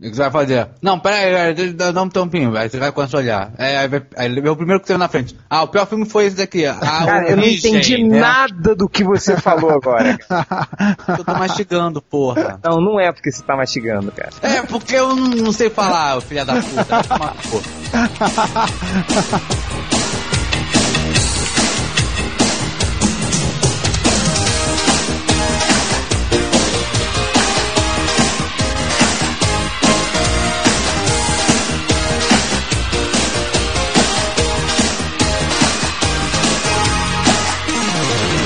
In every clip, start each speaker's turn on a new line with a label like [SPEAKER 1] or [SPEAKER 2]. [SPEAKER 1] O que você vai fazer? Não, peraí, peraí, dá dá um tampinho, velho. Você vai consolar. É, aí vai- aí ele vê o primeiro que saiu na frente. Ah, o pior filme foi esse daqui. A
[SPEAKER 2] Cara, eu não
[SPEAKER 1] Origem,
[SPEAKER 2] entendi
[SPEAKER 1] né?
[SPEAKER 2] nada do que você falou agora. cara.
[SPEAKER 1] Eu tô mastigando, porra.
[SPEAKER 2] Não, não é porque você tá mastigando, cara.
[SPEAKER 1] É, porque eu não, não sei falar, ô filha da puta. Toma, porra.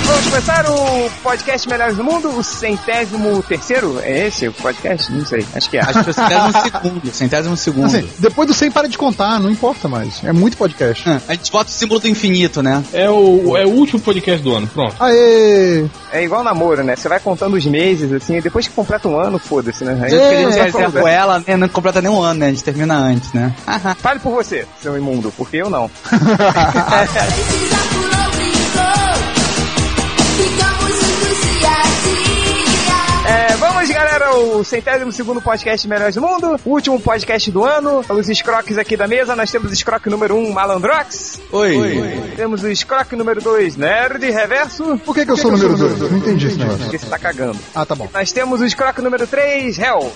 [SPEAKER 2] Vamos começar o podcast Melhores do Mundo, o centésimo terceiro? É esse o podcast? Não sei, acho que é.
[SPEAKER 1] Acho que foi centésimo segundo. Centésimo segundo.
[SPEAKER 3] Assim, depois do 100 para de contar, não importa mais. É muito podcast.
[SPEAKER 1] Ah, A gente bota o símbolo do infinito, né?
[SPEAKER 4] É o, é o último podcast do ano, pronto.
[SPEAKER 3] Aê!
[SPEAKER 2] É igual namoro, né? Você vai contando os meses, assim, e depois que completa um ano, foda-se, né? Aí
[SPEAKER 1] Porque a
[SPEAKER 2] já
[SPEAKER 1] gente
[SPEAKER 2] tá
[SPEAKER 1] reserva
[SPEAKER 2] falando,
[SPEAKER 1] ela, né? Não completa nem um ano, né? A gente termina antes, né?
[SPEAKER 2] Fale por você, seu imundo, porque eu não.
[SPEAKER 5] Isso já furou, brincou. Ficamos entusiasmados.
[SPEAKER 2] É, vamos, galera, o centésimo segundo podcast Melhores do Mundo, o último podcast do ano, os escroques aqui da mesa, nós temos o escroque número 1, um, Malandrox,
[SPEAKER 1] Oi.
[SPEAKER 2] temos o escroque número 2, Nerd Reverso,
[SPEAKER 3] Por que, que eu sou o número 2? Não entendi esse negócio.
[SPEAKER 2] porque você tá cagando.
[SPEAKER 3] Ah, tá bom.
[SPEAKER 2] Nós temos o escroque número 3, Hell.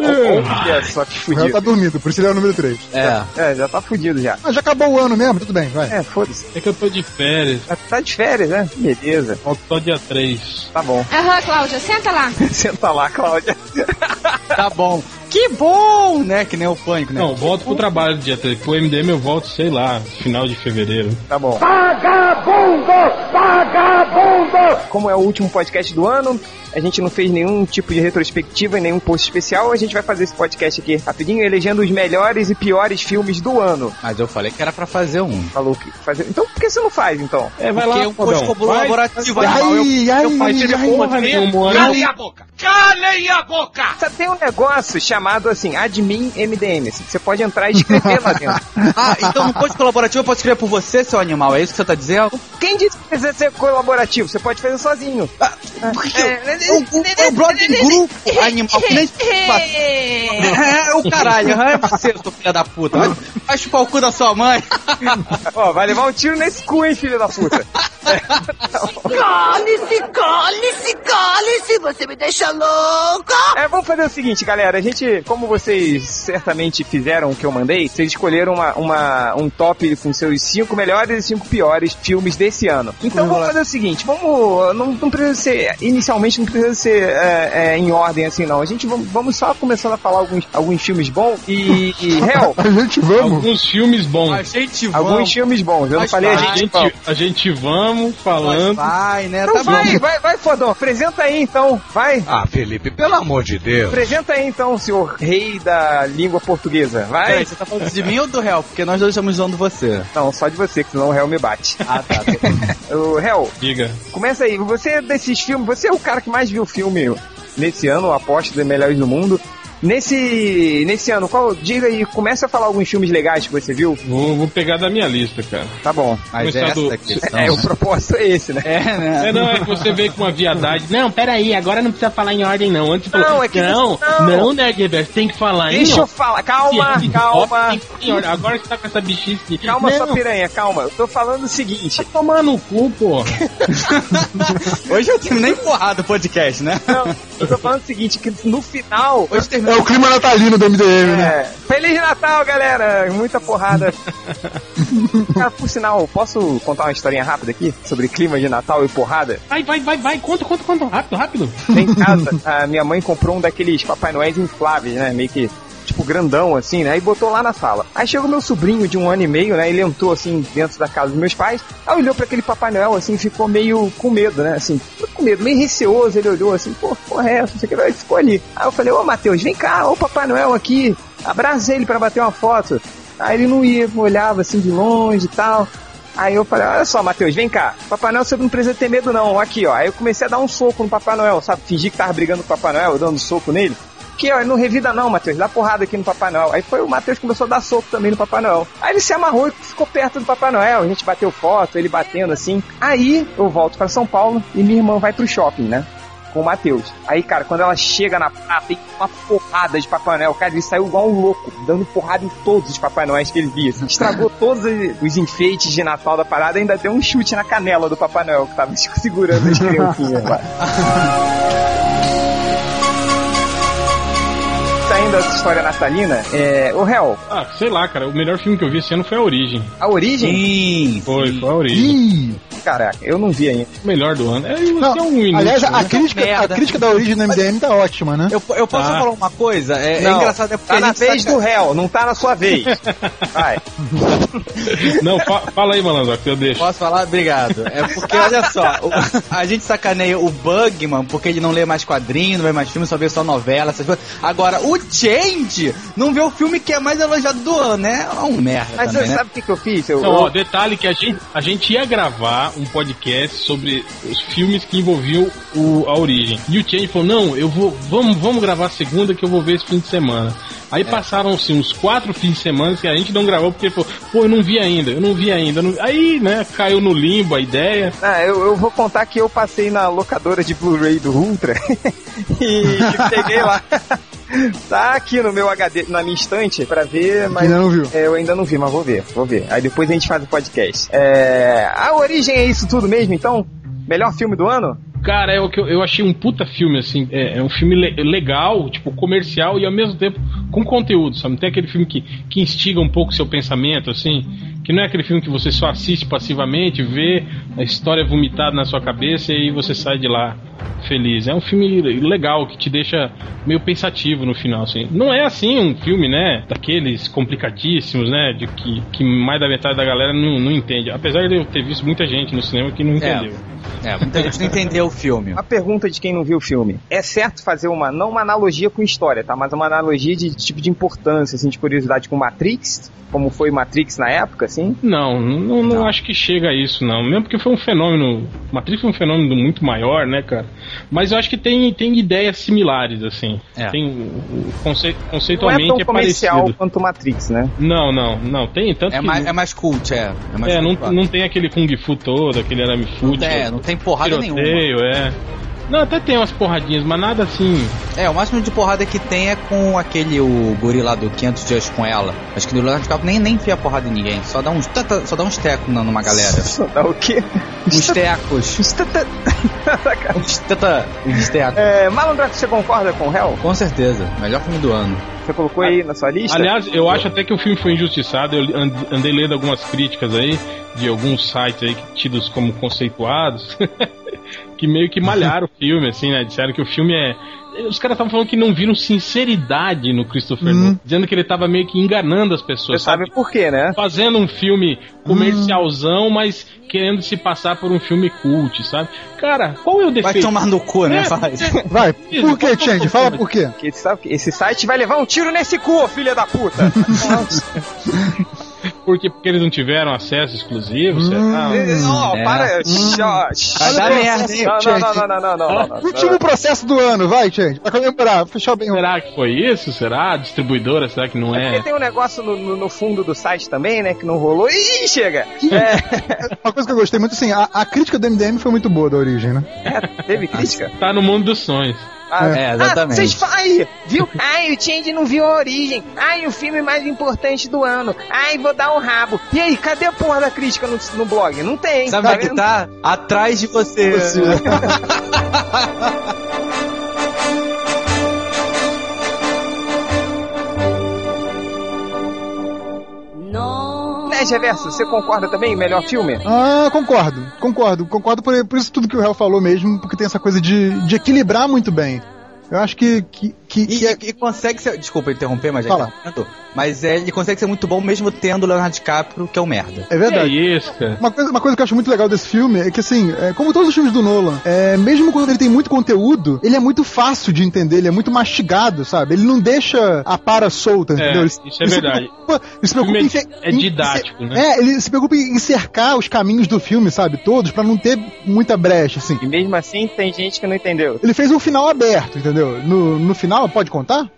[SPEAKER 2] Olha só que
[SPEAKER 3] O réu
[SPEAKER 2] fudido.
[SPEAKER 3] tá dormindo, por isso ele é o número 3.
[SPEAKER 1] É.
[SPEAKER 2] É, já tá fudido já.
[SPEAKER 3] Ah, já acabou o ano mesmo, tudo bem, vai.
[SPEAKER 2] É, foda-se.
[SPEAKER 4] É que eu tô de férias,
[SPEAKER 2] Tá de férias, né? Beleza,
[SPEAKER 4] volto só dia 3.
[SPEAKER 2] tá bom.
[SPEAKER 6] Aham, Cláudia, senta lá.
[SPEAKER 2] Senta lá, Cláudia.
[SPEAKER 1] Tá bom. Que bom, né? Que nem o pânico, né?
[SPEAKER 4] Não, volto pro trabalho dia 3. Pro MDM eu volto, sei lá, final de fevereiro.
[SPEAKER 2] Tá bom. Como é o último podcast do ano, a gente não fez nenhum tipo de retrospectiva e nenhum post especial. A gente vai fazer esse podcast aqui rapidinho, elegendo os melhores e piores filmes do ano.
[SPEAKER 1] Mas eu falei que era pra fazer um.
[SPEAKER 2] Falou que fazer. Então por que você não faz então?
[SPEAKER 4] É, vai
[SPEAKER 1] Porque
[SPEAKER 4] lá,
[SPEAKER 1] um post
[SPEAKER 4] fodão. Vai,
[SPEAKER 1] colaborativo
[SPEAKER 4] vai,
[SPEAKER 1] animal. Eu-
[SPEAKER 3] Ai, ai,
[SPEAKER 4] Mas teve
[SPEAKER 3] ai,
[SPEAKER 4] porra
[SPEAKER 3] ai.
[SPEAKER 4] nenhuma, né?
[SPEAKER 2] Só tem um negócio chamado assim, admin MDM. assim, que você pode entrar e escrever lá dentro.
[SPEAKER 1] Ah, então no post colaborativo eu posso escrever por você, seu animal. É isso que você tá dizendo?
[SPEAKER 2] Quem disse que precisa ser colaborativo? Você pode fazer sozinho.
[SPEAKER 1] É o, o, o brother de grupo, animal. Que nem... É, o caralho. É você, seu filho da puta. Vai, vai chupar o cu da sua mãe.
[SPEAKER 2] Ó, vai levar um tiro nesse cu, hein, filho da puta.
[SPEAKER 5] Cole-se, cole-se, cole-se. Você me deixa louca.
[SPEAKER 2] É, vamos fazer o seguinte, galera. A gente, como vocês certamente fizeram o que eu mandei, vocês escolheram uma, uma- um top com seus cinco melhores e cinco piores filmes desse ano. Então vamos fazer o seguinte, vamos. Não, não precisa ser. Inicialmente não precisa ser é, é, em ordem assim, não. A gente vamos, vamos só começando a falar alguns, alguns filmes bons e. e real,
[SPEAKER 3] A gente vamos.
[SPEAKER 4] Alguns filmes
[SPEAKER 1] A
[SPEAKER 4] bons.
[SPEAKER 1] gente
[SPEAKER 2] alguns
[SPEAKER 1] vamos.
[SPEAKER 2] filmes bons. Eu não
[SPEAKER 1] Mas
[SPEAKER 2] falei a
[SPEAKER 1] vai,
[SPEAKER 4] A
[SPEAKER 2] gente.
[SPEAKER 4] gente, a gente vamos falando.
[SPEAKER 1] Vai, né?
[SPEAKER 2] Então
[SPEAKER 1] tá bom.
[SPEAKER 2] vai, vai, vai, fodão. Apresenta aí então, vai.
[SPEAKER 7] Ah, Felipe, pelo amor de Deus.
[SPEAKER 2] Apresenta aí então, senhor rei da língua portuguesa. Vai.
[SPEAKER 1] Peraí, você tá falando de mim ou do réu? Porque nós dois estamos usando você.
[SPEAKER 2] Não, só de você, que senão o réu me bate.
[SPEAKER 1] Ah, tá.
[SPEAKER 2] O réu,
[SPEAKER 4] Diga.
[SPEAKER 2] começa aí. Você desses filmes, você é o cara que mais viu filme nesse ano, eu aposto dos melhores do mundo. Nesse nesse ano, qual diga aí, começa a falar alguns filmes legais que você viu?
[SPEAKER 4] Vou, vou pegar da minha lista, cara.
[SPEAKER 2] Tá bom.
[SPEAKER 1] Mas é
[SPEAKER 4] Começar
[SPEAKER 1] essa
[SPEAKER 4] do-
[SPEAKER 1] a questão.
[SPEAKER 2] É, o propósito é esse, né?
[SPEAKER 1] É, né?
[SPEAKER 4] É, não, é que você veio com uma viadade. Não, peraí, agora não precisa falar em ordem, não. Antes
[SPEAKER 2] Não,
[SPEAKER 4] falou,
[SPEAKER 2] é que
[SPEAKER 4] não,
[SPEAKER 2] não.
[SPEAKER 4] não, né, Guilherme, tem que falar
[SPEAKER 2] Deixa
[SPEAKER 4] em
[SPEAKER 2] eu falar. Calma,
[SPEAKER 4] ordem.
[SPEAKER 2] calma.
[SPEAKER 4] Tem que falar em ordem. Agora que tá com essa bichice.
[SPEAKER 2] Calma,
[SPEAKER 4] não,
[SPEAKER 2] sua piranha, calma. Eu tô falando o seguinte.
[SPEAKER 4] vai tomar no cu, pô.
[SPEAKER 1] Hoje eu tenho nem porrada o podcast, né?
[SPEAKER 2] Não, eu tô falando o seguinte, que no final.
[SPEAKER 1] Hoje
[SPEAKER 3] É
[SPEAKER 1] terminou.
[SPEAKER 3] o clima natalino do MDM, né?
[SPEAKER 2] É, Feliz Natal, galera! Muita porrada. Cara, por sinal, posso contar uma historinha rápida aqui sobre clima de Natal e porrada?
[SPEAKER 4] Vai, vai, vai, vai. Conta, conta, conta. Rápido, rápido.
[SPEAKER 2] Lá em casa, a minha mãe comprou um daqueles Papai Noéis infláveis, né? Meio que. Tipo, grandão, assim, né? E botou lá na sala. Aí chegou meu sobrinho de um ano e meio, né? Ele entrou, assim, dentro da casa dos meus pais. Aí olhou pra aquele Papai Noel, assim, e ficou meio com medo, né? Assim, com medo, meio receoso. Ele olhou, assim, pô, porra é essa? Não sei o que. Aí ficou ali. Aí eu falei, ô, Matheus, vem cá, ô, Papai Noel aqui. Abraça ele pra bater uma foto. Aí ele não ia, olhava, assim, de longe e tal. Aí eu falei, olha só, Matheus, vem cá. Papai Noel, você não precisa ter medo não, aqui, ó. Aí eu comecei a dar um soco no Papai Noel, sabe? Fingir que tava brigando com o Papai Noel, eu dando um soco nele. Que, ó, não revida não, Matheus, dá porrada aqui no Papai Noel. Aí foi o Matheus que começou a dar soco também no Papai Noel. Aí ele se amarrou e ficou perto do Papai Noel, a gente bateu foto, ele batendo assim. Aí eu volto pra São Paulo e minha irmã vai pro shopping, né? com o Matheus. Aí, cara, quando ela chega na prata, e uma porrada de Papai Noel. Cara, ele saiu igual um louco, dando porrada em todos os Papai Noéis que ele via. assim. Estragou todos os enfeites de Natal da parada e ainda deu um chute na canela do Papai Noel, que tava tipo, segurando as criancinhas lá. Saindo dessa história natalina, é, o réu,
[SPEAKER 4] Ah, sei lá, cara. O melhor filme que eu vi esse ano foi A Origem.
[SPEAKER 2] a origem,
[SPEAKER 1] Sim.
[SPEAKER 4] Foi, foi A Origem.
[SPEAKER 3] Ih!
[SPEAKER 2] cara, eu não vi ainda.
[SPEAKER 4] O melhor do ano. É, você
[SPEAKER 3] Não,
[SPEAKER 4] é um início,
[SPEAKER 3] aliás, a
[SPEAKER 4] né?
[SPEAKER 3] crítica, a
[SPEAKER 1] merda.
[SPEAKER 3] crítica da origem do MDM tá ótima, né?
[SPEAKER 1] Eu, eu posso
[SPEAKER 4] Tá.
[SPEAKER 1] falar uma coisa? É, é
[SPEAKER 2] Não,
[SPEAKER 1] engraçado, é porque
[SPEAKER 2] Tá
[SPEAKER 1] a
[SPEAKER 2] na
[SPEAKER 1] gente
[SPEAKER 2] vez
[SPEAKER 1] tá-
[SPEAKER 2] do réu, não tá na sua vez. Vai.
[SPEAKER 4] Não, fa- fala aí, malandro, que eu deixo.
[SPEAKER 1] Posso falar? Obrigado. É porque, olha só, o- a gente sacaneia o Bugman porque ele não lê mais quadrinho, não vê mais filme, só vê só novela, essas coisas. Agora, o Change não vê o filme que é mais elogiado do ano, né? É um merda
[SPEAKER 2] Mas
[SPEAKER 1] também,
[SPEAKER 2] você
[SPEAKER 1] né?
[SPEAKER 2] sabe o que, que eu fiz? Eu,
[SPEAKER 4] Então,
[SPEAKER 2] eu-
[SPEAKER 4] ó, detalhe que a gente, a gente ia gravar um podcast sobre os filmes que envolviam o, a origem. E o Change falou, não, eu vou, vamos, vamos gravar segunda que eu vou ver esse fim de semana. Aí passaram-se uns quatro fins de semana que a gente não gravou porque ele falou, pô, eu não vi ainda, eu não vi ainda. eu não vi." Aí, né, caiu no limbo a ideia.
[SPEAKER 2] Ah, eu, eu vou contar que eu passei na locadora de Blu-ray do Ultra e peguei lá. tá aqui no meu HD, na minha estante, pra ver, mas.
[SPEAKER 3] Ainda não viu.
[SPEAKER 2] É, eu ainda não vi, mas vou ver, vou ver. Aí depois a gente faz o podcast. É, a origem é isso tudo mesmo, então? Melhor filme do ano?
[SPEAKER 4] Cara, é o que eu, eu achei um puta filme, assim. É, é um filme le- legal, tipo, comercial e ao mesmo tempo com conteúdo, sabe? Tem aquele filme que, que instiga um pouco o seu pensamento, assim. Que não é aquele filme que você só assiste passivamente, vê a história vomitada na sua cabeça e aí você sai de lá feliz. É um filme legal que te deixa meio pensativo no final, assim. Não é assim um filme, né? Daqueles complicadíssimos, né? De que, que mais da metade da galera não, não entende. Apesar de eu ter visto muita gente no cinema que não entendeu.
[SPEAKER 1] É, muita gente não entendeu o filme.
[SPEAKER 2] Uma pergunta de quem não viu o filme. É certo fazer uma, não uma analogia com história, tá? Mas uma analogia de tipo de importância, assim, de curiosidade com Matrix, como foi Matrix na época, assim?
[SPEAKER 4] Não, não, não, acho que chega a isso, não. Mesmo porque foi um fenômeno. Matrix foi um fenômeno muito maior, né, cara? Mas eu acho que tem, tem ideias similares, assim.
[SPEAKER 1] É.
[SPEAKER 4] Tem, o conce,
[SPEAKER 2] Não é
[SPEAKER 4] conceitualmente
[SPEAKER 2] tão
[SPEAKER 4] é,
[SPEAKER 2] comercial
[SPEAKER 4] parecido.
[SPEAKER 2] quanto Matrix, né?
[SPEAKER 4] Não, não, não. Tem tanto
[SPEAKER 1] É
[SPEAKER 4] que.
[SPEAKER 1] mais, é mais cult, é. É, mais
[SPEAKER 4] é, não,
[SPEAKER 1] cult,
[SPEAKER 4] não tem aquele Kung Fu todo, aquele arame
[SPEAKER 1] Não
[SPEAKER 4] fútil.
[SPEAKER 1] tem- não tem porrada nenhuma.
[SPEAKER 4] tiroteio, é. Não, até tem umas porradinhas, mas nada assim.
[SPEAKER 1] É, o máximo de porrada que tem é com aquele, o guri lá do 500 dias com ela. Acho que no Leonardo DiCaprio nem, nem enfia porrada em ninguém. Só dá uns, tata- só dá uns tecos na- numa galera.
[SPEAKER 2] Dá o quê?
[SPEAKER 1] Uns tecos. Uns tata- Uns tecos.
[SPEAKER 2] É, Malandrax, você concorda com o réu?
[SPEAKER 1] Com certeza, melhor filme do ano.
[SPEAKER 2] Você colocou aí na sua lista?
[SPEAKER 4] Aliás, eu acho até que o filme foi injustiçado. Eu and- andei lendo algumas críticas aí, de alguns sites aí que- tidos como conceituados, que meio que malharam o filme, assim, né? Disseram que o filme é. Os caras estavam falando que não viram sinceridade no Christopher Nolan, dizendo que ele tava meio que enganando as
[SPEAKER 2] Uhum. você
[SPEAKER 4] pessoas, sabe?
[SPEAKER 2] sabe por quê, né?
[SPEAKER 4] Fazendo um filme comercialzão,
[SPEAKER 2] Uhum.
[SPEAKER 4] mas querendo se passar por um filme cult, sabe? Cara, qual é
[SPEAKER 1] Vai
[SPEAKER 4] o defeito?
[SPEAKER 1] tomar no cu, né?
[SPEAKER 4] É,
[SPEAKER 1] Fala isso.
[SPEAKER 3] Vai,
[SPEAKER 4] Isso,
[SPEAKER 3] por que,
[SPEAKER 4] pode-
[SPEAKER 3] Change? Fala por quê.
[SPEAKER 2] Porque sabe que esse site vai levar um tiro nesse cu, filha da puta!
[SPEAKER 4] Porque, porque eles não tiveram acesso exclusivo,
[SPEAKER 2] Uhum.
[SPEAKER 4] será?
[SPEAKER 2] Ó,
[SPEAKER 1] É.
[SPEAKER 2] para! ó,
[SPEAKER 1] Vai dar merda, hein?
[SPEAKER 2] Não, não, não, não, não, não, não, não, não,
[SPEAKER 3] Último processo do ano, vai, Change. Pra comemorar, fechar bem o
[SPEAKER 4] Será que foi isso? Será? A distribuidora? Será que não
[SPEAKER 2] É
[SPEAKER 4] é?
[SPEAKER 2] porque tem um negócio no, no- no fundo do site também, né? Que não rolou. Ih, chega! É,
[SPEAKER 3] Uma coisa que eu gostei muito, assim, a, a crítica do MDM foi muito boa da origem, né?
[SPEAKER 2] teve crítica?
[SPEAKER 4] Tá no mundo dos sonhos.
[SPEAKER 2] Ah,
[SPEAKER 1] É,
[SPEAKER 2] Ah, vocês
[SPEAKER 1] exatamente.
[SPEAKER 2] falam aí, viu? Ai, o Change não viu a origem. Ai, o filme mais importante do ano. Ai, vou dar um rabo. E aí, cadê a porra da crítica no, no blog? Não tem.
[SPEAKER 1] Sabe onde é que tá? Atrás de
[SPEAKER 4] Tipo
[SPEAKER 1] você.
[SPEAKER 4] assim, né?
[SPEAKER 2] Né, Reverso, você concorda também? Melhor filme?
[SPEAKER 3] Ah, concordo, concordo, concordo por, por isso tudo que o Hel falou mesmo, porque tem essa coisa de, de equilibrar muito bem. Eu acho que. que, que,
[SPEAKER 1] E,
[SPEAKER 3] que é-
[SPEAKER 1] e- e consegue ser. Desculpa interromper, mas já
[SPEAKER 3] Fala.
[SPEAKER 1] que tá falando, Mas é, ele consegue ser muito bom mesmo tendo o Leonardo DiCaprio, que é um merda.
[SPEAKER 3] é
[SPEAKER 4] É
[SPEAKER 3] verdade.
[SPEAKER 4] isso, cara.
[SPEAKER 3] Uma coisa, uma coisa que eu acho muito legal desse filme é que, assim, é, como todos os filmes do Nolan, é, mesmo quando ele tem muito conteúdo, ele é muito fácil de entender, ele é muito mastigado, sabe? Ele não deixa a para solta, entendeu? Ele,
[SPEAKER 4] isso é
[SPEAKER 3] ele se
[SPEAKER 4] verdade.
[SPEAKER 3] preocupa- ele se preocupa
[SPEAKER 4] O
[SPEAKER 3] em
[SPEAKER 4] filme
[SPEAKER 3] ser-
[SPEAKER 4] é
[SPEAKER 3] em- em
[SPEAKER 4] didático,
[SPEAKER 3] ser-
[SPEAKER 4] né?
[SPEAKER 3] É, ele se preocupa em cercar os caminhos do filme, sabe? Todos, pra não ter muita brecha, assim.
[SPEAKER 2] E mesmo assim, tem gente que não entendeu.
[SPEAKER 3] Ele fez um final aberto, entendeu? No, no final, pode contar?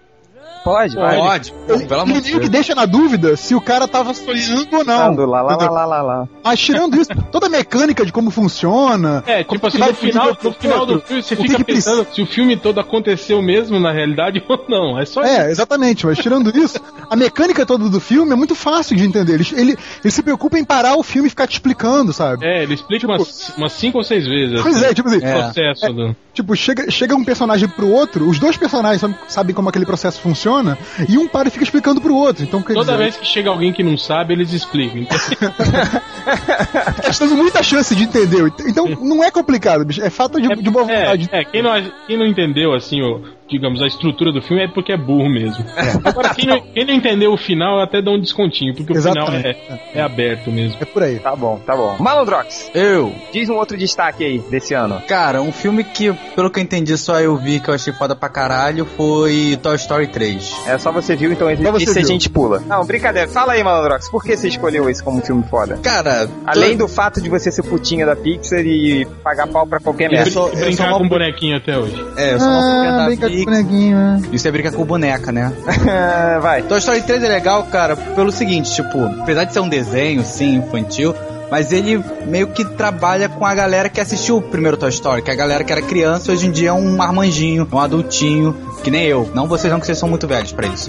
[SPEAKER 8] Pode, vai.
[SPEAKER 9] Pode, pô,
[SPEAKER 3] Ele,
[SPEAKER 9] pelo
[SPEAKER 3] ele
[SPEAKER 9] amor de
[SPEAKER 3] meio que
[SPEAKER 9] Deus.
[SPEAKER 3] deixa na dúvida se o cara tava sonhando ou não.
[SPEAKER 2] Tá
[SPEAKER 8] Lá, lá, lá,
[SPEAKER 3] entendeu?
[SPEAKER 8] lá, lá, lá.
[SPEAKER 3] Mas tirando isso, toda a mecânica de como funciona.
[SPEAKER 4] É, tipo
[SPEAKER 3] como
[SPEAKER 4] assim,
[SPEAKER 3] vai
[SPEAKER 4] no final,
[SPEAKER 3] pro
[SPEAKER 4] no final do
[SPEAKER 3] outro,
[SPEAKER 4] filme você
[SPEAKER 3] o que
[SPEAKER 4] fica
[SPEAKER 3] que precisa-
[SPEAKER 4] pensando se o filme todo aconteceu mesmo na realidade ou não. É só
[SPEAKER 3] É, exatamente, mas tirando isso, a mecânica toda do filme é muito fácil de entender. Ele, ele, ele se preocupa em parar o filme e ficar te explicando, sabe?
[SPEAKER 4] É, ele explica umas, umas cinco ou seis vezes
[SPEAKER 3] Tipo, Pois
[SPEAKER 4] assim,
[SPEAKER 3] é, tipo assim,
[SPEAKER 4] o processo. do-
[SPEAKER 3] Tipo, chega, chega um personagem pro outro, os dois personagens sabem, sabem como aquele processo funciona, e um para e fica explicando pro outro. Então, quer
[SPEAKER 4] Toda
[SPEAKER 3] dizer,
[SPEAKER 4] vez que chega alguém que não sabe, eles explicam. Então,
[SPEAKER 3] nós temos tá muita chance de entender. Então, não é complicado, bicho. É fato de, de boa vontade.
[SPEAKER 4] É, é, quem, não, quem não entendeu, assim, o, digamos, a estrutura do filme é porque é burro mesmo. Agora, quem não, quem não entendeu o final, eu até dá um descontinho, porque o
[SPEAKER 3] Exatamente.
[SPEAKER 4] final é, é aberto mesmo.
[SPEAKER 3] É por aí.
[SPEAKER 8] Tá bom, tá bom. Malandrox,
[SPEAKER 1] Eu,
[SPEAKER 8] diz um outro destaque aí desse ano.
[SPEAKER 1] cara, um filme que, pelo que eu entendi, só eu vi que eu achei foda pra caralho foi Toy Story 3.
[SPEAKER 8] É só você viu, então
[SPEAKER 3] Só você
[SPEAKER 8] esse a
[SPEAKER 3] viu.
[SPEAKER 8] gente pula. Não, brincadeira. Fala aí, Malandrox, por que você escolheu esse como filme foda?
[SPEAKER 1] Cara,
[SPEAKER 8] Além do fato de você ser putinha da Pixar e pagar pau pra qualquer
[SPEAKER 4] E
[SPEAKER 1] É,
[SPEAKER 4] brin-
[SPEAKER 8] merda.
[SPEAKER 1] só- é
[SPEAKER 4] brincar
[SPEAKER 1] só uma-
[SPEAKER 4] com bonequinho até hoje.
[SPEAKER 1] É, eu sou
[SPEAKER 3] Ah,
[SPEAKER 1] uma
[SPEAKER 3] brinca de
[SPEAKER 1] filha da Pixar.
[SPEAKER 3] bonequinho, né?
[SPEAKER 1] Isso é brincar com boneca, né?
[SPEAKER 8] Vai.
[SPEAKER 1] Toy Story 3 é legal, cara, pelo seguinte, tipo, apesar de ser um desenho, sim, infantil, mas ele meio que trabalha com a galera que assistiu o primeiro Toy Story, que é a galera que era criança e hoje em dia é um marmanjinho, um adultinho, que nem eu. Não vocês não, que vocês são muito velhos pra isso.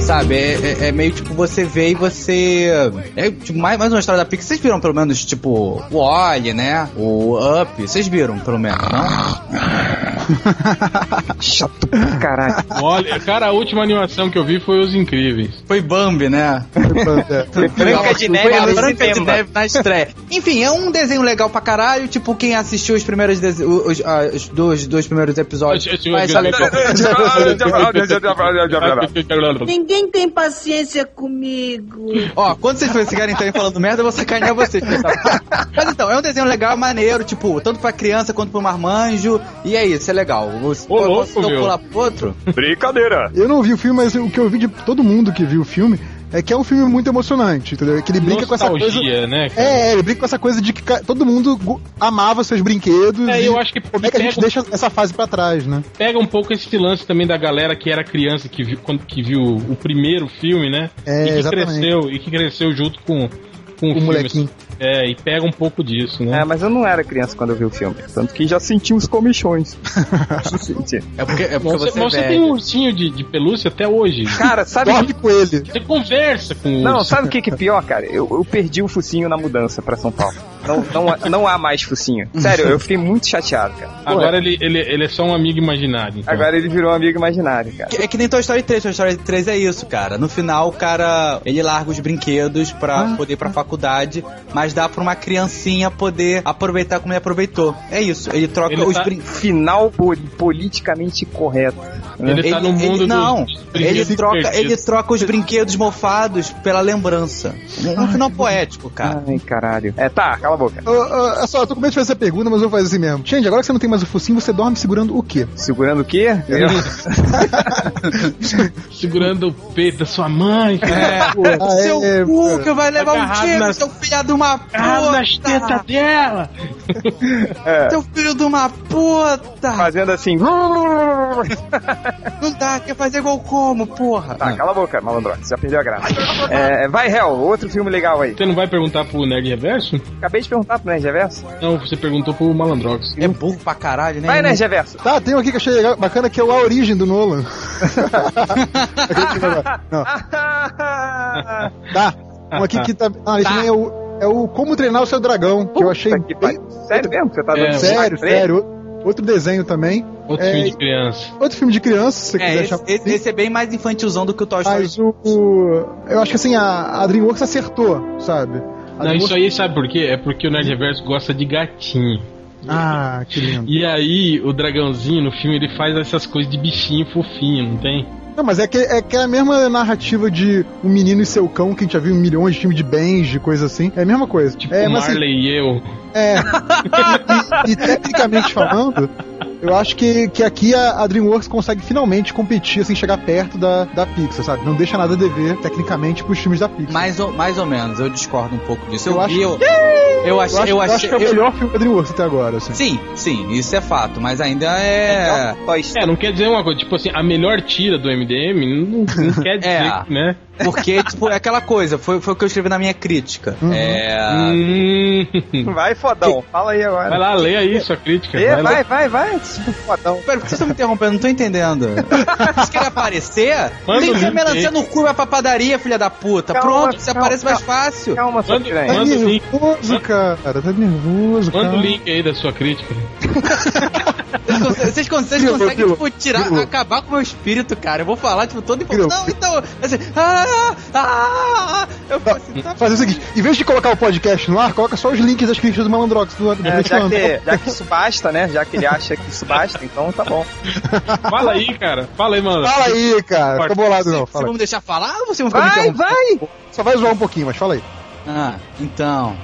[SPEAKER 1] Sabe, é, é- é meio tipo você vê e você. É tipo, mais, mais uma história da Pixar. Vocês viram pelo menos, tipo, o Oli, né? O Up. Vocês viram pelo menos, não?
[SPEAKER 8] Chato pra caralho.
[SPEAKER 4] Olha, cara, a última animação que eu vi foi Os Incríveis.
[SPEAKER 1] Foi Bambi, né?
[SPEAKER 3] É,
[SPEAKER 8] Branca de Neve
[SPEAKER 1] Foi a
[SPEAKER 8] no
[SPEAKER 1] Branca de
[SPEAKER 8] cinema.
[SPEAKER 1] Neve na estreia. Enfim, é um desenho legal pra caralho. Tipo, quem assistiu os primeiros dese- os, ah, os dois, dois primeiros episódios.
[SPEAKER 4] Eu- eu- eu-
[SPEAKER 1] vai
[SPEAKER 4] eu-
[SPEAKER 1] saber-
[SPEAKER 5] Ninguém tem paciência comigo.
[SPEAKER 1] Ó, quando vocês ficarem também falando merda, eu vou sacanear vocês. pessoal. Mas então, é um desenho legal, maneiro, tipo, tanto pra criança quanto pro marmanjo. E é isso, é legal. Você
[SPEAKER 4] Ô, louco, meu.
[SPEAKER 1] pular pro outro?
[SPEAKER 8] Brincadeira.
[SPEAKER 3] Eu não vi o filme, mas o que eu vi de todo mundo que viu o filme é que é um filme muito emocionante, entendeu? É Que ele brinca com essa coisa.
[SPEAKER 4] Nostalgia, né? cara?
[SPEAKER 3] É, ele brinca com essa coisa de que ca- todo mundo go- amava seus brinquedos.
[SPEAKER 4] É,
[SPEAKER 3] e
[SPEAKER 4] eu acho que
[SPEAKER 3] como é que a gente
[SPEAKER 4] pega-
[SPEAKER 3] deixa essa fase pra trás, né?
[SPEAKER 4] Pega um pouco esse lance também da galera que era criança, que viu, quando, que viu o primeiro filme, né?
[SPEAKER 3] É,
[SPEAKER 4] e, que
[SPEAKER 3] exatamente.
[SPEAKER 4] cresceu, e que cresceu junto com, com o, filme.
[SPEAKER 3] molequinho.
[SPEAKER 4] É, e pega um pouco disso, né?
[SPEAKER 8] É, mas eu não era criança quando eu vi o filme. Tanto que já senti os comichões. Senti.
[SPEAKER 1] É porque, é porque
[SPEAKER 4] Mas
[SPEAKER 1] você,
[SPEAKER 4] você,
[SPEAKER 1] é
[SPEAKER 4] mas você
[SPEAKER 1] velho.
[SPEAKER 4] tem um ursinho de, de pelúcia até hoje.
[SPEAKER 8] Cara, sabe.
[SPEAKER 3] Dorme com ele.
[SPEAKER 4] Você conversa com o
[SPEAKER 8] Não,
[SPEAKER 4] urso.
[SPEAKER 8] sabe o que, que é pior, cara? Eu, eu perdi o focinho na mudança pra São Paulo. Não, não, não há mais focinho. Sério, eu fiquei muito chateado, cara.
[SPEAKER 4] Agora ele, ele, ele é só um amigo imaginário. então.
[SPEAKER 8] Agora ele virou um amigo imaginário, cara.
[SPEAKER 1] É que nem Toy Story 3, Toy Story 3 é isso, cara. No final, o cara, ele larga os brinquedos
[SPEAKER 3] Ah.
[SPEAKER 1] pra poder ir pra faculdade, mas dá pra uma criancinha poder aproveitar como ele aproveitou. É isso, ele troca
[SPEAKER 4] Ele
[SPEAKER 1] os
[SPEAKER 4] tá-
[SPEAKER 1] brinquedos.
[SPEAKER 8] Final po- politicamente correto.
[SPEAKER 4] ele, tá no mundo do-
[SPEAKER 1] não,
[SPEAKER 4] dos brinquedos
[SPEAKER 1] ele troca,
[SPEAKER 4] perdidos.
[SPEAKER 1] ele troca os brinquedos mofados pela lembrança. Um
[SPEAKER 3] Ah.
[SPEAKER 1] final poético, cara.
[SPEAKER 8] Ai, caralho. É, tá, cala a boca.
[SPEAKER 3] Ô, ô, é só, eu tô com medo de fazer essa pergunta, mas eu vou fazer assim mesmo. Gente, agora que você não tem mais o focinho, você dorme segurando o quê?
[SPEAKER 8] Segurando o quê? Eu-
[SPEAKER 4] Segurando o peito da sua mãe. cara.
[SPEAKER 3] Ah,
[SPEAKER 1] Seu
[SPEAKER 3] é,
[SPEAKER 1] cu que vai levar um
[SPEAKER 4] Agarrado
[SPEAKER 1] tiro,
[SPEAKER 4] nas-
[SPEAKER 1] seu filho de uma puta!
[SPEAKER 4] Ah, nas tetas dela.
[SPEAKER 1] Seu filho de uma puta!
[SPEAKER 8] Fazendo assim.
[SPEAKER 1] Não dá, quer fazer gol como, porra?
[SPEAKER 8] Tá, cala a boca, malandro. Você já perdeu a graça. É, vai, Hel, outro filme legal aí.
[SPEAKER 4] Você não vai perguntar pro Nerd Reverso?
[SPEAKER 8] Acabei de perguntar pro Nerd Reverso.
[SPEAKER 4] Não, você perguntou pro Malandrox.
[SPEAKER 1] É burro pra caralho, né?
[SPEAKER 8] Vai, Nerd Reverso.
[SPEAKER 3] Tá, tem um aqui que eu achei legal, bacana, que é o A Origem do Nolan. não, tá. Um aqui que tá. Ah, esse
[SPEAKER 1] Tá.
[SPEAKER 3] nem é o, é o Como Treinar o Seu Dragão, que eu achei
[SPEAKER 8] Puta que
[SPEAKER 3] bem,
[SPEAKER 8] pariu. Sério mesmo que você tá
[SPEAKER 4] É,
[SPEAKER 8] dando
[SPEAKER 4] pariu.
[SPEAKER 3] sério,
[SPEAKER 8] destaque pra ele?
[SPEAKER 3] sério. Outro desenho também.
[SPEAKER 4] Outro
[SPEAKER 3] É,
[SPEAKER 4] filme de criança.
[SPEAKER 3] Outro filme de criança, se você
[SPEAKER 1] É,
[SPEAKER 3] quiser
[SPEAKER 1] esse,
[SPEAKER 3] chamar. assim.
[SPEAKER 1] esse- esse é bem mais infantilzão do que o Toy Story.
[SPEAKER 3] Mas o, o- Eu acho que assim, a, a Dreamworks acertou, sabe? A
[SPEAKER 4] Não,
[SPEAKER 3] Dreamworks-
[SPEAKER 4] isso aí sabe por quê? É porque o Nerd Reverso gosta de gatinho.
[SPEAKER 3] Ah, que lindo.
[SPEAKER 4] E aí, o dragãozinho no filme ele faz essas coisas de bichinho fofinho, não tem?
[SPEAKER 3] Não, mas é que é que é a mesma narrativa de o menino e seu cão, que a gente já viu em milhões de filmes de bens, de coisa assim. É assim, a mesma coisa.
[SPEAKER 4] Tipo,
[SPEAKER 3] é, mas assim,
[SPEAKER 4] Marley e eu.
[SPEAKER 3] é. E, e- e tecnicamente falando, Eu acho que, que aqui a, a DreamWorks consegue finalmente competir, assim, chegar perto da, da Pixar, sabe? Não deixa nada a dever, tecnicamente, pros filmes da Pixar.
[SPEAKER 1] Mais ou, mais ou menos, eu discordo um pouco disso. Eu,
[SPEAKER 3] Eu acho-
[SPEAKER 1] vi, eu, eu achei.
[SPEAKER 3] eu, acho,
[SPEAKER 1] Eu
[SPEAKER 3] eu acho
[SPEAKER 1] achei
[SPEAKER 3] que é o
[SPEAKER 1] eu-
[SPEAKER 3] melhor filme da DreamWorks até agora, assim.
[SPEAKER 1] Sim, sim, isso é fato, mas ainda é.
[SPEAKER 8] Toy Story.
[SPEAKER 4] É, não quer dizer uma coisa, tipo assim, a melhor tira do MDM não, não quer dizer,
[SPEAKER 1] É.
[SPEAKER 4] né?
[SPEAKER 1] Porque, tipo, é aquela coisa, foi, foi o que eu escrevi na minha crítica. É.
[SPEAKER 4] Hum,
[SPEAKER 8] Vai, fodão. Fala aí agora.
[SPEAKER 4] vai lá, lê aí sua crítica.
[SPEAKER 8] Ê,
[SPEAKER 4] vai lá.
[SPEAKER 8] vai, vai, vai. Super fodão.
[SPEAKER 1] Pera, por que vocês estão me interrompendo? Não tô entendendo. Vocês querem aparecer?
[SPEAKER 4] Manda o
[SPEAKER 1] Tem que ter
[SPEAKER 4] link
[SPEAKER 1] melancia
[SPEAKER 4] aí.
[SPEAKER 1] no cu e vai pra padaria, filha da puta.
[SPEAKER 8] Calma,
[SPEAKER 1] Pronto, você
[SPEAKER 8] calma,
[SPEAKER 1] aparece mais fácil.
[SPEAKER 8] Calma, seu
[SPEAKER 4] Manda-
[SPEAKER 3] Tá
[SPEAKER 8] piranha.
[SPEAKER 4] manda- o link.
[SPEAKER 3] nervoso,
[SPEAKER 4] Manda-
[SPEAKER 3] cara. Tá nervoso, cara.
[SPEAKER 4] Manda o link aí da sua crítica.
[SPEAKER 1] Vocês con- Vocês, con- vocês
[SPEAKER 3] Pirou,
[SPEAKER 1] conseguem,
[SPEAKER 3] pirou,
[SPEAKER 1] tipo, tirar,
[SPEAKER 3] pirou.
[SPEAKER 1] acabar com o meu espírito, cara. Eu vou falar, tipo, todo empolgado.
[SPEAKER 3] Pirou.
[SPEAKER 1] Não, então. Assim, ah, ah, ah, eu falo assim, tá
[SPEAKER 3] Fazer o seguinte, em vez de colocar o podcast no ar, coloca só os links das críticas do Malandrox do, do
[SPEAKER 8] É, já,
[SPEAKER 3] Malandrox.
[SPEAKER 8] que, já que isso basta, né? Já que ele acha que isso basta, então tá bom.
[SPEAKER 4] Fala aí, cara. Fala aí, mano.
[SPEAKER 3] Fala aí, cara. Tô bolado não,
[SPEAKER 1] Vocês
[SPEAKER 3] fala
[SPEAKER 1] vão
[SPEAKER 3] aí.
[SPEAKER 1] me deixar falar ou vocês vão ficar me
[SPEAKER 8] Vai,
[SPEAKER 1] interrompendo?
[SPEAKER 8] vai!
[SPEAKER 3] Só vai zoar um pouquinho, mas fala aí.
[SPEAKER 1] Ah, então.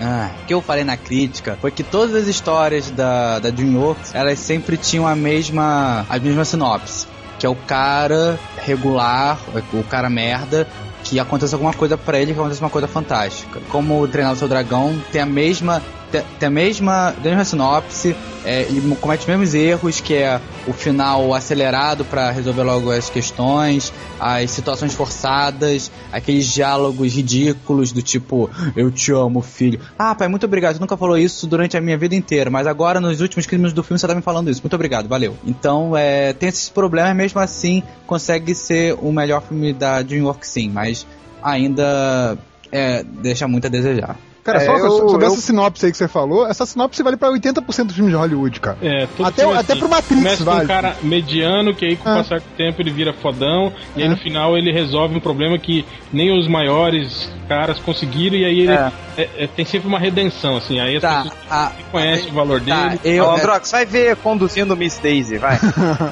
[SPEAKER 1] Ah, o que eu falei na crítica foi que todas as histórias da, da DreamWorks, elas sempre tinham a mesma, a mesma sinopse. Que é o cara regular, o cara merda, que acontece alguma coisa pra ele, que acontece uma coisa fantástica. Como treinar o seu dragão, tem a mesma, tem, tem a mesma, tem a mesma sinopse, é, e mo- comete os mesmos erros, que é o final acelerado pra resolver logo as questões, as situações forçadas, aqueles diálogos ridículos do tipo, eu te amo, filho. Ah, pai, muito obrigado. Você nunca falou isso durante a minha vida inteira, mas agora nos últimos 15 minutos do filme você tá me falando isso. Muito obrigado, valeu. Então, é, tem esses problemas, mesmo assim, consegue ser o melhor filme da DreamWorks, sim, mas ainda é, deixa muito a desejar.
[SPEAKER 3] Cara,
[SPEAKER 8] É,
[SPEAKER 3] só
[SPEAKER 8] eu-
[SPEAKER 3] sobre
[SPEAKER 8] eu-
[SPEAKER 3] essa sinopse aí que você falou, essa sinopse vale pra 80% dos filmes de Hollywood, cara.
[SPEAKER 4] É, todo
[SPEAKER 3] Até-
[SPEAKER 4] filme
[SPEAKER 3] até pro Matrix
[SPEAKER 4] Começa com
[SPEAKER 3] vale.
[SPEAKER 4] um cara mediano, que aí com o
[SPEAKER 3] Ah.
[SPEAKER 4] passar do tempo ele vira fodão, e aí
[SPEAKER 3] Ah.
[SPEAKER 4] no final ele resolve um problema que nem os maiores caras conseguiram, e aí ele
[SPEAKER 8] É.
[SPEAKER 4] é, é, tem sempre uma redenção, assim, aí as
[SPEAKER 1] Tá,
[SPEAKER 4] pessoas
[SPEAKER 1] a,
[SPEAKER 4] conhecem o valor
[SPEAKER 1] tá,
[SPEAKER 4] dele.
[SPEAKER 1] eu,
[SPEAKER 8] Ô, Androx, vai ver conduzindo Miss Daisy, vai.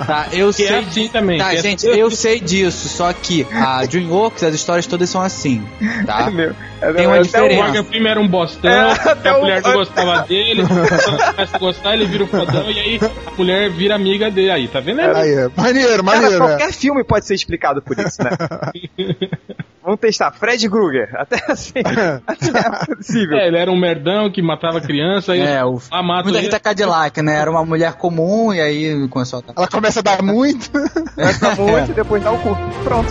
[SPEAKER 1] tá, eu
[SPEAKER 4] Que é
[SPEAKER 1] sei
[SPEAKER 4] assim também.
[SPEAKER 1] Tá,
[SPEAKER 4] que é-
[SPEAKER 1] gente, eu sei disso, só que a DreamWorks, as histórias todas são assim, tá?
[SPEAKER 8] Meu, é,
[SPEAKER 1] Tem uma
[SPEAKER 8] até o-
[SPEAKER 4] O
[SPEAKER 1] diferença.
[SPEAKER 4] Morgan Freeman era um bostão,
[SPEAKER 8] É, até
[SPEAKER 4] a
[SPEAKER 8] o-
[SPEAKER 4] mulher não gostava dele, quando começa a gostar, ele vira um fodão, e aí a mulher vira amiga dele. Aí, tá vendo?
[SPEAKER 3] Aí, é. maneiro,
[SPEAKER 8] Cara,
[SPEAKER 3] maneiro. é.
[SPEAKER 8] qualquer filme pode ser explicado por isso, né? Vamos testar. Fred Krueger. Até assim. até é possível.
[SPEAKER 4] É, ele era um merdão que matava criança, aí
[SPEAKER 1] É, o
[SPEAKER 4] ah, mata
[SPEAKER 1] filme da
[SPEAKER 4] ele.
[SPEAKER 1] Rita Cadillac, né? Era uma mulher comum e aí começou a... tá.
[SPEAKER 3] Ela começa a dar muito.
[SPEAKER 8] Vai ficar muito e depois dá o cu. Pronto.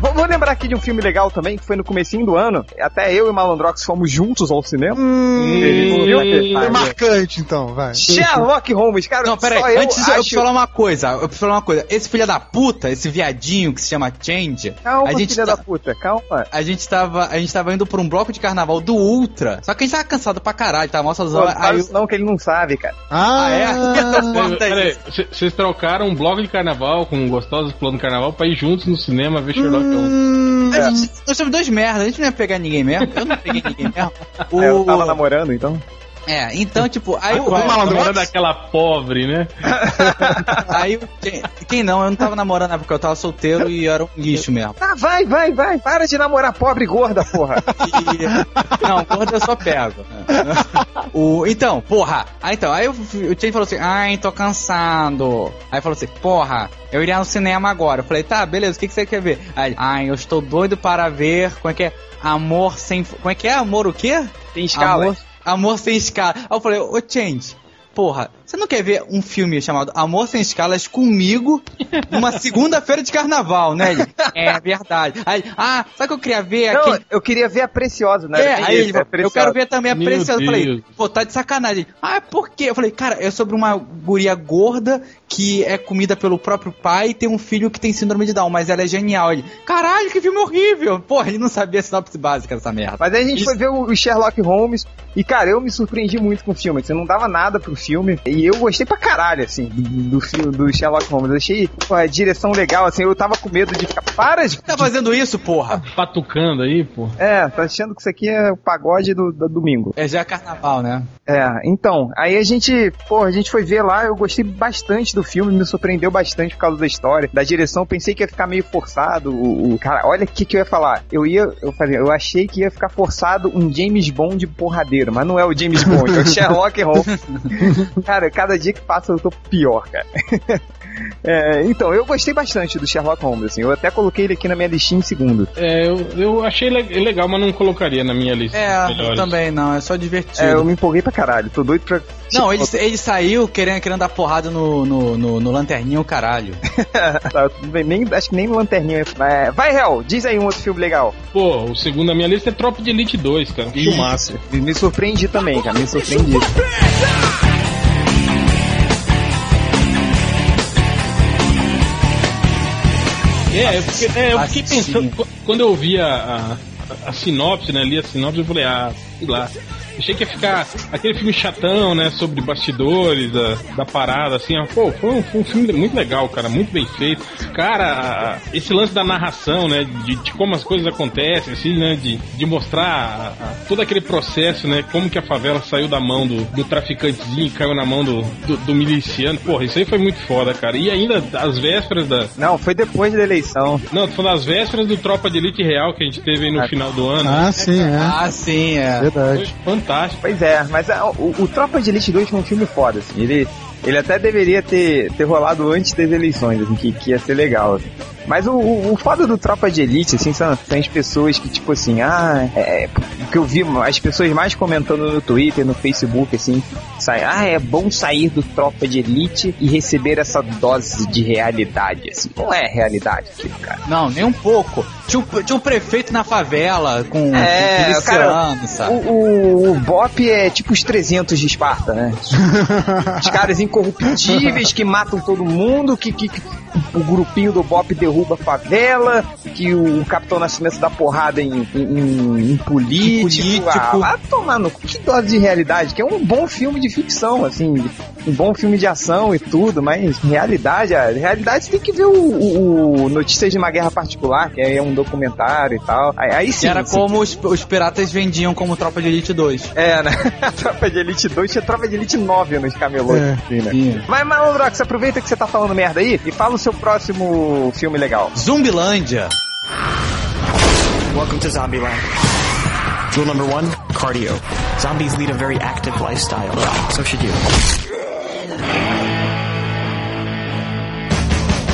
[SPEAKER 8] Vou vou lembrar aqui de um filme legal também, que foi no comecinho do ano. Até eu e o Malandrox fomos juntos ao cinema.
[SPEAKER 4] Hum,
[SPEAKER 8] Viu?
[SPEAKER 3] Foi marcante, então, vai.
[SPEAKER 8] Sherlock Holmes, cara.
[SPEAKER 1] Não,
[SPEAKER 8] só
[SPEAKER 1] peraí,
[SPEAKER 8] eu
[SPEAKER 1] antes eu
[SPEAKER 8] acho...
[SPEAKER 1] preciso falar uma coisa, eu preciso falar uma coisa. Esse filho da puta, esse viadinho que se chama Change,
[SPEAKER 8] Calma,
[SPEAKER 1] a gente
[SPEAKER 8] É filha
[SPEAKER 1] tá-
[SPEAKER 8] da puta, calma.
[SPEAKER 1] a gente tava, a gente tava indo pra um bloco de carnaval do Ultra, só que a gente tava cansado pra caralho, tava mal
[SPEAKER 8] Não,
[SPEAKER 1] sazão,
[SPEAKER 8] fala
[SPEAKER 1] aí eu...
[SPEAKER 8] isso não, que ele não sabe, cara.
[SPEAKER 3] Ah,
[SPEAKER 1] Ah, é? Corta
[SPEAKER 4] Peraí,
[SPEAKER 1] isso.
[SPEAKER 4] c- Vocês trocaram um bloco de carnaval com um gostoso plano de carnaval pra ir juntos no cinema ver Sherlock Holmes.
[SPEAKER 3] Hum,
[SPEAKER 1] A gente, nós somos dois merda, a gente não ia pegar ninguém mesmo, eu não peguei ninguém mesmo.
[SPEAKER 8] É, eu tava
[SPEAKER 1] O...
[SPEAKER 8] namorando, então.
[SPEAKER 1] É, então, tipo, aí o...
[SPEAKER 3] Vai, malandro.
[SPEAKER 4] Namorando daquela pobre, né?
[SPEAKER 1] Aí, eu- quem, quem não, eu não tava namorando na época, eu tava solteiro e eu era um lixo mesmo.
[SPEAKER 8] Ah, vai, vai, vai. Para de namorar pobre e gorda, porra.
[SPEAKER 1] E- não, gordo eu só pego. O, então, porra. Aí então, aí eu- o Tchê falou assim: ai, tô cansado. Aí falou assim: porra, eu iria no cinema agora. Eu falei: tá, beleza, o que, que você quer ver? Aí, ele, ai, eu estou doido para ver. Como é que é? Amor sem. Como é que é? Amor o quê?
[SPEAKER 8] Tem escala.
[SPEAKER 1] Amor, Amor sem escala. Aí eu falei, ô Change, porra, você não quer ver um filme chamado Amor Sem Escalas comigo numa segunda-feira de carnaval, né? Ele, é verdade. Aí, ele, ah, sabe o que eu queria ver
[SPEAKER 8] Não,
[SPEAKER 1] aqui?
[SPEAKER 8] eu queria ver a Preciosa, né?
[SPEAKER 1] É,
[SPEAKER 8] Era
[SPEAKER 1] aí
[SPEAKER 8] isso,
[SPEAKER 1] ele
[SPEAKER 8] a
[SPEAKER 1] falou, eu
[SPEAKER 8] Preciosa.
[SPEAKER 1] quero ver também a
[SPEAKER 4] Meu
[SPEAKER 1] Preciosa. Eu
[SPEAKER 4] Deus.
[SPEAKER 1] falei, pô, tá de sacanagem. Ah, por quê? Eu falei, cara, é sobre uma guria gorda que é comida pelo próprio pai e tem um filho que tem síndrome de Down, mas ela é genial. Ele, caralho, que filme horrível. Porra, ele não sabia a sinopse básica dessa merda.
[SPEAKER 8] Mas aí a gente foi ver o Sherlock Holmes, E, cara, eu me surpreendi muito com o filme. Você não dava nada pro filme. E eu gostei pra caralho, assim, do, do filme do Sherlock Holmes. Eu achei pô, a direção legal, assim. Eu tava com medo de ficar. Para de.
[SPEAKER 1] Tá fazendo isso, porra?
[SPEAKER 4] Patucando aí, pô.
[SPEAKER 8] É, tá achando que isso aqui é o pagode do, do domingo.
[SPEAKER 1] É já carnaval, né?
[SPEAKER 8] É, então, aí a gente, pô, a gente foi ver lá, eu gostei bastante do filme, me surpreendeu bastante por causa da história, da direção, pensei que ia ficar meio forçado, o, o- cara, olha o que que eu ia falar, eu ia, eu falei, eu achei que ia ficar forçado um James Bond porradeiro, mas não é o James Bond, é o Sherlock Holmes. cara, cada dia que passa eu tô pior, cara. É, então, eu gostei bastante do Sherlock Holmes, assim, eu até coloquei ele aqui na minha listinha em segundo.
[SPEAKER 4] É, eu, eu achei le- legal, mas não colocaria na minha lista.
[SPEAKER 1] É,
[SPEAKER 4] dos
[SPEAKER 1] eu
[SPEAKER 4] melhores.
[SPEAKER 1] também não, é só divertido.
[SPEAKER 8] É, eu me empolguei pra caralho, tô doido pra...
[SPEAKER 1] Não, ele, ele saiu querendo, querendo dar porrada no, no, no, no lanterninho, o caralho.
[SPEAKER 8] Tá, tudo bem, nem, acho que nem lanterninha. É, vai, Hel, diz aí um outro filme legal.
[SPEAKER 4] Pô, o segundo da minha lista é Tropa de Elite 2, cara.
[SPEAKER 9] Filmaço.
[SPEAKER 8] Me- Me surpreendi também, cara. Me surpreendi.
[SPEAKER 4] É, eu fiquei, é, eu fiquei
[SPEAKER 1] Fascínio.
[SPEAKER 4] pensando, qu- quando eu vi a, a, a sinopse, né, li a sinopse, eu falei, ah, sei lá. Achei que ia ficar aquele filme chatão, né, sobre bastidores, da, da parada, assim, ó. pô, foi um, foi um filme muito legal, cara, muito bem feito. Cara, a- esse lance da narração, né, de, de como as coisas acontecem, assim, né, de, de mostrar a- a- todo aquele processo, né, como que a favela saiu da mão do, do traficantezinho e caiu na mão do, do, do miliciano. Porra, isso aí foi muito foda, cara. E ainda, às vésperas da,
[SPEAKER 8] Não, foi depois da eleição.
[SPEAKER 4] não, tô falando das vésperas do Tropa de Elite Real que a gente teve aí no
[SPEAKER 8] Ah,
[SPEAKER 4] final do ano.
[SPEAKER 3] Ah, sim, é.
[SPEAKER 1] Ah, sim, é.
[SPEAKER 4] Foi
[SPEAKER 3] Verdade.
[SPEAKER 4] fantástico.
[SPEAKER 8] Pois é, mas ah, o, o Tropa de Elite 2 foi um filme foda, assim. Ele, ele até deveria ter, ter rolado antes das eleições, assim, que, que ia ser legal, assim. Mas o, o, o foda do Tropa de Elite, assim, são, são as pessoas que, tipo assim, ah, é. O que eu vi as pessoas mais comentando no Twitter, no Facebook, assim, sai, ah, é bom sair do Tropa de Elite e receber essa dose de realidade, assim. Não é realidade aquilo, cara.
[SPEAKER 1] Não, nem um pouco. Tinha um, tinha um prefeito na favela com
[SPEAKER 8] É,
[SPEAKER 1] com miliciano,
[SPEAKER 8] O,
[SPEAKER 1] sabe?
[SPEAKER 8] o, o Bop é tipo os 300 de Esparta, né? Os caras incorruptíveis que matam todo mundo, que, que- que o grupinho do Bop derruba a favela, que o, Capitão Nascimento dá porrada em, em, em- em político.
[SPEAKER 1] Político.
[SPEAKER 8] Ah, vai tomar no cu. que dose de realidade, que é um bom filme de ficção, assim, um bom filme de ação e tudo, mas realidade, a realidade você tem que ver o, o- o Notícias de uma Guerra Particular, que é um documentário e tal. Aí, aí sim.
[SPEAKER 1] Que era
[SPEAKER 8] assim,
[SPEAKER 1] como os, os piratas vendiam como Tropa de Elite 2.
[SPEAKER 8] é, né? A tropa de Elite 2 tinha Tropa de Elite 9 nos camelôs.
[SPEAKER 3] É.
[SPEAKER 8] Assim, né? Mas, Malondrox, aproveita que você tá falando merda aí e fala o seu próximo filme legal.
[SPEAKER 1] Zumbilândia.
[SPEAKER 10] Welcome to Zombieland. Rule number one, cardio. Zombies lead a very active lifestyle. So should you.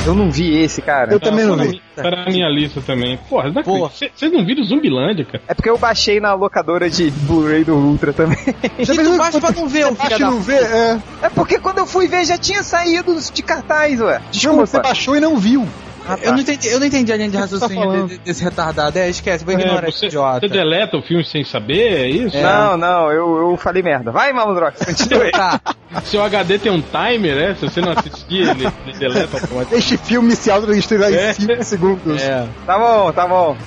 [SPEAKER 8] Eu não vi esse, cara.
[SPEAKER 1] Então,
[SPEAKER 3] Eu também não vi.
[SPEAKER 4] Tá na minha lista também. Porra, não
[SPEAKER 1] Porra.
[SPEAKER 4] acredito. Cê- vocês não viram Zumbilândia, cara?
[SPEAKER 8] É porque eu baixei na locadora de Blu-ray do Ultra também.
[SPEAKER 3] Já
[SPEAKER 1] E
[SPEAKER 3] fez
[SPEAKER 1] tu
[SPEAKER 3] um-
[SPEAKER 1] baixa Então, pra não ver, o
[SPEAKER 3] Acho
[SPEAKER 1] filho
[SPEAKER 3] que
[SPEAKER 1] da...
[SPEAKER 3] não vê, é.
[SPEAKER 8] É porque quando eu fui ver já tinha saído de cartaz, ué.
[SPEAKER 3] Não, você
[SPEAKER 8] Desculpa.
[SPEAKER 3] baixou e não viu.
[SPEAKER 1] Eu não entendi, eu não entendi a linha de
[SPEAKER 3] O que você tá
[SPEAKER 1] raciocínio
[SPEAKER 3] falando?
[SPEAKER 1] de- desse retardado. É, esquece, vou ignorar
[SPEAKER 4] É,
[SPEAKER 1] esse
[SPEAKER 4] você,
[SPEAKER 1] idiota.
[SPEAKER 4] você deleta o filme sem saber, é isso?
[SPEAKER 8] Não, não, eu, eu falei merda. Vai, Malondrox, continue.
[SPEAKER 1] Tá,
[SPEAKER 4] Seu HD tem um timer, é? Se você não assistir, ele, ele deleta automaticamente.
[SPEAKER 3] Este filme se autodestruirá em
[SPEAKER 4] É.
[SPEAKER 3] 5 segundos.
[SPEAKER 1] é.
[SPEAKER 8] tá bom, tá bom.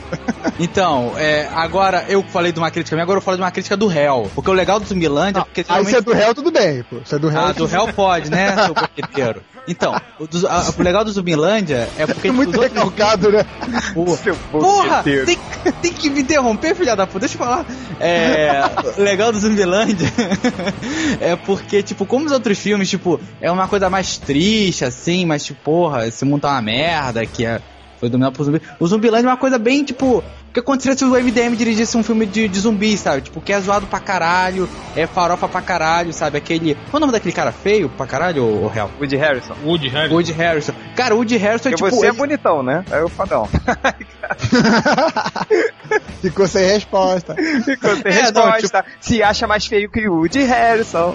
[SPEAKER 1] Então, é, agora eu falei de uma crítica minha, agora eu falo de uma crítica do réu. Porque o legal do Zumbilândia é porque
[SPEAKER 3] Aí
[SPEAKER 1] realmente-
[SPEAKER 3] se é do réu, tudo bem, pô. Se é do réu.
[SPEAKER 1] Ah, do réu pode, né, seu boqueteiro? Então, o, do- a- o legal do Zumbilândia é porque...
[SPEAKER 3] É muito
[SPEAKER 1] os outros-
[SPEAKER 3] recalcado, né?
[SPEAKER 1] Porra.
[SPEAKER 8] Seu
[SPEAKER 1] Porra,
[SPEAKER 8] boqueteiro.
[SPEAKER 1] tem, tem que me interromper, filha da puta. Deixa eu falar. É, o legal do Zumbilândia é porque, tipo, como os outros filmes, tipo, é uma coisa mais triste, assim, mas, tipo, porra, esse mundo tá uma merda, que é, foi dominado por zumbi. O Zumbilândia é uma coisa bem, tipo, o que aconteceria se o MDM dirigisse um filme de, de zumbi, sabe? Tipo, que é zoado pra caralho, é farofa pra caralho, sabe? Aquele... Qual é o nome daquele cara feio pra caralho, o real?
[SPEAKER 8] Woody Harrison.
[SPEAKER 4] Woody Harrison.
[SPEAKER 1] Woody Harrison. Cara, o Woody Harrison é,
[SPEAKER 8] Porque
[SPEAKER 1] tipo...
[SPEAKER 8] você é
[SPEAKER 1] ele-
[SPEAKER 8] bonitão, né? É o fodão.
[SPEAKER 3] Ficou sem resposta.
[SPEAKER 8] Ficou sem
[SPEAKER 1] É, não,
[SPEAKER 8] resposta. tá? Se acha mais feio que o Woody Harrison.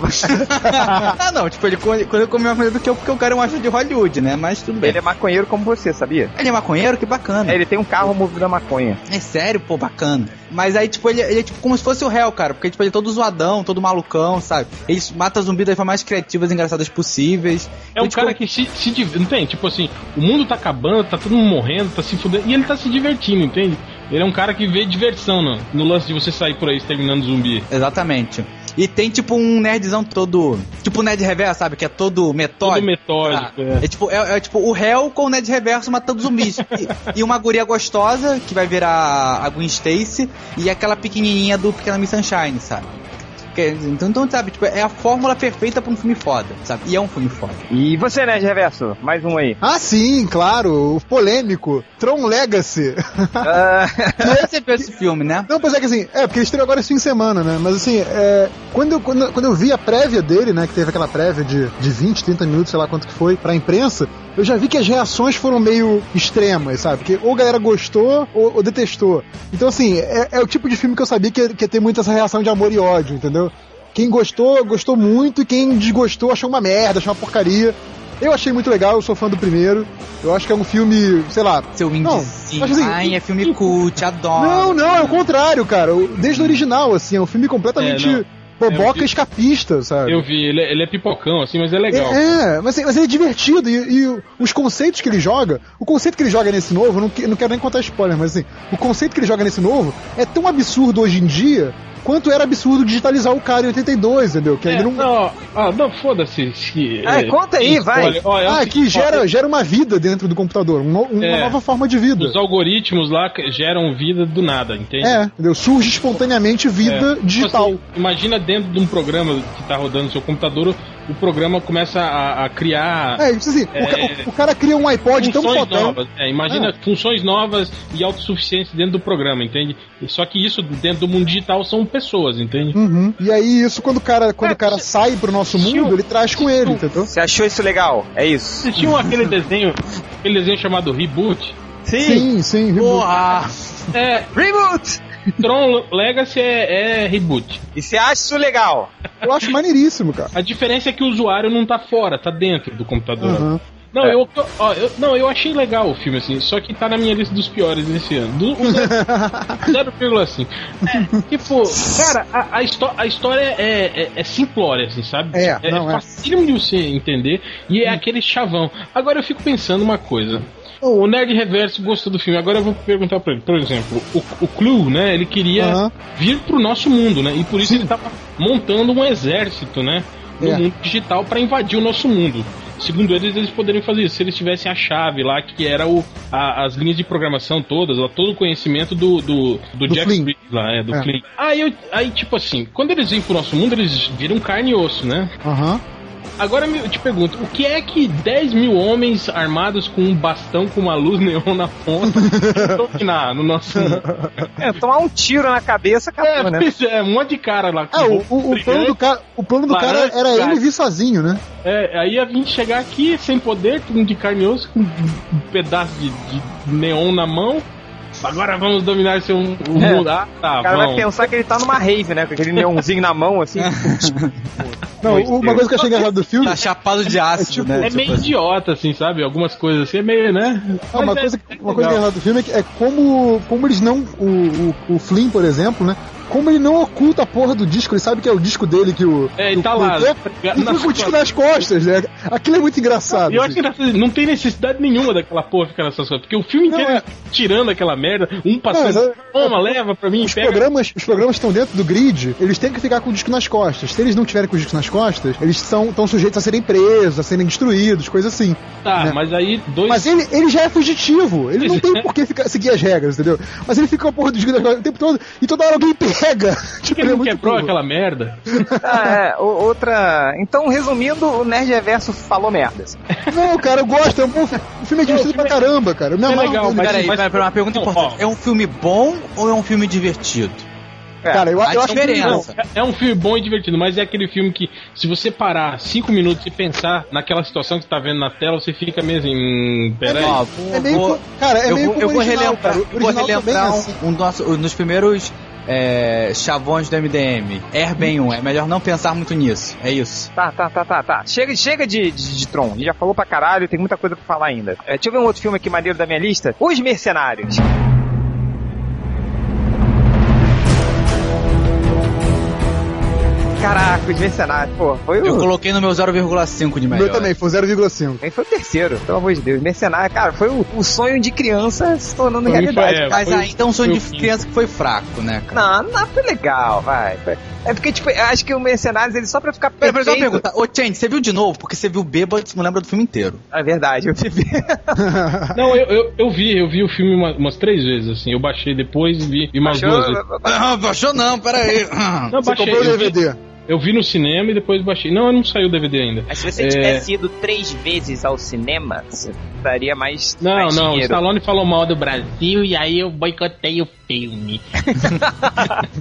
[SPEAKER 1] ah, não, tipo, ele, co- quando ele comeu mais coisa do que eu, porque o cara é um ajuda de Hollywood, né? Mas tudo bem.
[SPEAKER 8] Ele é maconheiro como você, sabia?
[SPEAKER 1] Ele é maconheiro? Que bacana.
[SPEAKER 8] Ele tem um carro movido a maconha.
[SPEAKER 1] É sério, pô, bacana. Mas aí, tipo, ele, ele é tipo como se fosse o réu, cara. Porque, tipo, ele é todo zoadão, todo malucão, sabe? Ele mata zumbi das formas mais criativas e engraçadas possíveis.
[SPEAKER 4] É um
[SPEAKER 1] E, tipo,
[SPEAKER 4] cara que se, se div- Não tem? Tipo assim, o mundo tá acabando, tá todo mundo morrendo, tá se fudendo. E ele tá se divertindo, entende? Ele é um cara que vê diversão no, no lance de você sair por aí exterminando zumbi.
[SPEAKER 1] Exatamente. E tem tipo um nerdzão todo. Tipo o Nerd Reverso, sabe? Que é todo metódico.
[SPEAKER 4] Todo metódico, é.
[SPEAKER 1] é. tipo, é, é tipo o réu com o Nerd Reverso matando zumbis. e, e uma guria gostosa, que vai virar a Gwen Stacy, e aquela pequenininha do Pequena Miss Sunshine, sabe? Que- Então, então, sabe, tipo, é a fórmula perfeita pra um filme foda, sabe? E é um filme foda.
[SPEAKER 8] E você, né, de reverso? Mais um aí.
[SPEAKER 3] Ah, sim, claro, o polêmico, Tron Legacy.
[SPEAKER 8] Ah,
[SPEAKER 1] Você viu esse filme, né?
[SPEAKER 3] Não, pois é que assim, é, porque ele estreou agora esse fim de semana, né? Mas assim, é, quando, eu, quando, quando eu vi a prévia dele, né? Que teve aquela prévia de, de 20, 30 minutos, sei lá quanto que foi, pra imprensa, eu já vi que as reações foram meio extremas, sabe? Porque ou a galera gostou ou, ou detestou. Então, assim, é, é o tipo de filme que eu sabia que, ia- que ia ter muito essa reação de amor e ódio, entendeu? Quem gostou, gostou muito, e quem desgostou achou uma merda, achou uma porcaria. Eu achei muito legal, eu sou fã do primeiro. Eu acho que é um filme, sei lá.
[SPEAKER 1] Seu
[SPEAKER 3] não,
[SPEAKER 1] indizinho.
[SPEAKER 3] acho assim,
[SPEAKER 1] Ai, é filme cult, adoro.
[SPEAKER 3] não, não, é o contrário, cara. O- Desde o original, assim, é um filme completamente
[SPEAKER 4] É, não.
[SPEAKER 3] boboca
[SPEAKER 4] Eu vi-
[SPEAKER 3] escapista, sabe?
[SPEAKER 4] Eu vi, ele é, ele é pipocão, assim, mas é legal.
[SPEAKER 3] É, é, mas, mas ele é divertido e, e os conceitos que ele joga, o conceito que ele joga nesse novo, eu não, que- não quero nem contar spoiler, mas assim, o conceito que ele joga nesse novo é tão absurdo hoje em dia quanto era absurdo digitalizar o cara em 82, entendeu? Que
[SPEAKER 4] É,
[SPEAKER 3] ainda não.
[SPEAKER 4] não, ah, não, foda-se. se-
[SPEAKER 8] Ah, conta aí,
[SPEAKER 4] se
[SPEAKER 8] vai.
[SPEAKER 4] escolhe. Ó, é o
[SPEAKER 3] Ah,
[SPEAKER 4] seguinte,
[SPEAKER 3] que gera, gera uma vida dentro do computador, um no- uma
[SPEAKER 4] É.
[SPEAKER 3] nova forma de vida.
[SPEAKER 4] Os algoritmos lá que geram vida do nada, entende?
[SPEAKER 3] É, entendeu? Surge espontaneamente vida
[SPEAKER 4] É.
[SPEAKER 3] digital.
[SPEAKER 4] Tipo assim, imagina dentro de um programa que tá rodando no seu computador, o programa começa a, a criar
[SPEAKER 3] É, tipo assim, o ca- o, o cara cria um Ah. iPod tão
[SPEAKER 4] funções
[SPEAKER 3] fodão.
[SPEAKER 4] novas. É, imagina funções novas e autossuficientes dentro do programa, entende? E Só que isso dentro do mundo digital são pessoas, entende?
[SPEAKER 3] Uhum. E aí, isso, quando o cara, quando o
[SPEAKER 4] É,
[SPEAKER 3] cara sai pro nosso
[SPEAKER 4] se
[SPEAKER 3] mundo,
[SPEAKER 4] o-
[SPEAKER 3] ele traz com ele, entendeu?
[SPEAKER 8] você achou isso legal? É isso.
[SPEAKER 4] Vocês tinham um aquele desenho, aquele desenho chamado Reboot.
[SPEAKER 3] Sim, sim. reboot.
[SPEAKER 1] Porra!
[SPEAKER 4] É,
[SPEAKER 8] Reboot!
[SPEAKER 4] Tron Legacy é, é reboot.
[SPEAKER 8] E você acha isso legal?
[SPEAKER 3] Eu acho maneiríssimo, cara.
[SPEAKER 4] A diferença é que o usuário não tá fora, tá dentro do computador.
[SPEAKER 3] Uhum.
[SPEAKER 4] Não, eu, ó, eu- não, eu achei legal o filme, assim, só que tá na minha lista dos piores desse ano. Do, o zero- 0,5. É, tipo, cara, a, a, histó- a história é, é, é simplória, assim, sabe?
[SPEAKER 3] É, não, é.
[SPEAKER 4] facílimo de você entender e é aquele chavão. Agora eu fico pensando uma coisa. O Nerd Reverso gostou do filme. Agora eu vou perguntar pra ele. Por exemplo, o, o Clue, né? Ele queria
[SPEAKER 3] Aham.
[SPEAKER 4] vir pro nosso mundo, né? E por isso ele tava montando um exército, né? No
[SPEAKER 3] É.
[SPEAKER 4] mundo digital para invadir o nosso mundo. Segundo eles, eles poderiam fazer isso se eles tivessem a chave lá, que era o, a- as linhas de programação todas, lá, todo o conhecimento do, do, do, Jack
[SPEAKER 3] Flynn.
[SPEAKER 4] Briggs lá, é, do
[SPEAKER 3] É.
[SPEAKER 4] Flynn. Aí, eu- aí, tipo assim, quando eles vêm pro nosso mundo, eles viram carne e osso, né?
[SPEAKER 3] Aham.
[SPEAKER 4] Agora me- eu te pergunto, o que é que 10 mil homens armados com um bastão com uma luz neon na ponta vão dominar no nosso mundo?
[SPEAKER 8] É, tomar um tiro na cabeça,
[SPEAKER 4] É,
[SPEAKER 8] acabou, né?
[SPEAKER 4] pois é, um monte de cara lá. com
[SPEAKER 3] É, o,
[SPEAKER 4] roupa
[SPEAKER 3] o, o plano do cara, o plano do cara
[SPEAKER 4] Laranja,
[SPEAKER 3] era
[SPEAKER 4] cara.
[SPEAKER 3] ele vir sozinho, né?
[SPEAKER 4] É, aí a gente chegar aqui sem poder, tudo de carne e osso, com um pedaço de, de neon na mão. Agora vamos dominar seu o
[SPEAKER 8] É.
[SPEAKER 4] mundo. Ah, tá,
[SPEAKER 8] O cara vai
[SPEAKER 4] vamos.
[SPEAKER 3] um-
[SPEAKER 8] pensar que ele tá numa rave, né? Com aquele neonzinho na mão, assim.
[SPEAKER 4] É.
[SPEAKER 3] Não,
[SPEAKER 8] Pois
[SPEAKER 3] uma coisa que eu achei engraçado do filme.
[SPEAKER 1] Tá chapado de ácido,
[SPEAKER 3] tipo,
[SPEAKER 1] né?
[SPEAKER 4] É meio idiota, assim, sabe? Algumas coisas assim, é meio, né?
[SPEAKER 3] Ah, uma
[SPEAKER 4] Mas é-
[SPEAKER 3] coisa,
[SPEAKER 4] é
[SPEAKER 3] uma coisa
[SPEAKER 4] legal.
[SPEAKER 3] engraçada do filme é, que- é como, como eles não. O, o, o Flynn, por exemplo, né? Como ele não oculta a porra do disco, ele sabe que é o disco dele que o.
[SPEAKER 4] É,
[SPEAKER 3] que
[SPEAKER 4] e tá
[SPEAKER 3] o-
[SPEAKER 4] lá.
[SPEAKER 3] E fica com o disco nas costas, né? Aquilo é muito engraçado.
[SPEAKER 4] E eu
[SPEAKER 3] assim.
[SPEAKER 4] acho engraçado, não tem necessidade nenhuma daquela porra ficar nessas coisas. Porque o filme
[SPEAKER 3] Não,
[SPEAKER 4] inteiro
[SPEAKER 3] é.
[SPEAKER 4] tirando aquela merda, um
[SPEAKER 3] Não,
[SPEAKER 4] passando,
[SPEAKER 3] mas é-
[SPEAKER 4] toma, leva pra mim,
[SPEAKER 3] os
[SPEAKER 4] pega.
[SPEAKER 3] programas, os programas que estão dentro do grid, eles têm que ficar com o disco nas costas. Se eles não tiverem com o disco nas costas, eles são tão sujeitos a serem presos, a serem destruídos, coisa assim.
[SPEAKER 4] Tá,
[SPEAKER 3] né?
[SPEAKER 4] mas aí dois.
[SPEAKER 3] Mas ele, ele já é fugitivo, ele não tem por que ficar, seguir as regras, entendeu? Mas ele fica com a porra do disco nas costas o tempo todo e toda hora alguém pega.
[SPEAKER 4] Por que
[SPEAKER 3] Tipo,
[SPEAKER 4] ele
[SPEAKER 3] é
[SPEAKER 4] não
[SPEAKER 3] muito
[SPEAKER 4] quebrou
[SPEAKER 3] burro.
[SPEAKER 4] aquela merda?
[SPEAKER 8] Ah, é, o- outra. Então, resumindo, o Nerd Reverso falou merda. assim.
[SPEAKER 3] Não, cara, eu gosto, é um bom fi- o filme é divertido pra caramba, cara. Eu me
[SPEAKER 4] é
[SPEAKER 3] amarro
[SPEAKER 4] legal,
[SPEAKER 3] nele.
[SPEAKER 4] mas-
[SPEAKER 1] Peraí, peraí, peraí, uma pergunta
[SPEAKER 4] Não,
[SPEAKER 1] importante.
[SPEAKER 4] ó.
[SPEAKER 1] É um filme bom ou é um filme divertido?
[SPEAKER 3] Cara, eu,
[SPEAKER 1] A
[SPEAKER 3] eu acho que
[SPEAKER 1] diferença.
[SPEAKER 3] não.
[SPEAKER 4] É é um filme bom e divertido, mas é aquele filme que, se você parar cinco minutos e pensar naquela situação que você tá vendo na tela, você fica meio assim. Hum, peraí.
[SPEAKER 1] Ó,
[SPEAKER 3] É meio,
[SPEAKER 1] vou-
[SPEAKER 3] co- cara, é
[SPEAKER 1] eu,
[SPEAKER 3] meio
[SPEAKER 1] vou,
[SPEAKER 3] como
[SPEAKER 1] eu vou
[SPEAKER 3] original,
[SPEAKER 1] relembrar,
[SPEAKER 3] cara. O
[SPEAKER 1] eu vou
[SPEAKER 3] original também é
[SPEAKER 1] relembrar um,
[SPEAKER 3] assim.
[SPEAKER 1] um do nosso- um dos primeiros é, chavões do MDM. Airbnb 1. É melhor não pensar muito nisso. É isso.
[SPEAKER 8] Tá, tá, tá, tá, tá. Chega, chega de, de, de Tron. A gente já falou pra caralho, tem muita coisa pra falar ainda. É, deixa eu ver um outro filme aqui maneiro da minha lista. Os Mercenários. Caraca, os mercenários, pô. Foi
[SPEAKER 1] Eu
[SPEAKER 8] o.
[SPEAKER 1] coloquei no meu 0,5 de
[SPEAKER 3] O
[SPEAKER 1] melhor.
[SPEAKER 3] meu também, foi 0,5.
[SPEAKER 8] Aí foi o terceiro, pelo amor de Deus. Mercenário, cara, foi o, o sonho de criança se tornando
[SPEAKER 4] Pra mim foi,
[SPEAKER 8] realidade.
[SPEAKER 4] é,
[SPEAKER 1] Mas
[SPEAKER 4] foi-
[SPEAKER 1] aí, então,
[SPEAKER 4] foi
[SPEAKER 1] sonho
[SPEAKER 4] o
[SPEAKER 1] de
[SPEAKER 4] quinto.
[SPEAKER 1] criança que foi fraco, né, cara?
[SPEAKER 8] Não, não foi legal, vai. Foi- É porque, tipo, eu acho que o Mercenários, ele só pra ficar
[SPEAKER 4] É,
[SPEAKER 1] Peraí, peraí,
[SPEAKER 8] perfeito...
[SPEAKER 1] só uma pergunta. Ô, Change, você viu de novo? Porque você viu bêbado, você não lembra do filme inteiro.
[SPEAKER 8] É verdade, eu vivi.
[SPEAKER 4] Não, eu, eu, eu vi, eu vi o filme uma- umas três vezes, assim. Eu baixei depois e vi, vi umas duas vezes.
[SPEAKER 1] Ah, baixou não, peraí.
[SPEAKER 4] Não,
[SPEAKER 3] Você
[SPEAKER 4] baixei,
[SPEAKER 3] comprou o
[SPEAKER 4] eu, vi,
[SPEAKER 3] DVD.
[SPEAKER 4] eu vi no cinema e depois baixei. Não, não saiu o DVD ainda.
[SPEAKER 2] Mas se você
[SPEAKER 4] É.
[SPEAKER 2] tivesse ido três vezes ao cinema, você daria mais.
[SPEAKER 4] Não,
[SPEAKER 2] mais
[SPEAKER 4] não, o
[SPEAKER 2] dinheiro.
[SPEAKER 4] Stallone falou mal do Brasil e aí eu boicotei o filme.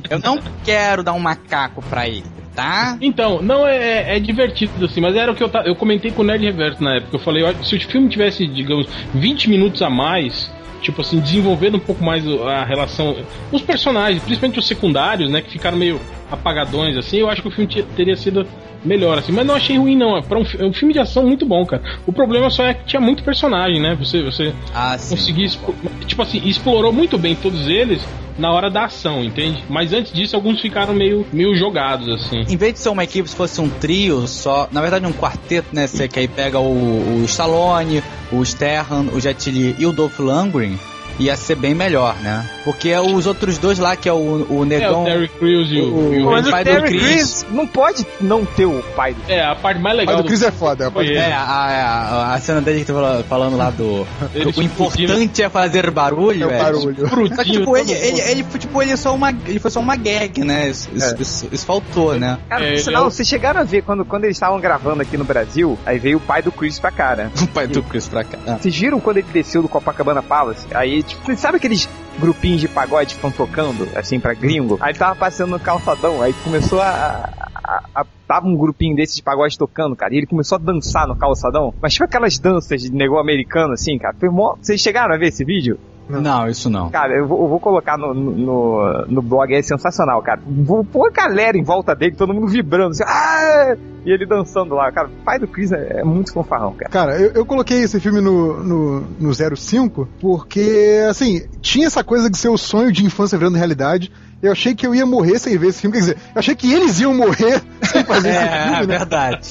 [SPEAKER 1] Eu não quero dar um macaco pra ele, tá?
[SPEAKER 4] Então, não é, é- é divertido assim, mas era o que eu, ta- eu comentei com o Nerd Reverso na época. Eu falei, ó, se o filme tivesse, digamos, 20 minutos a mais, tipo assim, desenvolvendo um pouco mais o- a relação. Os personagens, principalmente os secundários, né, que ficaram meio apagadões, assim, eu acho que o filme ti- teria sido melhor, assim. Mas não achei ruim, não. É, pra um, fi- é um filme de ação muito bom, cara. O problema só é que tinha muito personagem, né? Você, você
[SPEAKER 1] Ah, sim.
[SPEAKER 4] conseguir, expo- tipo assim, explorou muito bem todos eles na hora da ação, entende? Mas antes disso, alguns ficaram meio, meio jogados, assim.
[SPEAKER 1] Em vez de ser uma equipe, se fosse um trio só, na verdade um quarteto, né? Você que aí pega o, o Stallone, o Sterhan, o Jet Li e o Dolph Lundgren, ia ser bem melhor, né? Porque os outros dois lá, que é o, o
[SPEAKER 4] É, o
[SPEAKER 1] Negão...
[SPEAKER 4] Terry Crews e o,
[SPEAKER 1] o-
[SPEAKER 4] e o-
[SPEAKER 1] Mas
[SPEAKER 8] Mas
[SPEAKER 1] o
[SPEAKER 8] o
[SPEAKER 1] pai do
[SPEAKER 8] Terry
[SPEAKER 1] Chris-
[SPEAKER 8] Crews não pode não ter o pai do...
[SPEAKER 4] É, a parte mais
[SPEAKER 3] Mas
[SPEAKER 4] legal
[SPEAKER 3] o Chris é foda.
[SPEAKER 4] foi
[SPEAKER 1] É,
[SPEAKER 4] ele.
[SPEAKER 1] a, a, a cena dele que tu falou- falando lá do...
[SPEAKER 4] Ele
[SPEAKER 1] é, o importante é fazer barulho,
[SPEAKER 3] É o
[SPEAKER 1] velho.
[SPEAKER 3] barulho.
[SPEAKER 1] Só que,
[SPEAKER 4] Explodindo
[SPEAKER 1] tipo,
[SPEAKER 4] todo
[SPEAKER 1] ele,
[SPEAKER 4] mundo.
[SPEAKER 1] ele, ele, foi, tipo, ele, é só uma, ele foi só uma gag, né? Isso,
[SPEAKER 3] É.
[SPEAKER 1] isso, isso- isso faltou, né?
[SPEAKER 8] Cara,
[SPEAKER 4] É,
[SPEAKER 8] por
[SPEAKER 4] ele
[SPEAKER 8] sinal,
[SPEAKER 4] é o-
[SPEAKER 8] vocês chegaram a ver, quando, quando eles estavam gravando aqui no Brasil, aí veio o pai do Chris pra cá, né?
[SPEAKER 1] O pai do Chris pra cá. Ah.
[SPEAKER 8] Vocês viram quando ele desceu do Copacabana Palace? Aí, tipo, vocês sabem aqueles grupinhos de pagode que estão tocando, assim, pra gringo? Aí ele tava passeando no calçadão, aí começou a. a- a- a- tava um grupinho desses de pagode tocando, cara, e ele começou a dançar no calçadão. Mas tipo aquelas danças de negócio americano, assim, cara. Foi mó... Vocês chegaram a ver esse vídeo?
[SPEAKER 1] Não, isso não.
[SPEAKER 8] Cara, eu vou, eu vou colocar no, no- no, no blog, é sensacional, cara. Vou pôr a galera em volta dele, todo mundo vibrando, assim, ah! E ele dançando lá, cara. O pai do Chris é, é muito fanfarrão, cara.
[SPEAKER 3] Cara, eu, eu coloquei esse filme no, no, no 05 porque, assim, tinha essa coisa de ser o sonho de infância virando realidade. Eu achei que eu ia morrer sem ver esse filme. Quer dizer, eu achei que eles iam morrer sem fazer esse
[SPEAKER 1] É, é
[SPEAKER 3] filme, né?
[SPEAKER 1] verdade.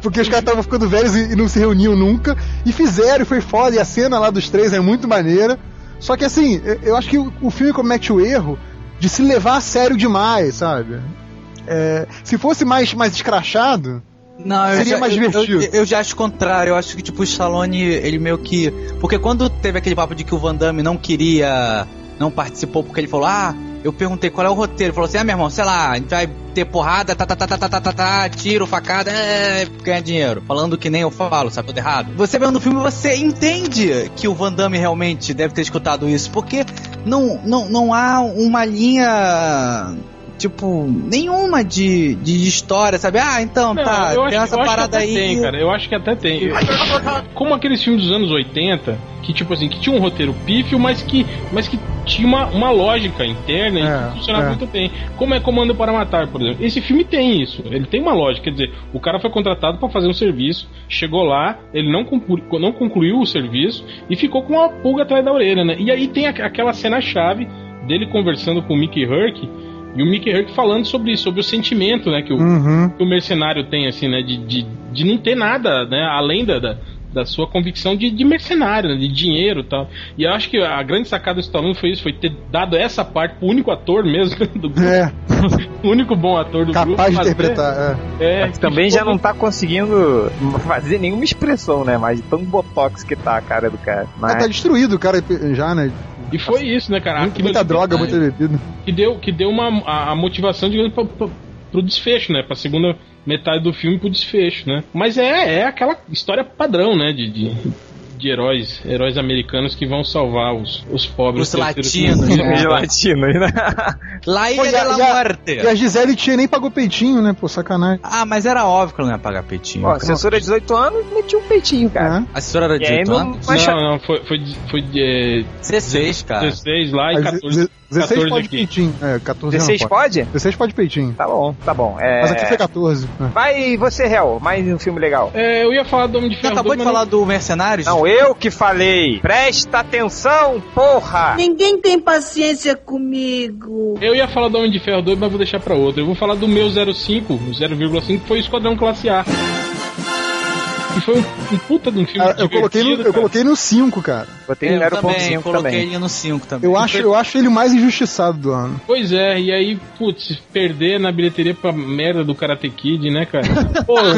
[SPEAKER 3] Porque os caras estavam ficando velhos e, e não se reuniam nunca. E fizeram, e foi foda. E a cena lá dos três é muito maneira. Só que, assim, eu, eu acho que o, o filme comete o erro de se levar a sério demais, sabe? É, se fosse mais, mais escrachado,
[SPEAKER 1] Não, eu
[SPEAKER 3] Seria
[SPEAKER 1] já,
[SPEAKER 3] mais
[SPEAKER 1] eu-
[SPEAKER 3] divertido.
[SPEAKER 1] Eu, eu já acho o contrário. Eu acho que, tipo, o Stallone, ele meio que. Porque quando teve aquele papo de que o Van Damme não queria. Não participou porque ele falou: Ah, eu perguntei qual é o roteiro. Ele falou assim: Ah, meu irmão, sei lá, a gente vai ter porrada, tá, tá, tá, tá, tá, tá, tá, tá tiro, facada, é, ganhar dinheiro. Falando que nem eu falo, sabe? Tudo errado. Você vendo o filme, você entende que o Van Damme realmente deve ter escutado isso, porque não, não, não há uma linha. Tipo, nenhuma de, de história, sabe? Ah, então
[SPEAKER 4] Não,
[SPEAKER 1] tá,
[SPEAKER 4] eu acho,
[SPEAKER 1] tem essa
[SPEAKER 4] eu acho
[SPEAKER 1] parada
[SPEAKER 4] que até
[SPEAKER 1] aí.
[SPEAKER 4] tem, cara. Eu acho que até tem. Como aqueles filmes dos anos 80, que tipo assim, que tinha um roteiro pífio, mas que, mas que tinha uma, uma lógica interna e
[SPEAKER 3] É,
[SPEAKER 4] que funcionava
[SPEAKER 3] é.
[SPEAKER 4] muito bem. Como é Comando para Matar, por exemplo. Esse filme tem isso. Ele tem uma lógica. Quer dizer, o cara foi contratado para fazer um serviço, chegou lá, ele não, conclu- não concluiu o serviço e ficou com uma pulga atrás da orelha, né? E aí tem a- aquela cena-chave dele conversando com o Mickey Herc. E o Mickey Herc falando sobre isso, sobre o sentimento, né? Que o,
[SPEAKER 3] Uhum.
[SPEAKER 4] que o mercenário tem, assim, né? De, de, de não ter nada, né? Além da, da, da sua convicção de, de mercenário, né, de dinheiro e tal. E eu acho que a grande sacada do Stallone foi isso, foi ter dado essa parte pro único ator mesmo né, do grupo,
[SPEAKER 3] É,
[SPEAKER 4] o único bom ator do grupo.
[SPEAKER 3] capaz de
[SPEAKER 4] fazer-
[SPEAKER 3] interpretar. é.
[SPEAKER 4] É,
[SPEAKER 8] Mas também
[SPEAKER 4] e
[SPEAKER 8] já
[SPEAKER 4] ficou-
[SPEAKER 8] não tá conseguindo fazer nenhuma expressão, né? Mas de tão botox que tá a cara do cara.
[SPEAKER 3] Ah, tá
[SPEAKER 8] Mas...
[SPEAKER 3] destruído o cara já, né?
[SPEAKER 4] E foi isso, né, cara?
[SPEAKER 3] Muito-
[SPEAKER 4] Aquilo
[SPEAKER 3] muita
[SPEAKER 4] ali-
[SPEAKER 3] droga, muita bebida.
[SPEAKER 4] que deu que deu uma a, a motivação digamos pra, pra, pro desfecho né Pra segunda metade do filme pro desfecho né mas é é aquela história padrão né de, de, de heróis heróis americanos que vão salvar os, os pobres
[SPEAKER 1] Os
[SPEAKER 4] terceiros
[SPEAKER 1] latinos,
[SPEAKER 4] mundos.
[SPEAKER 1] né?
[SPEAKER 8] Os latinos, né?
[SPEAKER 1] La
[SPEAKER 3] Pô,
[SPEAKER 1] Ilha
[SPEAKER 3] e a-
[SPEAKER 1] de la
[SPEAKER 3] e a-
[SPEAKER 1] Muerte.
[SPEAKER 4] É.
[SPEAKER 3] E a Gisele tinha nem pagou peitinho, né? Pô, sacanagem.
[SPEAKER 1] Ah, mas era óbvio que ela não ia pagar peitinho.
[SPEAKER 8] Ó, censura 18 anos, metia um peitinho, cara.
[SPEAKER 3] né?
[SPEAKER 1] a senhora era
[SPEAKER 8] E aí
[SPEAKER 1] de
[SPEAKER 8] não,
[SPEAKER 4] né?
[SPEAKER 1] 8
[SPEAKER 8] mas-
[SPEAKER 4] não não foi foi de- foi de, é,
[SPEAKER 1] 16, cara.
[SPEAKER 4] 16 lá e
[SPEAKER 3] Mas
[SPEAKER 4] 14
[SPEAKER 3] ze- 16 pode
[SPEAKER 4] aqui.
[SPEAKER 3] peitinho. É, 14 não
[SPEAKER 8] 16
[SPEAKER 3] pode.
[SPEAKER 8] pode?
[SPEAKER 3] 16 pode peitinho.
[SPEAKER 8] Tá bom, tá bom. É...
[SPEAKER 3] Mas aqui foi 14. É.
[SPEAKER 8] Vai você, réu, mais um filme legal.
[SPEAKER 4] É, eu ia falar do Homem de
[SPEAKER 1] Não,
[SPEAKER 4] Ferro.
[SPEAKER 1] acabou
[SPEAKER 4] dois,
[SPEAKER 1] de
[SPEAKER 4] mas
[SPEAKER 1] falar do Mercenários?
[SPEAKER 8] Não, eu que falei. Presta atenção, porra!
[SPEAKER 5] Ninguém tem paciência comigo.
[SPEAKER 4] Eu ia falar do Homem de Ferro 2, mas vou deixar pra outro. Eu vou falar do meu 05, o 0,5, que foi o Esquadrão Classe A. E foi um, um puta de um filme
[SPEAKER 3] Cara, Ah, eu coloquei, no,
[SPEAKER 4] divertido,
[SPEAKER 3] eu
[SPEAKER 4] cara.
[SPEAKER 3] coloquei no 5, cara.
[SPEAKER 8] Botei
[SPEAKER 1] Eu
[SPEAKER 8] 0.5
[SPEAKER 1] também,
[SPEAKER 8] também.
[SPEAKER 1] coloquei ele no 5 também.
[SPEAKER 3] Eu acho, eu acho ele o mais injustiçado do ano.
[SPEAKER 4] Pois é, e aí, putz, perder na bilheteria pra merda do Karate Kid, né, cara? Pô, não,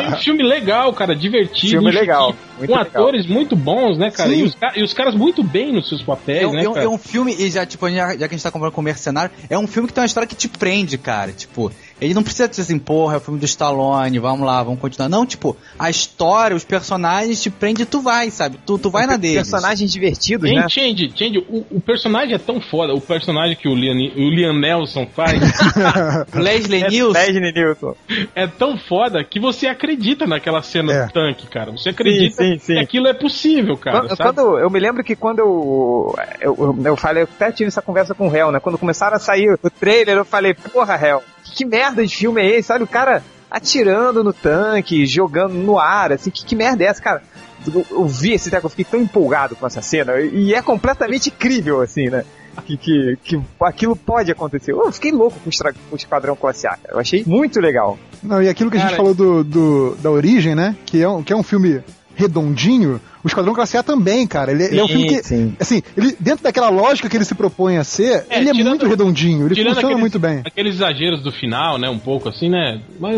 [SPEAKER 4] é um filme legal, cara, divertido.
[SPEAKER 8] Filme
[SPEAKER 4] um
[SPEAKER 8] legal,
[SPEAKER 4] Com
[SPEAKER 8] muito legal.
[SPEAKER 4] atores muito bons, né, cara?
[SPEAKER 1] Sim.
[SPEAKER 4] E os, ca- e os caras muito bem nos seus papéis,
[SPEAKER 1] É, um-
[SPEAKER 4] né,
[SPEAKER 1] é um,
[SPEAKER 4] cara?
[SPEAKER 1] é um filme, e já, tipo, já, já que a gente tá comparando com o Mercenário, é um filme que tem uma história que te prende, cara. Tipo, ele não precisa dizer assim, porra, é o filme do Stallone, vamos lá, vamos continuar. Não, tipo, a história, os personagens te prende e tu vai, sabe? Tu, tu vai na deles.
[SPEAKER 8] Personagens divertidos,
[SPEAKER 4] Hein,
[SPEAKER 8] né?
[SPEAKER 4] Change, Change, o, o personagem é tão foda, o personagem que o Liam, o Liam Nelson faz
[SPEAKER 1] Leslie Nielsen,
[SPEAKER 8] Leslie Nilsson.
[SPEAKER 4] é tão foda que você acredita naquela cena
[SPEAKER 3] É.
[SPEAKER 4] do tanque, cara. Você acredita
[SPEAKER 8] sim, sim.
[SPEAKER 4] que aquilo é possível, cara.
[SPEAKER 8] Quando,
[SPEAKER 4] sabe?
[SPEAKER 8] quando- eu me lembro que quando eu, eu, eu, eu falei, eu até tive essa conversa com o réu, né? Quando começaram a sair o trailer, eu falei, porra, réu, que merda de filme é esse? Olha o cara atirando no tanque, jogando no ar, assim, que, que merda é essa, cara? Eu, eu vi esse treco, eu fiquei tão empolgado com essa cena, e é completamente incrível, assim, né? Que, que, que aquilo pode acontecer. Eu fiquei louco com o, estra- com o Esquadrão Classe A, cara. Eu achei muito legal.
[SPEAKER 3] Não, e aquilo que a gente
[SPEAKER 4] Cara,
[SPEAKER 3] falou do, do- da origem, né? Que é, um, que é um filme redondinho, o Esquadrão Classe A também, cara. Ele, ele é um filme que.
[SPEAKER 8] sim.
[SPEAKER 3] Assim, ele, dentro daquela lógica que ele se propõe a ser,
[SPEAKER 4] É,
[SPEAKER 3] ele é
[SPEAKER 4] tirando-
[SPEAKER 3] muito redondinho, ele
[SPEAKER 4] tirando
[SPEAKER 3] funciona
[SPEAKER 4] aquele- É,
[SPEAKER 3] muito bem.
[SPEAKER 4] Aqueles exageros do final, né? Um pouco assim, né? Mas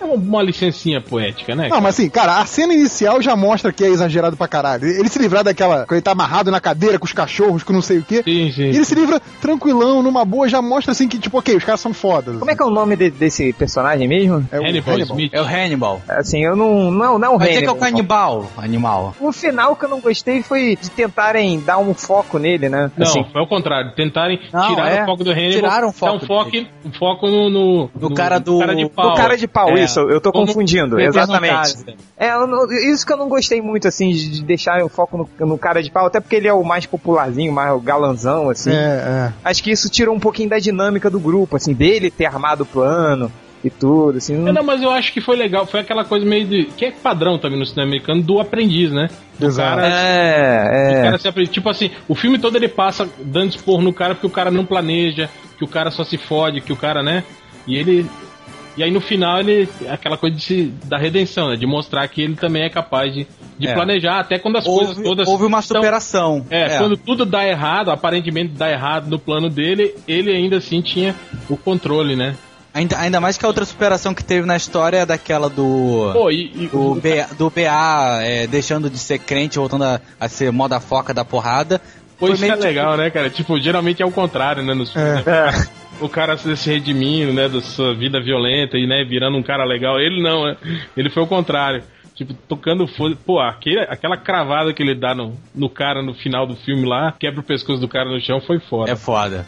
[SPEAKER 4] é uma, uma licencinha poética, né?
[SPEAKER 3] Não, mas assim, cara, a cena inicial já mostra que é exagerado pra caralho. Ele se livrar daquela. Quando ele tá amarrado na cadeira com os cachorros, com não sei o quê.
[SPEAKER 4] Sim, sim.
[SPEAKER 3] E ele se livra tranquilão, numa boa, já mostra assim que, tipo, ok, os caras são fodas.
[SPEAKER 8] Como é que é o nome de- desse personagem mesmo?
[SPEAKER 3] É o
[SPEAKER 4] Hannibal
[SPEAKER 3] Hannibal.
[SPEAKER 4] Smith.
[SPEAKER 1] é o Hannibal.
[SPEAKER 8] Assim, eu não. Não, não
[SPEAKER 1] Vai dizer que é o
[SPEAKER 8] Hannibal.
[SPEAKER 1] canibal, animal.
[SPEAKER 8] né? O final que eu não gostei foi de tentarem dar um foco nele, né?
[SPEAKER 4] Não,
[SPEAKER 8] Assim,
[SPEAKER 4] foi ao contrário. Tentarem
[SPEAKER 1] Não,
[SPEAKER 4] tirar
[SPEAKER 1] é.
[SPEAKER 4] o foco do Hannibal.
[SPEAKER 1] Tiraram o foco
[SPEAKER 4] Dar um foco, um foco no, no,
[SPEAKER 1] No cara do-
[SPEAKER 4] de
[SPEAKER 1] no
[SPEAKER 4] pau.
[SPEAKER 8] o cara de pau,
[SPEAKER 4] É.
[SPEAKER 8] isso, eu tô
[SPEAKER 4] Como-
[SPEAKER 8] confundindo,
[SPEAKER 4] Peter
[SPEAKER 8] exatamente.
[SPEAKER 4] Montaz, né?
[SPEAKER 8] É, eu não- isso que eu não gostei muito, assim, de deixar o foco no, no cara de pau, até porque ele é o mais popularzinho, mais o galanzão, assim.
[SPEAKER 3] É, é.
[SPEAKER 8] Acho que isso tirou um pouquinho da dinâmica do grupo, assim, dele ter armado o plano e tudo, assim.
[SPEAKER 4] É, Não, mas eu acho que foi legal. Foi aquela coisa meio de. que é padrão também no cinema americano do aprendiz, né? Do
[SPEAKER 3] Exato.
[SPEAKER 4] cara. O
[SPEAKER 8] É, é.
[SPEAKER 4] cara se aprende. Tipo assim, o filme todo ele passa dando esporro no cara porque o cara não planeja, que o cara só se fode, que o cara, né? E ele. E aí no final ele. é Aquela coisa de se, da redenção, né? De mostrar que ele também é capaz de, de
[SPEAKER 1] É.
[SPEAKER 4] planejar, até quando as coisas
[SPEAKER 1] Houve,
[SPEAKER 4] todas.
[SPEAKER 1] houve uma
[SPEAKER 4] estão-
[SPEAKER 1] superação.
[SPEAKER 4] É, quando tudo dá errado, aparentemente dá errado no plano dele, ele ainda assim tinha o controle, né?
[SPEAKER 1] Ainda, ainda mais que a outra superação que teve na história é daquela do.
[SPEAKER 4] Pô, e. e
[SPEAKER 1] do, B- do BA é, deixando de ser crente, voltando a, a ser moda foca da porrada.
[SPEAKER 4] Pô, isso
[SPEAKER 1] meio
[SPEAKER 4] é
[SPEAKER 1] que-
[SPEAKER 4] legal, né, cara? Tipo, geralmente é o contrário, né? Nos filmes, né? O cara se se redimindo, né, da sua vida violenta e, né, virando um cara legal. Ele não, né? Ele foi o contrário. Tipo, tocando foda. Pô, aquele, aquela cravada que ele dá no, no cara no final do filme lá, quebra o pescoço do cara no chão, foi foda.
[SPEAKER 1] É foda.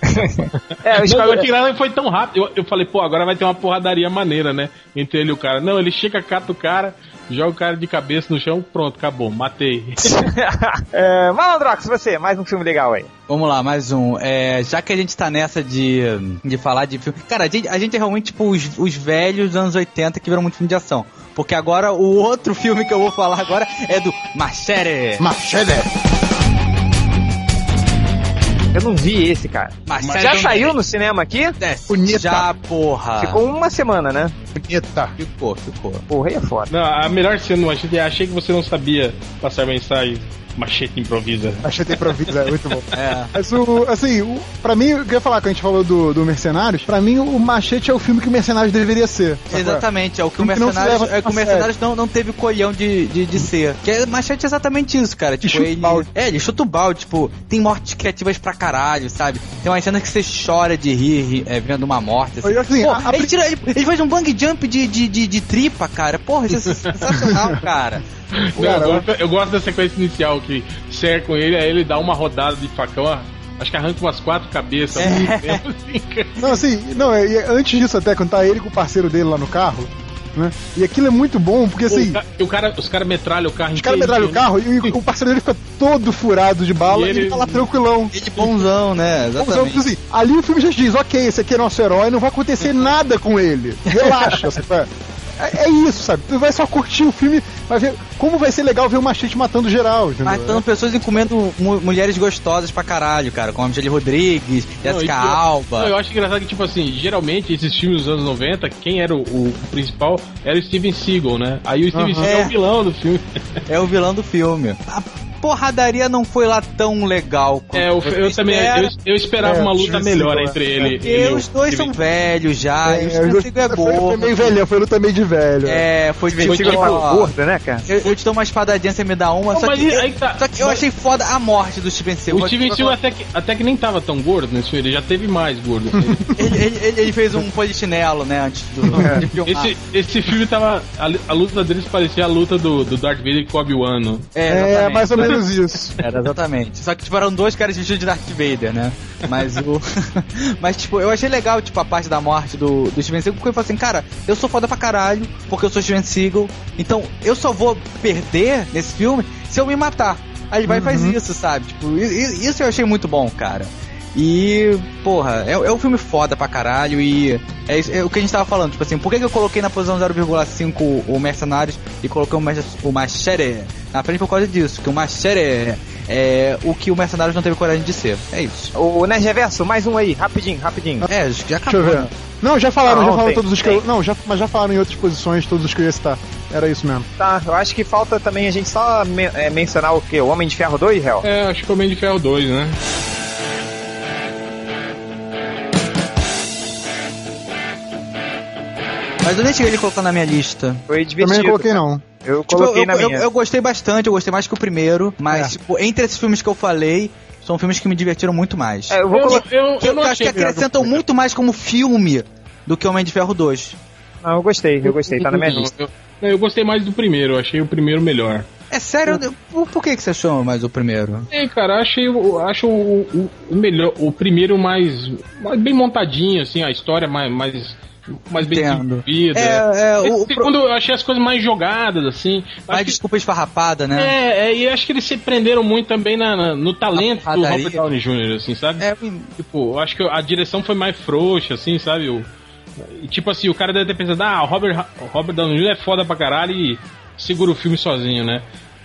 [SPEAKER 8] É, o
[SPEAKER 4] Não,
[SPEAKER 8] Esquadrão-
[SPEAKER 4] eu achei que lá foi tão rápido. Eu, eu falei, pô, agora vai ter uma porradaria maneira, né? Entre ele e o cara. Não, ele chega, cata o cara, joga o cara de cabeça no chão, pronto, acabou, matei.
[SPEAKER 8] é, Malandrox, você, mais um filme legal aí.
[SPEAKER 1] Vamos lá, mais um. É, já que a gente tá nessa de, de falar de filme. Cara, a gente, a gente é realmente tipo os, os velhos dos anos 80 que viram muito filme de ação. Porque agora o outro filme que eu vou falar agora é do Machete.
[SPEAKER 3] Machete.
[SPEAKER 8] Eu não vi esse, cara.
[SPEAKER 1] Machete é
[SPEAKER 8] Já
[SPEAKER 1] um-
[SPEAKER 8] saiu no cinema aqui?
[SPEAKER 1] É, já, porra.
[SPEAKER 8] Ficou uma semana, né?
[SPEAKER 3] Bonita.
[SPEAKER 1] ficou. ficou.
[SPEAKER 8] Porra, aí é foda.
[SPEAKER 4] Não, a melhor cena do Machete é achei que você não sabia passar mensagem. Machete improvisa.
[SPEAKER 3] Machete improvisa, é muito bom.
[SPEAKER 1] É.
[SPEAKER 3] Mas o, assim, o, pra mim, eu queria falar, quando a gente falou do, do Mercenários, pra mim o Machete é o filme que o Mercenários deveria ser. sacou?
[SPEAKER 1] Exatamente, é o que o
[SPEAKER 3] Filme que não se
[SPEAKER 1] Mercenários,
[SPEAKER 3] leva
[SPEAKER 1] é o que o
[SPEAKER 3] a
[SPEAKER 1] mercenários não, não teve colhão de, de, de ser. Que é machete é exatamente isso, cara. Tipo,
[SPEAKER 3] chuta o
[SPEAKER 1] ele.
[SPEAKER 3] balde.
[SPEAKER 1] É, ele chuta o balde, tipo, tem mortes criativas pra caralho, sabe? Tem umas cenas que você chora de rir, ri- é, vendo uma morte. assim.
[SPEAKER 3] Eu acho assim,
[SPEAKER 1] Pô,
[SPEAKER 3] a- a
[SPEAKER 1] ele, tira, ele, ele faz um bang jump de, de, de, de tripa, cara. Porra, isso é sensacional, cara.
[SPEAKER 4] Não, eu, gosto, eu gosto da sequência inicial que cercam ele, aí ele dá uma rodada de facão, ó, acho que arranca umas quatro cabeças. ao
[SPEAKER 3] É.
[SPEAKER 4] mesmo tempo, assim, cara.
[SPEAKER 3] Não, assim, não, e antes disso até, quando tá ele com o parceiro dele lá no carro, né? E aquilo é muito bom, porque
[SPEAKER 4] O
[SPEAKER 3] assim.
[SPEAKER 4] ca- e o cara, os caras metralham o carro
[SPEAKER 3] Os caras metralham o carro e o- o parceiro dele fica todo furado de bala
[SPEAKER 4] E
[SPEAKER 3] e
[SPEAKER 4] ele-
[SPEAKER 3] ele tá lá tranquilão.
[SPEAKER 1] Ele bonzão, né?
[SPEAKER 3] Então, tipo
[SPEAKER 1] Exatamente.
[SPEAKER 3] assim, ali o filme já diz, ok, esse aqui é nosso herói, não vai acontecer nada com ele. Relaxa, sabe? qual é? É, é isso, sabe? Tu vai só curtir o filme, vai ver como vai ser legal ver o machete matando geral, entendeu?
[SPEAKER 1] Matando pessoas e comendo mu- mulheres gostosas pra caralho, cara. Como a Michelle Rodrigues,
[SPEAKER 4] Não, e
[SPEAKER 1] Jessica
[SPEAKER 4] pior-
[SPEAKER 1] Alba.
[SPEAKER 4] Não, eu acho engraçado que, tipo assim, geralmente esses filmes dos anos 90, quem era o, o principal era o Steven Seagal, né? Aí o Steven
[SPEAKER 3] Aham.
[SPEAKER 4] Seagal é
[SPEAKER 1] É.
[SPEAKER 4] o vilão do filme.
[SPEAKER 1] É o vilão do filme. A porradaria não foi lá tão legal quanto
[SPEAKER 4] É, eu,
[SPEAKER 1] você
[SPEAKER 4] eu também
[SPEAKER 1] espera,
[SPEAKER 4] eu, eu esperava
[SPEAKER 3] É,
[SPEAKER 4] uma
[SPEAKER 3] o
[SPEAKER 4] luta
[SPEAKER 3] Steven
[SPEAKER 4] melhor
[SPEAKER 3] Seagal,
[SPEAKER 4] entre
[SPEAKER 3] é.
[SPEAKER 4] ele.
[SPEAKER 1] Porque
[SPEAKER 4] ele e o
[SPEAKER 1] os dois
[SPEAKER 4] Steven-
[SPEAKER 1] são velhos já, e o Steven Seagal é
[SPEAKER 3] foi, foi
[SPEAKER 1] gordo.
[SPEAKER 3] meio velho, foi luta meio de velho.
[SPEAKER 1] É, foi
[SPEAKER 8] Steven
[SPEAKER 1] divertido.
[SPEAKER 8] Seagal
[SPEAKER 1] Tipo,
[SPEAKER 8] é uma
[SPEAKER 1] ó,
[SPEAKER 8] gorda, né, cara?
[SPEAKER 1] eu, eu te dou uma espadadinha, você me dá uma.
[SPEAKER 4] Não,
[SPEAKER 1] só,
[SPEAKER 4] mas
[SPEAKER 1] que
[SPEAKER 4] aí que tá.
[SPEAKER 1] só que eu
[SPEAKER 4] Mas-
[SPEAKER 1] achei foda a morte do Steven Seagal.
[SPEAKER 4] O Steven Seagal é até que, até que nem tava tão gordo nesse filme, ele já teve mais gordo.
[SPEAKER 1] Ele, ele- ele- ele fez um polichinelo, né, antes do... de filmar.
[SPEAKER 4] esse, esse filme tava. A, li- a luta deles parecia a luta do, do Darth Vader com o Obi-Wan.
[SPEAKER 1] É,
[SPEAKER 3] É,
[SPEAKER 1] exatamente.
[SPEAKER 3] mais ou menos isso.
[SPEAKER 1] Era exatamente. Só que tipo, eram dois caras vestidos de Darth Vader, né? Mas o. Mas, tipo, eu achei legal, tipo, a parte da morte do, do Steven Seagal, porque eu falei assim, cara, eu sou foda pra caralho, porque eu sou Steven Seagal, então eu só vou perder nesse filme se eu me matar. Aí ele vai e faz isso, sabe? Tipo, i- i- isso eu achei muito bom, cara. E, porra, é, é um filme foda pra caralho e é, isso- é o que a gente tava falando, tipo assim, por que, que eu coloquei na posição 0,5 o Mercenários e coloquei o, mach, o Machete na frente por causa disso, que o Machete é o que o Mercenários não teve coragem de ser, é isso.
[SPEAKER 8] Ô, Nerd Reverso, mais um aí, rapidinho, rapidinho.
[SPEAKER 1] É, já acabou.
[SPEAKER 3] Deixa eu ver. Não, já
[SPEAKER 1] Ah,
[SPEAKER 3] falaram,
[SPEAKER 8] Não,
[SPEAKER 3] já falaram
[SPEAKER 8] tem,
[SPEAKER 3] todos os que
[SPEAKER 8] tem.
[SPEAKER 3] eu, Não, já, mas já falaram em outras posições todos os que eu ia citar. Era isso mesmo.
[SPEAKER 8] Tá, eu acho que falta também a gente só men- é, mencionar o quê? O Homem de Ferro 2, real?
[SPEAKER 4] É, acho que é o Homem de Ferro 2, né?
[SPEAKER 1] Mas eu deixei ele colocar na minha lista.
[SPEAKER 8] Foi
[SPEAKER 3] Também
[SPEAKER 8] divertido.
[SPEAKER 3] não coloquei,
[SPEAKER 8] cara.
[SPEAKER 3] não.
[SPEAKER 8] Eu
[SPEAKER 1] Tipo,
[SPEAKER 8] coloquei
[SPEAKER 1] eu,
[SPEAKER 8] na
[SPEAKER 1] eu,
[SPEAKER 8] minha.
[SPEAKER 1] eu gostei bastante, eu gostei mais que o primeiro, mas,
[SPEAKER 3] É.
[SPEAKER 1] tipo, entre esses filmes que eu falei, são filmes que me divertiram muito mais.
[SPEAKER 8] É, eu vou colocar.
[SPEAKER 4] eu,
[SPEAKER 1] que eu, acho que acrescentam muito mais como filme do que Homem de Ferro 2.
[SPEAKER 8] Não, eu gostei, eu gostei, tá na minha lista.
[SPEAKER 4] Eu, eu- eu gostei mais do primeiro, eu achei o primeiro melhor.
[SPEAKER 1] É sério? Eu- Por, por que, que você achou mais o primeiro?
[SPEAKER 4] Ei, cara, achei o- acho o, o- o melhor, o primeiro mais, mais bem montadinho, assim, a história mais mais, mais bem
[SPEAKER 1] Entendo.
[SPEAKER 4] desenvolvida.
[SPEAKER 1] É, é, o-
[SPEAKER 4] Esse segundo eu achei as coisas mais jogadas, assim.
[SPEAKER 1] Mais
[SPEAKER 4] Acho que-
[SPEAKER 1] desculpa esfarrapada, né?
[SPEAKER 4] é, é, e acho que eles se prenderam muito também na, na- no talento do
[SPEAKER 1] porradaria.
[SPEAKER 4] Robert Downey Jr., assim, sabe?
[SPEAKER 1] É,
[SPEAKER 4] Tipo, eu acho que a direção foi mais frouxa, assim, sabe? O, e tipo assim, o cara deve ter pensado, ah, o Robert, o Robert Downey Jr. é foda pra caralho e segura o filme sozinho, né?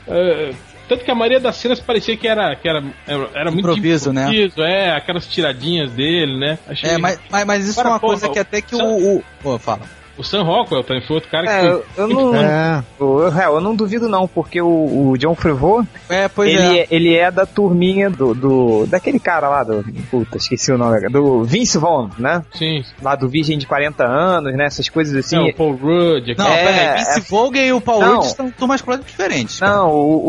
[SPEAKER 4] Eh, tanto que a maioria das cenas parecia que era, que era, era, era muito
[SPEAKER 1] Improviso, né?
[SPEAKER 4] improviso, é, aquelas tiradinhas dele, né? Achei...
[SPEAKER 1] é, mas, mas, mas isso
[SPEAKER 4] Cara,
[SPEAKER 1] é uma
[SPEAKER 4] porra,
[SPEAKER 1] coisa que até que
[SPEAKER 4] sabe-
[SPEAKER 1] o. o... Pô, fala.
[SPEAKER 4] O Sam Rockwell também foi outro cara que
[SPEAKER 8] É,
[SPEAKER 4] foi-
[SPEAKER 8] eu, eu
[SPEAKER 1] Hum.
[SPEAKER 8] não.
[SPEAKER 3] É.
[SPEAKER 8] Eu, real, eu não duvido, não, porque o, o John Frivô,
[SPEAKER 1] É, pois
[SPEAKER 8] ele
[SPEAKER 1] é.
[SPEAKER 8] é. ele é da turminha do, do. Daquele cara lá do. Puta, esqueci o nome. agora, Do Vince Vaughn, né?
[SPEAKER 4] Sim,
[SPEAKER 8] Lá do Virgem de 40 anos, né? Essas coisas assim.
[SPEAKER 4] Não, o Paul Rudd,
[SPEAKER 1] Não,
[SPEAKER 8] é,
[SPEAKER 1] peraí, Vince
[SPEAKER 8] é-
[SPEAKER 1] Vogel e o Paul
[SPEAKER 8] Não.
[SPEAKER 1] Rudd estão em turmas completamente diferentes. cara.
[SPEAKER 8] Não, o,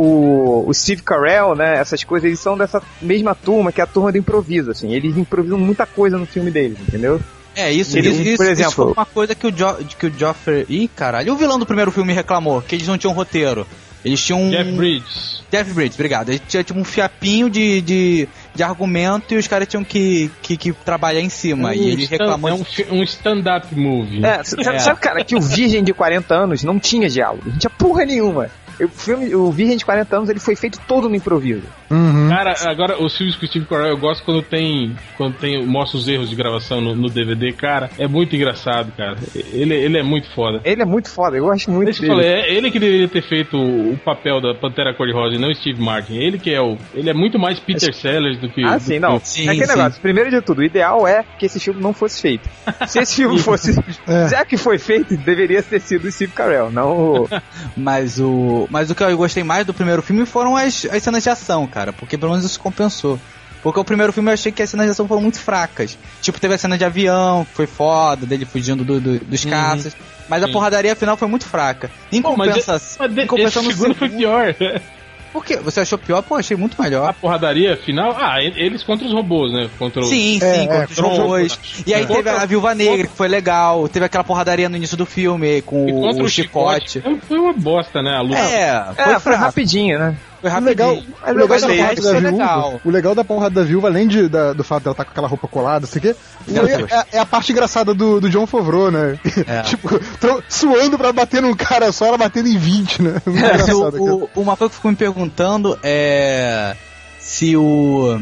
[SPEAKER 8] o, o Steve Carell, né? Essas coisas, eles são dessa mesma turma que é a turma do improviso, assim. Eles improvisam muita coisa no filme deles, entendeu?
[SPEAKER 1] É, isso,
[SPEAKER 8] Ele-
[SPEAKER 1] isso, isso,
[SPEAKER 8] por
[SPEAKER 1] isso
[SPEAKER 8] exemplo-
[SPEAKER 1] foi uma coisa que o, jo que o Joffrey. Ih, caralho, o vilão do primeiro filme reclamou, que eles não tinham roteiro. Eles tinham um.
[SPEAKER 4] Jeff Bridges.
[SPEAKER 1] Jeff Bridges, obrigado. Ele tinha tipo um fiapinho de, de, de argumento e os caras tinham que, que, que trabalhar em cima. e ele
[SPEAKER 4] stand-
[SPEAKER 1] reclamou.
[SPEAKER 4] É um, fi- um stand-up movie.
[SPEAKER 8] É, sabe, sabe, cara, que o Virgem de 40 anos não tinha diálogo, não tinha porra nenhuma. O, filme, o Virgem de 40 anos ele foi feito todo no improviso.
[SPEAKER 3] Uhum.
[SPEAKER 4] Cara, agora os filmes com o Steve Carell eu gosto quando tem. Quando tem. Mostra os erros de gravação no, no DVD, cara. É muito engraçado, cara. Ele, ele é muito foda.
[SPEAKER 8] Ele é muito foda, eu gosto muito
[SPEAKER 4] É isso que eu falei, é ele que deveria ter feito o o papel da Pantera Cor-de-Rosa e não Steve Martin. Ele que é o. Ele é muito mais Peter Sellers do que.
[SPEAKER 8] Ah,
[SPEAKER 4] do
[SPEAKER 8] sim,
[SPEAKER 4] que-
[SPEAKER 8] não.
[SPEAKER 1] Sim,
[SPEAKER 8] é aquele
[SPEAKER 1] sim.
[SPEAKER 8] negócio. Primeiro de tudo, o ideal é que esse filme não fosse feito. Se esse filme fosse.
[SPEAKER 3] É.
[SPEAKER 8] Já que foi feito, deveria ter sido o Steve Carell, não o.
[SPEAKER 1] Mas o. Mas o que eu gostei mais do primeiro filme foram as, as cenas de ação, cara. Porque pelo menos isso compensou. Porque o primeiro filme eu achei que as cenas de ação foram muito fracas. Tipo, teve a cena de avião, que foi foda, dele fugindo do- do- dos caças. Mas a
[SPEAKER 4] Sim.
[SPEAKER 1] porradaria final foi muito fraca. Em
[SPEAKER 4] Pô, mas
[SPEAKER 1] compensação.
[SPEAKER 4] Mas de-
[SPEAKER 1] Em compensação
[SPEAKER 4] esse
[SPEAKER 1] no
[SPEAKER 4] segundo foi
[SPEAKER 1] segundo-
[SPEAKER 4] pior.
[SPEAKER 1] Por quê? Você achou pior? Pô, achei muito
[SPEAKER 4] A
[SPEAKER 1] melhor.
[SPEAKER 4] porradaria final. Ah, e- eles contra os robôs, né? Contra o-
[SPEAKER 1] Sim,
[SPEAKER 3] É,
[SPEAKER 1] sim,
[SPEAKER 3] é,
[SPEAKER 1] contra os
[SPEAKER 4] contra o-
[SPEAKER 1] robôs. E aí
[SPEAKER 4] É.
[SPEAKER 1] teve a Viúva Negra, que foi legal. Teve aquela porradaria no início do filme
[SPEAKER 4] e
[SPEAKER 1] com
[SPEAKER 4] contra
[SPEAKER 1] o,
[SPEAKER 4] o
[SPEAKER 1] chicote.
[SPEAKER 4] Foi uma bosta, né? A luta.
[SPEAKER 1] É,
[SPEAKER 8] É,
[SPEAKER 1] foi
[SPEAKER 8] foi
[SPEAKER 1] fraco.
[SPEAKER 8] rapidinho, né?
[SPEAKER 1] Foi
[SPEAKER 3] O
[SPEAKER 1] rapidinho.
[SPEAKER 3] É legal, o legal um
[SPEAKER 1] Mas
[SPEAKER 3] da
[SPEAKER 1] o
[SPEAKER 3] porrada
[SPEAKER 1] resto
[SPEAKER 3] da
[SPEAKER 1] foi
[SPEAKER 3] viúva,
[SPEAKER 1] é legal.
[SPEAKER 3] o legal da porrada da viúva, além de, da- do fato dela estar com aquela roupa colada, sei o quê,
[SPEAKER 1] Meu
[SPEAKER 3] foi-
[SPEAKER 1] Deus.
[SPEAKER 3] é, é a parte engraçada do, do John Favreau, né?
[SPEAKER 1] É.
[SPEAKER 3] tipo, tro- suando pra bater num cara só, ela batendo em 20, né? Muito
[SPEAKER 1] Mas
[SPEAKER 3] engraçado
[SPEAKER 1] É, o,
[SPEAKER 3] aquilo.
[SPEAKER 1] o, uma coisa que ficou me perguntando é se o.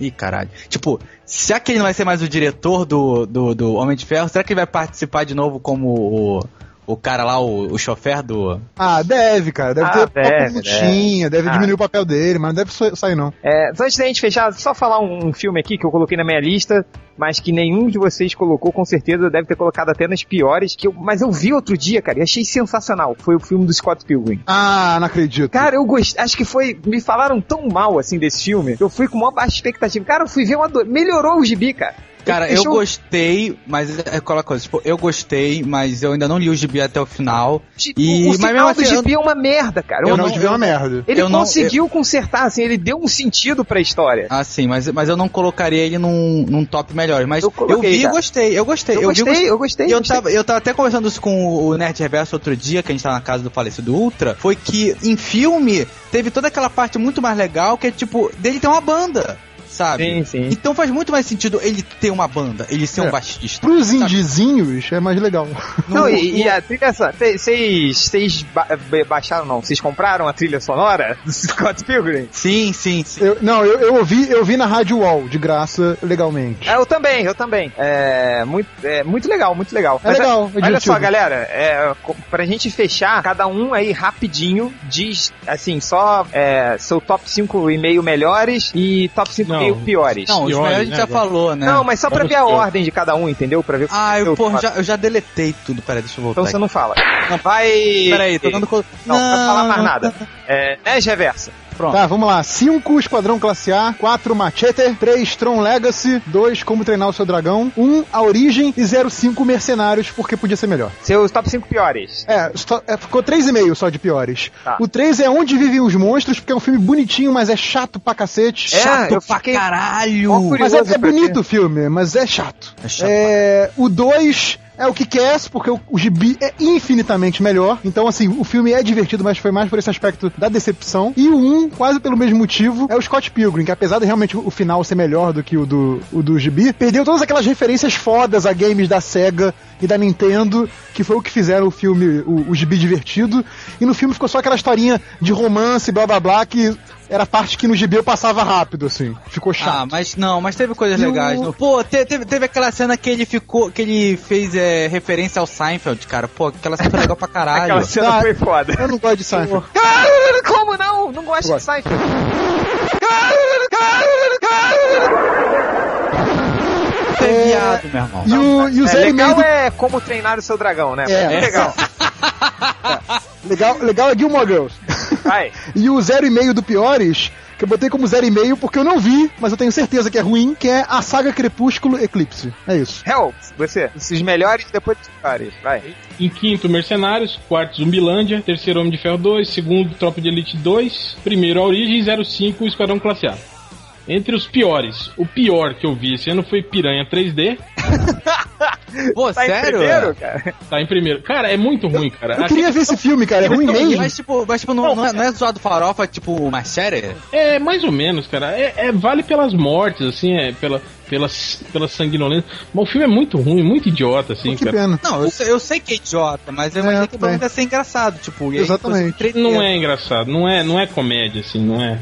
[SPEAKER 1] Ih, caralho. Tipo, será que ele não vai ser mais o diretor do, do, do Homem de Ferro? Será que ele vai participar de novo como o, o cara lá, o, o chofer do.
[SPEAKER 3] Ah, deve, cara. Deve
[SPEAKER 8] Ah,
[SPEAKER 3] ter
[SPEAKER 8] deve,
[SPEAKER 3] uma lutinha, deve
[SPEAKER 8] Ah.
[SPEAKER 3] diminuir o papel dele, mas não deve sa- sair, não.
[SPEAKER 8] É, antes da gente fechar, só falar um, um filme aqui que eu coloquei na minha lista, mas que nenhum de vocês colocou, com certeza deve ter colocado até nas piores, que eu- mas eu vi outro dia, cara, e achei sensacional. Foi o filme do Scott Pilgrim.
[SPEAKER 3] Ah, não acredito.
[SPEAKER 8] Cara, eu gostei. Acho que foi. Me falaram tão mal assim desse filme. Eu fui com uma baixa expectativa. Cara, eu fui ver uma. Do... Melhorou o gibi, cara.
[SPEAKER 1] Cara, eu
[SPEAKER 8] Deixa
[SPEAKER 1] gostei, mas é aquela coisa, tipo, eu gostei, mas eu ainda não li o gibi até o final. E-
[SPEAKER 8] O, o
[SPEAKER 1] mas mesmo
[SPEAKER 8] final
[SPEAKER 1] assim,
[SPEAKER 8] do
[SPEAKER 1] eu-
[SPEAKER 8] gibi é uma merda, cara.
[SPEAKER 3] eu
[SPEAKER 1] eu
[SPEAKER 3] não,
[SPEAKER 1] não-
[SPEAKER 3] devia uma merda.
[SPEAKER 8] Ele
[SPEAKER 1] eu não-
[SPEAKER 8] conseguiu consertar, assim, ele deu um sentido pra história.
[SPEAKER 1] Ah, sim, mas, mas eu não colocaria ele num, num top melhor. Mas
[SPEAKER 8] Eu
[SPEAKER 1] eu,
[SPEAKER 8] coloquei,
[SPEAKER 1] vi e
[SPEAKER 8] cara.
[SPEAKER 1] gostei, eu gostei.
[SPEAKER 8] Eu,
[SPEAKER 1] vi e
[SPEAKER 8] gostei, eu gostei,
[SPEAKER 1] E eu
[SPEAKER 8] gostei.
[SPEAKER 1] tava, eu tava até conversando isso com o Nerd Reverso outro dia, que a gente tava na casa do falecido Ultra, foi que em filme teve toda aquela parte muito mais legal que é tipo, dele ter uma banda, sabe?
[SPEAKER 8] Sim, sim.
[SPEAKER 1] Então faz muito mais sentido ele ter uma banda, ele ser
[SPEAKER 3] É.
[SPEAKER 1] um baixista.
[SPEAKER 3] Pros indizinhos é mais legal.
[SPEAKER 8] Não, e, e a trilha sonora. Vocês ba ba- baixaram, não? Vocês compraram a trilha sonora do Scott Pilgrim?
[SPEAKER 1] Sim, sim, sim.
[SPEAKER 3] Eu- não, eu, eu ouvi, eu vi na Rádio Wall, de graça, legalmente. É
[SPEAKER 8] Ah, eu também, eu também. É muito, é muito legal, muito legal.
[SPEAKER 3] É legal, é
[SPEAKER 8] Olha só,
[SPEAKER 3] divertido.
[SPEAKER 8] galera, é, co- pra gente fechar, cada um aí rapidinho diz, assim, só é, seu top 5 e meio melhores e top 5 e
[SPEAKER 4] Não.
[SPEAKER 8] meio piores.
[SPEAKER 1] Não, os
[SPEAKER 4] Pior,
[SPEAKER 1] melhores a gente
[SPEAKER 4] né,
[SPEAKER 1] já
[SPEAKER 4] agora.
[SPEAKER 1] falou, né?
[SPEAKER 8] Não, mas só pra
[SPEAKER 4] Vamos
[SPEAKER 8] ver a
[SPEAKER 4] ver.
[SPEAKER 8] ordem de cada um, entendeu? Pra ver
[SPEAKER 1] Ah, eu,
[SPEAKER 8] eu
[SPEAKER 1] porra, já- eu já deletei tudo. Peraí, deixa eu voltar.
[SPEAKER 8] Então você
[SPEAKER 1] aqui.
[SPEAKER 8] não fala. Vai.
[SPEAKER 1] Peraí, tô dando. co-
[SPEAKER 2] tá
[SPEAKER 8] Não, não, vai falar mais
[SPEAKER 1] não,
[SPEAKER 8] nada. É, né, reversa.
[SPEAKER 1] Pronto.
[SPEAKER 3] Tá, vamos lá. 5 Esquadrão Classe A, 4 Machete, 3 Tron Legacy, 2 Como Treinar o Seu Dragão, 1 A Origem e 05 Mercenários, porque podia ser melhor.
[SPEAKER 8] Seus top 5 piores.
[SPEAKER 3] É, só- é, ficou 3,5 só de piores.
[SPEAKER 8] Tá.
[SPEAKER 3] O 3 é Onde Vivem os Monstros, porque é um filme bonitinho, mas é chato pra cacete.
[SPEAKER 8] é,
[SPEAKER 1] Chato
[SPEAKER 8] eu
[SPEAKER 1] pra
[SPEAKER 8] fiquei-
[SPEAKER 1] caralho.
[SPEAKER 8] Ó,
[SPEAKER 3] Mas é,
[SPEAKER 8] curioso
[SPEAKER 3] é
[SPEAKER 8] pra
[SPEAKER 3] bonito o filme, mas é chato.
[SPEAKER 1] É chato
[SPEAKER 3] É, o 2 é o que quer, porque o, o gibi é infinitamente melhor. Então, assim, o filme é divertido, mas foi mais por esse aspecto da decepção. E o 1, um, quase pelo mesmo motivo, é o Scott Pilgrim, que apesar de realmente o final ser melhor do que o do, o do gibi, perdeu todas aquelas referências fodas a games da SEGA e da Nintendo, que foi o que fizeram o filme, o, o gibi divertido. E no filme ficou só aquela historinha de romance, blá blá blá, que era a parte que no gibi eu passava rápido, assim. Ficou chato.
[SPEAKER 1] Ah, mas não, mas teve coisas
[SPEAKER 3] E
[SPEAKER 1] legais.
[SPEAKER 3] o-
[SPEAKER 1] não. Pô, te- teve, teve aquela cena que ele ficou. que ele fez é, referência ao Seinfeld, cara. Pô, aquela cena foi legal pra caralho.
[SPEAKER 8] Aquela cena
[SPEAKER 3] Tá.
[SPEAKER 8] foi foda.
[SPEAKER 3] Eu não gosto de Seinfeld.
[SPEAKER 8] Caralho, como não? Não gosto de
[SPEAKER 3] Gosto.
[SPEAKER 8] Seinfeld. Caralho, caralho, caralho.
[SPEAKER 1] Você é viado, meu irmão.
[SPEAKER 3] E o, e o
[SPEAKER 8] É,
[SPEAKER 3] Zé
[SPEAKER 8] legal
[SPEAKER 3] Limeiro-
[SPEAKER 8] é como treinar o seu dragão, né?
[SPEAKER 3] É.
[SPEAKER 8] Legal.
[SPEAKER 3] Legal, legal é Gilmore Girls.
[SPEAKER 8] Vai.
[SPEAKER 3] E o 0,5 do Piores, que eu botei como 0,5 porque eu não vi, mas eu tenho certeza que é ruim, que é a saga Crepúsculo Eclipse. É isso.
[SPEAKER 8] Help, você. Os melhores depois dos piores. Vai.
[SPEAKER 4] Em quinto, Mercenários. Quarto, Zumbilândia. Terceiro, Homem de Ferro 2. Segundo, Tropa de Elite 2. Primeiro, A Origem. 05, Esquadrão Classe A. Entre os piores, o pior que eu vi esse ano foi Piranha 3D.
[SPEAKER 1] Pô,
[SPEAKER 8] Tá em
[SPEAKER 1] sério?
[SPEAKER 8] primeiro, cara?
[SPEAKER 4] Tá em primeiro. Cara, é muito ruim, cara.
[SPEAKER 3] Eu
[SPEAKER 4] Aqui-
[SPEAKER 3] queria ver esse filme, cara. É ruim mesmo.
[SPEAKER 1] Mas tipo, mas, tipo não, não, é, não é zoado farofa, tipo, mas sério?
[SPEAKER 4] É, mais ou menos, cara. É, é- vale pelas mortes, assim, é, pela, pelas, pelas sanguinolências. Mas o filme é muito ruim, muito idiota, assim,
[SPEAKER 3] Que
[SPEAKER 4] cara.
[SPEAKER 3] pena.
[SPEAKER 1] Não, eu, sei- eu sei que é idiota, mas eu
[SPEAKER 3] É,
[SPEAKER 1] imaginei que
[SPEAKER 3] também.
[SPEAKER 1] não ia ser engraçado, tipo. e aí,
[SPEAKER 3] Exatamente.
[SPEAKER 1] você-
[SPEAKER 4] Não é engraçado, não é, não é comédia, assim, não é.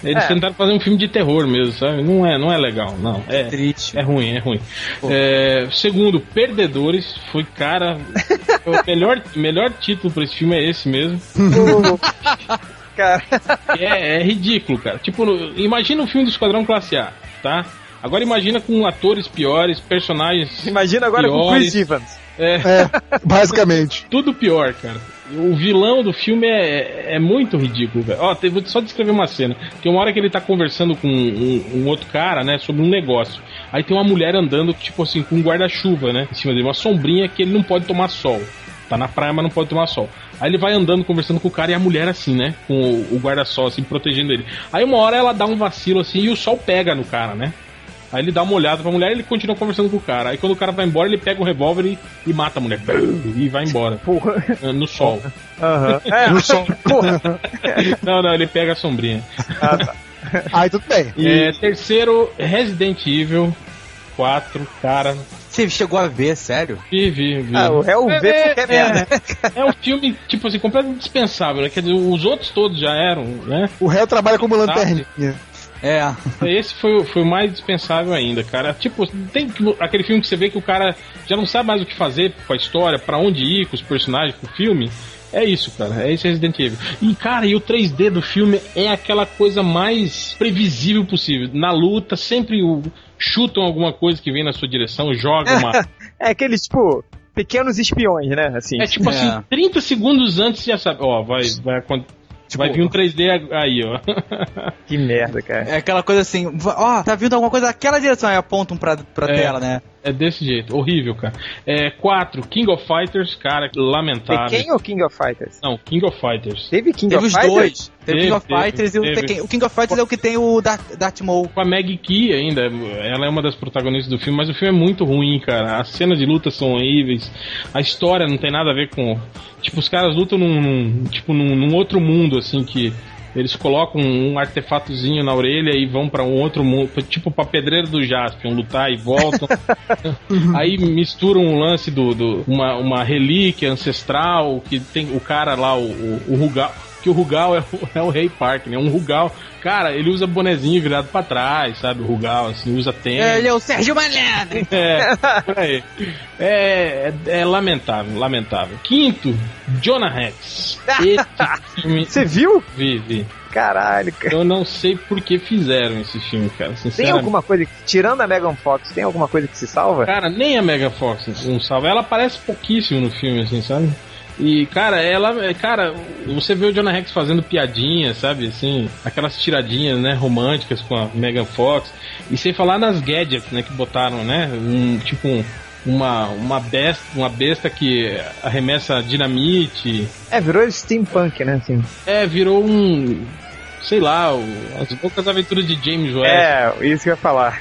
[SPEAKER 4] Eles
[SPEAKER 8] É.
[SPEAKER 4] tentaram fazer um filme de terror mesmo, sabe? Não é, não é legal, não. É,
[SPEAKER 1] Triste.
[SPEAKER 4] é ruim, é ruim. É, segundo, Perdedores, foi, cara. o melhor, melhor título pra esse filme é esse mesmo.
[SPEAKER 8] Cara,
[SPEAKER 4] É, é ridículo, cara. Tipo, no- imagina um filme do Esquadrão Classe A, tá? Agora imagina com atores piores, personagens.
[SPEAKER 8] imagina agora com
[SPEAKER 4] Piores.
[SPEAKER 8] Chris Evans.
[SPEAKER 4] É,
[SPEAKER 3] É, basicamente.
[SPEAKER 4] tudo pior, cara. O vilão do filme é, é muito ridículo, velho. Ó, te- vou só descrever uma cena. Tem uma hora que ele tá conversando com um, um outro cara, né, sobre um negócio. Aí tem uma mulher andando, tipo assim, com um guarda-chuva, né, em cima dele. Uma sombrinha que ele não pode tomar sol. Tá na praia, mas não pode tomar sol. Aí ele vai andando, conversando com o cara e a mulher assim, né, com o, o guarda-sol, assim, protegendo ele. Aí uma hora ela dá um vacilo, assim, e o sol pega no cara, né. Aí ele dá uma olhada pra mulher e ele continua conversando com o cara. Aí quando o cara vai embora, ele pega o revólver e, e mata a mulher. E vai embora.
[SPEAKER 8] Porra.
[SPEAKER 4] eh, No sol.
[SPEAKER 8] Aham. É,
[SPEAKER 3] No som.
[SPEAKER 8] porra.
[SPEAKER 4] Não, não, ele pega a sombrinha.
[SPEAKER 3] Aí tudo bem.
[SPEAKER 4] É, terceiro, Resident Evil 4, cara.
[SPEAKER 1] Você chegou a ver, sério?
[SPEAKER 4] Vi, vi, vi.
[SPEAKER 8] Ah, o réu vê qualquer merda.
[SPEAKER 4] É um filme, tipo assim, completamente dispensável, né? Quer dizer, os outros todos já eram, né?
[SPEAKER 3] O réu trabalha como
[SPEAKER 4] Sabe?
[SPEAKER 3] lanterninha.
[SPEAKER 1] É.
[SPEAKER 4] Esse foi, o- foi o mais dispensável ainda, cara. Tipo, tem que- aquele filme que você vê que o cara já não sabe mais o que fazer com a história, pra onde ir, com os personagens, com o filme. É isso, cara. É esse Resident Evil. E, cara, e o 3D do filme é aquela coisa mais previsível possível. Na luta, sempre o- chutam alguma coisa que vem na sua direção, jogam uma.
[SPEAKER 8] É aqueles, tipo, pequenos espiões, né? Assim.
[SPEAKER 4] É tipo
[SPEAKER 1] É.
[SPEAKER 4] assim, 30 segundos antes você já sabe. Ó, vai, vai, acon- vai vir um 3D ag- aí, ó.
[SPEAKER 8] Que merda, cara.
[SPEAKER 1] É aquela coisa assim, va- ó, tá vindo alguma coisa naquela direção, aí apontam pra, pra
[SPEAKER 4] É.
[SPEAKER 1] tela, né?
[SPEAKER 4] É desse jeito, horrível, cara. É, 4, King of Fighters, cara, lamentável.
[SPEAKER 8] Tekken ou King of Fighters?
[SPEAKER 4] Não, King of Fighters.
[SPEAKER 8] Teve King
[SPEAKER 1] Teve
[SPEAKER 8] of
[SPEAKER 1] os
[SPEAKER 8] Fighters?
[SPEAKER 1] dois. Teve o King of
[SPEAKER 4] Teve,
[SPEAKER 1] Fighters e o
[SPEAKER 4] teve.
[SPEAKER 1] Tekken. O King of Fighters é o que tem o Darth, Darth Maul.
[SPEAKER 4] Com a Maggie Key ainda, ela é uma das protagonistas do filme, mas o filme é muito ruim, cara. As cenas de luta são horríveis, a história não tem nada a ver com. Tipo, os caras lutam num, num- tipo, num, num outro mundo, assim, que eles colocam um artefatozinho na orelha e vão pra um outro mundo, tipo pra pedreira do Jaspion, lutar e voltam. Aí misturam um lance do, do- uma, uma relíquia ancestral que tem o cara lá, o, o, o Rugal. Que o Rugal é o, é o Rei Park, né? Um Rugal. Cara, ele usa bonezinho virado pra trás, sabe? O Rugal, assim, usa tênis.
[SPEAKER 1] É, Ele é o Sérgio Malena.
[SPEAKER 4] É, por aí. É, é, é lamentável, lamentável. Quinto, Jonah Rex. Esse filme.
[SPEAKER 8] Você viu?
[SPEAKER 4] Vive.
[SPEAKER 8] Caralho, cara.
[SPEAKER 4] Eu não sei por que fizeram esse filme, cara.
[SPEAKER 8] Tem
[SPEAKER 4] Sinceramente.
[SPEAKER 8] alguma coisa, que- tirando a Megan Fox, tem alguma coisa que se salva?
[SPEAKER 4] Cara, nem a Mega Fox não salva. Ela aparece pouquíssimo no filme, assim, sabe? E, cara, ela. é, Cara, você vê o Jonah Rex fazendo piadinhas, sabe? Assim, aquelas tiradinhas, né? Românticas com a Megan Fox. E sem falar nas gadgets, né? Que botaram, né? Um, tipo, um- uma, uma, besta, uma besta que arremessa dinamite.
[SPEAKER 8] É, virou steampunk, né? Assim.
[SPEAKER 4] É, virou um. Sei lá, o- as poucas aventuras de James West.
[SPEAKER 8] É, isso que eu ia falar.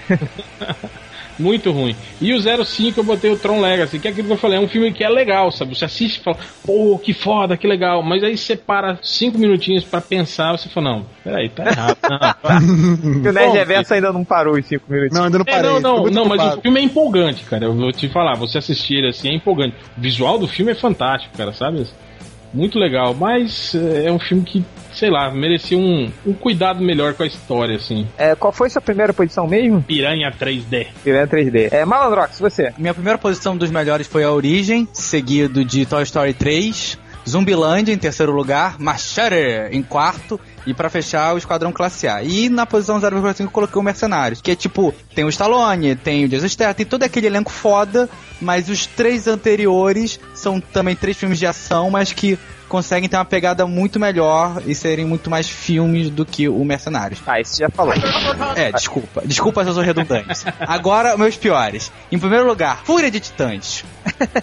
[SPEAKER 4] Muito ruim. E o 05 eu botei o Tron Legacy, que é aquilo que eu falei, é um filme que é legal, sabe? Você assiste e fala, pô, que foda, que legal. Mas aí você para cinco minutinhos pra pensar, você fala, não, peraí, tá errado.
[SPEAKER 8] Porque o
[SPEAKER 3] Né,
[SPEAKER 8] Nerd Reverso ainda não parou os 5 minutos.
[SPEAKER 3] Não, ainda não
[SPEAKER 4] É,
[SPEAKER 3] parei.
[SPEAKER 4] não,
[SPEAKER 3] tô
[SPEAKER 4] não,
[SPEAKER 3] é muito
[SPEAKER 4] não, mas o
[SPEAKER 3] ocupado.
[SPEAKER 4] filme é empolgante, cara. Eu vou te falar, você assistir ele assim é empolgante. O visual do filme é fantástico, cara, sabe? Muito legal, mas eh, é um filme que, sei lá, merecia um, um cuidado melhor com a história, assim.
[SPEAKER 8] É, qual foi sua primeira posição mesmo?
[SPEAKER 4] Piranha 3D.
[SPEAKER 8] Piranha 3D. É, Malandrox, você.
[SPEAKER 1] Minha primeira posição dos melhores foi A Origem, seguido de Toy Story 3, Zumbiland em terceiro lugar, Machete em quarto e pra fechar o Esquadrão Classe A. E na posição 0,5 eu coloquei o Mercenários, que é tipo, tem o Stallone, tem o Jesus Terra, tem todo aquele elenco foda, mas os três anteriores são também três filmes de ação, mas que conseguem ter uma pegada muito melhor e serem muito mais filmes do que o Mercenários.
[SPEAKER 8] Ah, esse já falou.
[SPEAKER 1] É, desculpa. Desculpa se eu sou redundante. Agora, meus piores. Em primeiro lugar, Fúria de Titãs.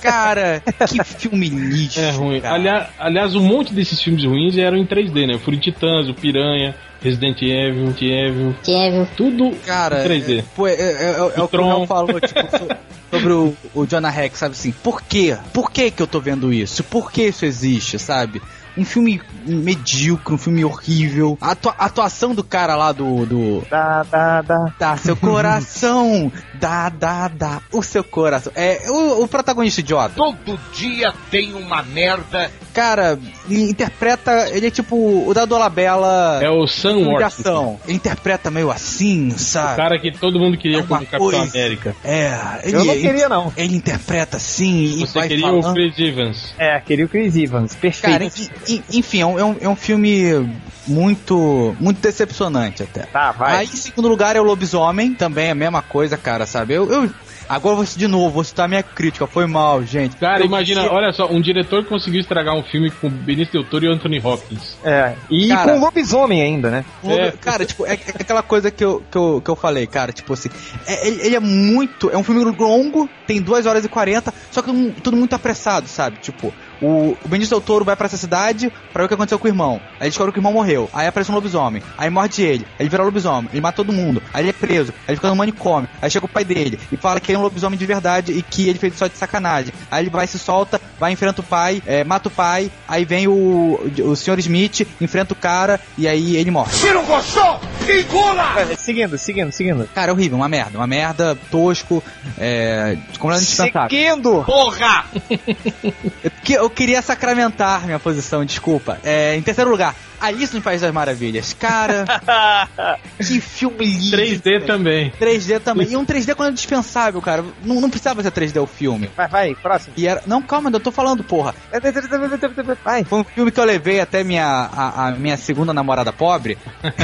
[SPEAKER 1] Cara, que filme lixo.
[SPEAKER 4] É ruim.
[SPEAKER 1] cara.
[SPEAKER 4] Aliás, aliás, um monte desses filmes ruins eram em 3D, né? O Fúria de Titãs, o Piranha, Resident Evil, Resident Evil,
[SPEAKER 11] Kevin.
[SPEAKER 4] tudo
[SPEAKER 1] Cara,
[SPEAKER 4] em 3D.
[SPEAKER 1] é- pô, é, é- é- é o que o
[SPEAKER 4] Tron.
[SPEAKER 1] Léo falou, tipo, so- sobre o, o Jonah Rex, sabe assim, por quê? Por que que eu tô vendo isso? Por que isso existe, sabe? Um filme medíocre, um filme horrível. A atua- a atuação do cara lá do- do,
[SPEAKER 8] Dá, dá, dá.
[SPEAKER 1] Dá seu coração, dá, dá, dá, o seu coração. É, o, o protagonista idiota,
[SPEAKER 9] Todo dia tem uma merda.
[SPEAKER 1] cara, ele interpreta, ele é tipo o da Dolabella
[SPEAKER 4] É o Sam
[SPEAKER 8] um
[SPEAKER 1] filme de
[SPEAKER 4] Worthington.
[SPEAKER 1] ação. Ele interpreta meio assim,
[SPEAKER 4] O
[SPEAKER 1] sabe?
[SPEAKER 4] cara que todo mundo queria
[SPEAKER 1] Alguma
[SPEAKER 4] como Capitão
[SPEAKER 1] É coisa.
[SPEAKER 4] América.
[SPEAKER 1] É, ele,
[SPEAKER 8] Tá. Eu não queria, não.
[SPEAKER 1] ele interpreta assim e
[SPEAKER 4] Você
[SPEAKER 1] vai
[SPEAKER 4] queria o
[SPEAKER 1] falando.
[SPEAKER 4] Chris Evans.
[SPEAKER 8] É, queria o Chris Evans. Perfeito.
[SPEAKER 1] Cara, en- en- enfim, é um, é um- é um filme muito, muito decepcionante até.
[SPEAKER 8] Tá, vai.
[SPEAKER 1] Aí, em segundo lugar, é o Lobisomem. Também é a mesma coisa, cara, sabe? Eu. eu- Agora eu vou de novo, vou citar minha crítica. Foi mal, gente.
[SPEAKER 4] Cara,
[SPEAKER 1] Eu-
[SPEAKER 4] imagina, olha só, um diretor que conseguiu estragar um filme com Benício Del Toro e Anthony Hopkins.
[SPEAKER 8] É. E
[SPEAKER 1] Cara.
[SPEAKER 8] com o lobisomem ainda, né?
[SPEAKER 1] Lobo-
[SPEAKER 4] É.
[SPEAKER 1] Cara, tipo, é, é aquela coisa que eu, que, eu, que eu falei, cara, tipo assim, é- ele, ele é muito. É um filme longo, tem 2 horas e 40, só que um- tudo muito apressado, sabe? Tipo, o- O, o Benicio del Toro vai pra essa cidade pra ver o que aconteceu com o irmão. Aí descobre que o irmão morreu. Aí aparece um lobisomem. Aí morde ele. Aí ele vira lobisomem. Ele mata todo mundo. Aí ele é preso. Aí ele fica no manicômio. Aí chega o pai dele e fala que ele é um lobisomem de verdade e que ele fez só de sacanagem. Aí ele vai, se solta, vai, enfrenta o pai, é, mata o pai. Aí vem o, o Sr. Smith, enfrenta o cara e aí ele morre.
[SPEAKER 9] Tira um gostão! Engula!
[SPEAKER 8] Seguindo, seguindo, seguindo.
[SPEAKER 1] Cara, é horrível, uma merda. Uma merda, tosco, é. completamente descansável.
[SPEAKER 8] Seguindo!
[SPEAKER 9] Porra!
[SPEAKER 1] Eu, que- eu queria sacramentar minha posição, desculpa. É, em terceiro lugar, Alice no País das Maravilhas. Cara, que filme lindo.
[SPEAKER 4] 3D também.
[SPEAKER 1] 3D também. E um 3D quando é dispensável, cara. Não, não precisava ser 3D o filme.
[SPEAKER 8] Vai, vai, próximo.
[SPEAKER 1] E era... Não, calma, ainda eu tô falando, porra.
[SPEAKER 8] Vai.
[SPEAKER 1] Foi um filme que eu levei até minha, a, a minha segunda namorada pobre.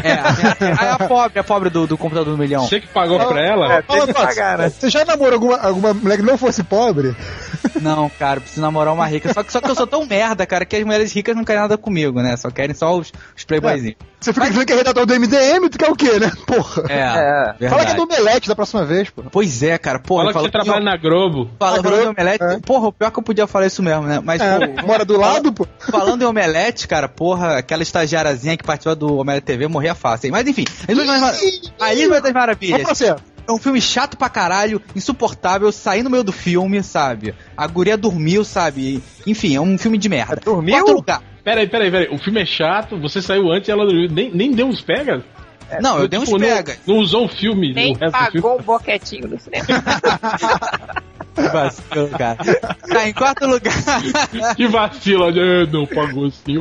[SPEAKER 1] É, a, minha- a- a pobre, a pobre do, do computador do milhão.
[SPEAKER 4] Você que pagou pra ela?
[SPEAKER 8] É, tem que pagar, né?
[SPEAKER 3] Você já namorou alguma, alguma mulher que não fosse pobre?
[SPEAKER 1] Não, cara, eu preciso namorar uma rica. Só que, só que eu sou tão merda, cara, que as mulheres ricas não querem nada comigo, né? Só querem só os, os playboyzinhos.
[SPEAKER 3] Você fica dizendo que é redator do MDM, tu quer o quê, né? Porra.
[SPEAKER 1] É, verdade.
[SPEAKER 3] Fala que é do Omelete da próxima vez, pô.
[SPEAKER 1] Pois é, cara, porra.
[SPEAKER 4] Fala que você trabalha na Globo.
[SPEAKER 1] Falando
[SPEAKER 3] Agora-
[SPEAKER 1] em omelete,
[SPEAKER 3] é.
[SPEAKER 1] porra, o pior que eu podia falar isso mesmo, né? Mas,
[SPEAKER 3] É,
[SPEAKER 1] pô,
[SPEAKER 3] mora do lado, pô.
[SPEAKER 1] falando em omelete, cara, porra, aquela estagiarazinha que participou do Omelete TV morria fácil, hein? Mas enfim, a Ilha das Mar- a Ilha das
[SPEAKER 3] Vamos
[SPEAKER 1] Maravilhas
[SPEAKER 3] pra você.
[SPEAKER 1] é um filme chato pra caralho, insuportável, saí no meio do filme, sabe? A guria dormiu, sabe? Enfim, é um filme de merda.
[SPEAKER 8] Dormiu?
[SPEAKER 1] Quarto lugar.
[SPEAKER 4] Peraí, peraí, peraí. O filme é chato, você saiu antes e ela dormiu. nem, nem deu uns pegas.
[SPEAKER 1] Não, eu dei uns
[SPEAKER 4] Tipo, não-
[SPEAKER 1] pega.
[SPEAKER 4] Não, usou o filme,
[SPEAKER 2] Nem
[SPEAKER 4] o resto do filme.
[SPEAKER 2] pagou o boquetinho do cinema.
[SPEAKER 1] Que vacilo, cara. Tá, em quarto lugar.
[SPEAKER 4] Que vacila, né? não pagou sim.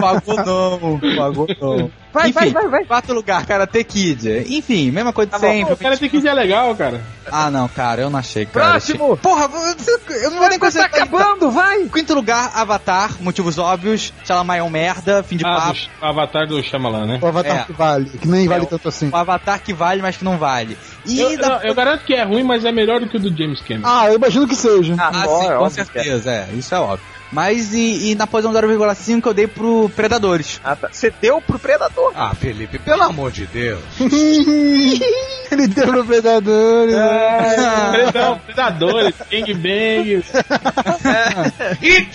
[SPEAKER 1] Pagou não, pagou não.
[SPEAKER 8] Vai, vai,
[SPEAKER 1] Enfim,
[SPEAKER 8] vai, vai.
[SPEAKER 1] Tá Quarto lugar, cara, The Kid. Enfim, mesma coisa de
[SPEAKER 8] bom.
[SPEAKER 1] sempre.
[SPEAKER 4] o cara tem que ser legal, cara.
[SPEAKER 1] Ah, não, cara, eu não achei, cara.
[SPEAKER 8] Próximo!
[SPEAKER 1] Achei- Porra, você- eu não vou nem
[SPEAKER 8] Tá
[SPEAKER 1] concentrar.
[SPEAKER 8] acabando, vai!
[SPEAKER 1] Em Quinto lugar, Avatar, motivos óbvios. Xalamai é um merda, fim de
[SPEAKER 4] Ah,
[SPEAKER 1] papo.
[SPEAKER 4] do Avatar do Shyamalan, né?
[SPEAKER 3] O Avatar
[SPEAKER 1] É.
[SPEAKER 3] que vale, que nem vale
[SPEAKER 1] É,
[SPEAKER 3] tanto assim.
[SPEAKER 1] Um Avatar que vale, mas que não vale. E
[SPEAKER 4] Eu,
[SPEAKER 1] da-
[SPEAKER 4] não, eu garanto que é ruim, mas é melhor do que o do James Cameron.
[SPEAKER 3] Ah, eu imagino que seja.
[SPEAKER 1] Ah, sim,
[SPEAKER 8] Ó, é
[SPEAKER 1] com
[SPEAKER 8] óbvio que é.
[SPEAKER 1] certeza, é. Isso é óbvio. Mas e, e na posição 0,5 eu dei pro Predadores.
[SPEAKER 8] Ah, tá. Você deu pro predador.
[SPEAKER 9] Ah, Felipe, pelo amor de Deus.
[SPEAKER 3] Ele né? deu pro predadores.
[SPEAKER 1] Ah.
[SPEAKER 4] Predão, Predadores, Gang Bang.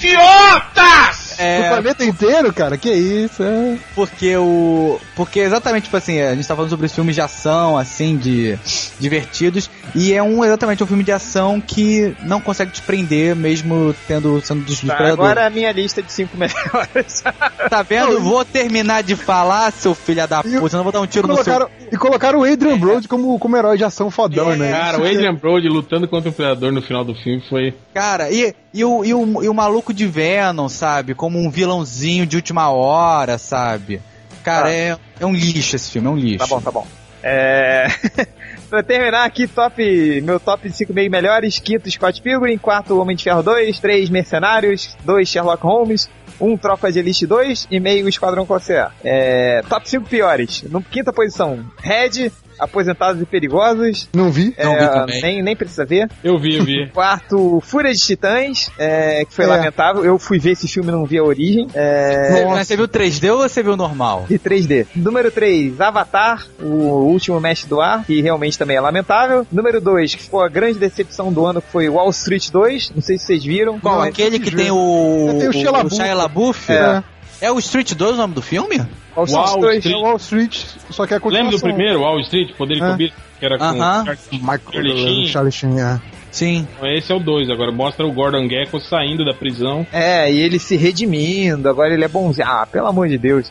[SPEAKER 9] Idiotas!
[SPEAKER 3] O
[SPEAKER 1] É,
[SPEAKER 3] planeta inteiro, cara, que isso, é.
[SPEAKER 1] porque o. Porque exatamente, tipo assim, a gente tá falando sobre os filmes de ação, assim, de. divertidos. E é um exatamente um filme de ação que não consegue te prender, mesmo tendo sendo dos dos
[SPEAKER 8] Tá,
[SPEAKER 1] predadores.
[SPEAKER 8] agora a minha lista de cinco melhores.
[SPEAKER 1] Tá vendo? Eu Vou terminar de falar, seu filho da puta. Senão eu vou dar um
[SPEAKER 3] E
[SPEAKER 1] tiro no seu.
[SPEAKER 3] colocaram, e colocaram o Adrian Brody como, como herói de ação fodão, né?
[SPEAKER 4] Cara, o Adrian Brody lutando contra o Predador no final do filme foi.
[SPEAKER 1] Cara, e, e, o, e, o, e o maluco de Venom, sabe? Como um vilãozinho de última hora, sabe? Cara,
[SPEAKER 8] Ah.
[SPEAKER 1] é, é um lixo esse filme, é um lixo.
[SPEAKER 8] Tá bom, tá bom. É... pra terminar aqui, top, meu top 5 meio melhores, quinto Scott Pilgrim, quarto Homem de Ferro 2, três Mercenários, dois Sherlock Holmes, um Tropa de Elite 2 e meio Esquadrão Corsair. É... Top 5 piores. No quinta posição, Red, Aposentados e Perigosos.
[SPEAKER 3] Não vi.
[SPEAKER 1] Não vi
[SPEAKER 8] É,
[SPEAKER 1] também.
[SPEAKER 8] nem, nem precisa ver.
[SPEAKER 4] Eu vi, eu vi.
[SPEAKER 8] Quarto, Fúria de Titãs, é, que foi
[SPEAKER 3] É.
[SPEAKER 8] lamentável. Eu fui ver esse filme e não vi a origem. É,
[SPEAKER 1] Você, mas você viu 3D ou você viu normal?
[SPEAKER 8] de 3D. Número 3, Avatar, o último mestre do ar, que realmente também é lamentável. Número 2, que foi a grande decepção do ano, que foi Wall Street 2. Não sei se vocês viram.
[SPEAKER 1] Qual?
[SPEAKER 8] Não,
[SPEAKER 1] Aquele que
[SPEAKER 3] juro.
[SPEAKER 1] tem o.
[SPEAKER 3] Tem o Shia
[SPEAKER 1] o
[SPEAKER 3] LaBeouf.
[SPEAKER 1] Shia LaBeouf?
[SPEAKER 8] É.
[SPEAKER 1] É. o Street 2 o nome do filme?
[SPEAKER 8] Wall Street
[SPEAKER 4] Wall
[SPEAKER 8] 2.
[SPEAKER 4] Street.
[SPEAKER 3] É, Wall Street, só que é a
[SPEAKER 4] Lembra do
[SPEAKER 3] continuação.
[SPEAKER 4] primeiro, Wall Street, Poder e
[SPEAKER 3] É.
[SPEAKER 4] Cobiça, que era com
[SPEAKER 1] Aham.
[SPEAKER 4] o Charles
[SPEAKER 3] Michael Charlie Sheen, é.
[SPEAKER 1] Sim.
[SPEAKER 4] Então, Esse é o 2 agora. Mostra o Gordon Gekko saindo da prisão.
[SPEAKER 8] É, e ele se redimindo, agora ele é bonzinho. Ah, pelo amor de Deus.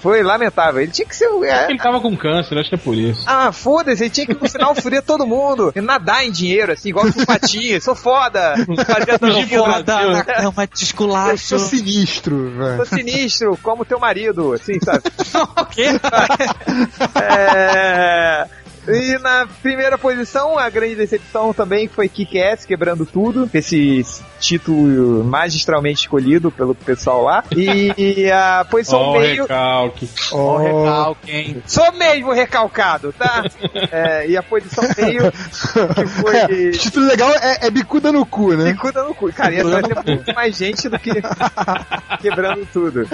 [SPEAKER 8] foi lamentável. Ele tinha que ser. o- é,
[SPEAKER 4] Ele tava com câncer, acho que é por isso.
[SPEAKER 8] Ah, foda-se, ele tinha que no final fuder todo mundo. E nadar em dinheiro, assim, igual o Patinho. Sou foda. Fazer a
[SPEAKER 4] Fugir
[SPEAKER 1] Ah,
[SPEAKER 4] pro Brasil.
[SPEAKER 1] na cama de
[SPEAKER 3] Eu
[SPEAKER 1] esculacho.
[SPEAKER 3] sou sinistro, velho.
[SPEAKER 8] Sou sinistro, como teu marido, assim, sabe?
[SPEAKER 1] o quê?
[SPEAKER 8] É... E na primeira posição, a grande decepção também foi Kick-Ass, quebrando tudo. Esse título magistralmente escolhido pelo pessoal lá. E a posição
[SPEAKER 4] Ó, o
[SPEAKER 8] meio...
[SPEAKER 4] recalque.
[SPEAKER 1] Ó,
[SPEAKER 3] Oh,
[SPEAKER 1] recalque, hein?
[SPEAKER 8] Sou mesmo recalcado, tá? É, e a posição meio que
[SPEAKER 3] é,
[SPEAKER 8] foi...
[SPEAKER 3] título legal é, é bicuda no cu, né?
[SPEAKER 8] Bicuda no cu. Cara, ia
[SPEAKER 4] Né?
[SPEAKER 8] trazer muito mais gente do que quebrando tudo.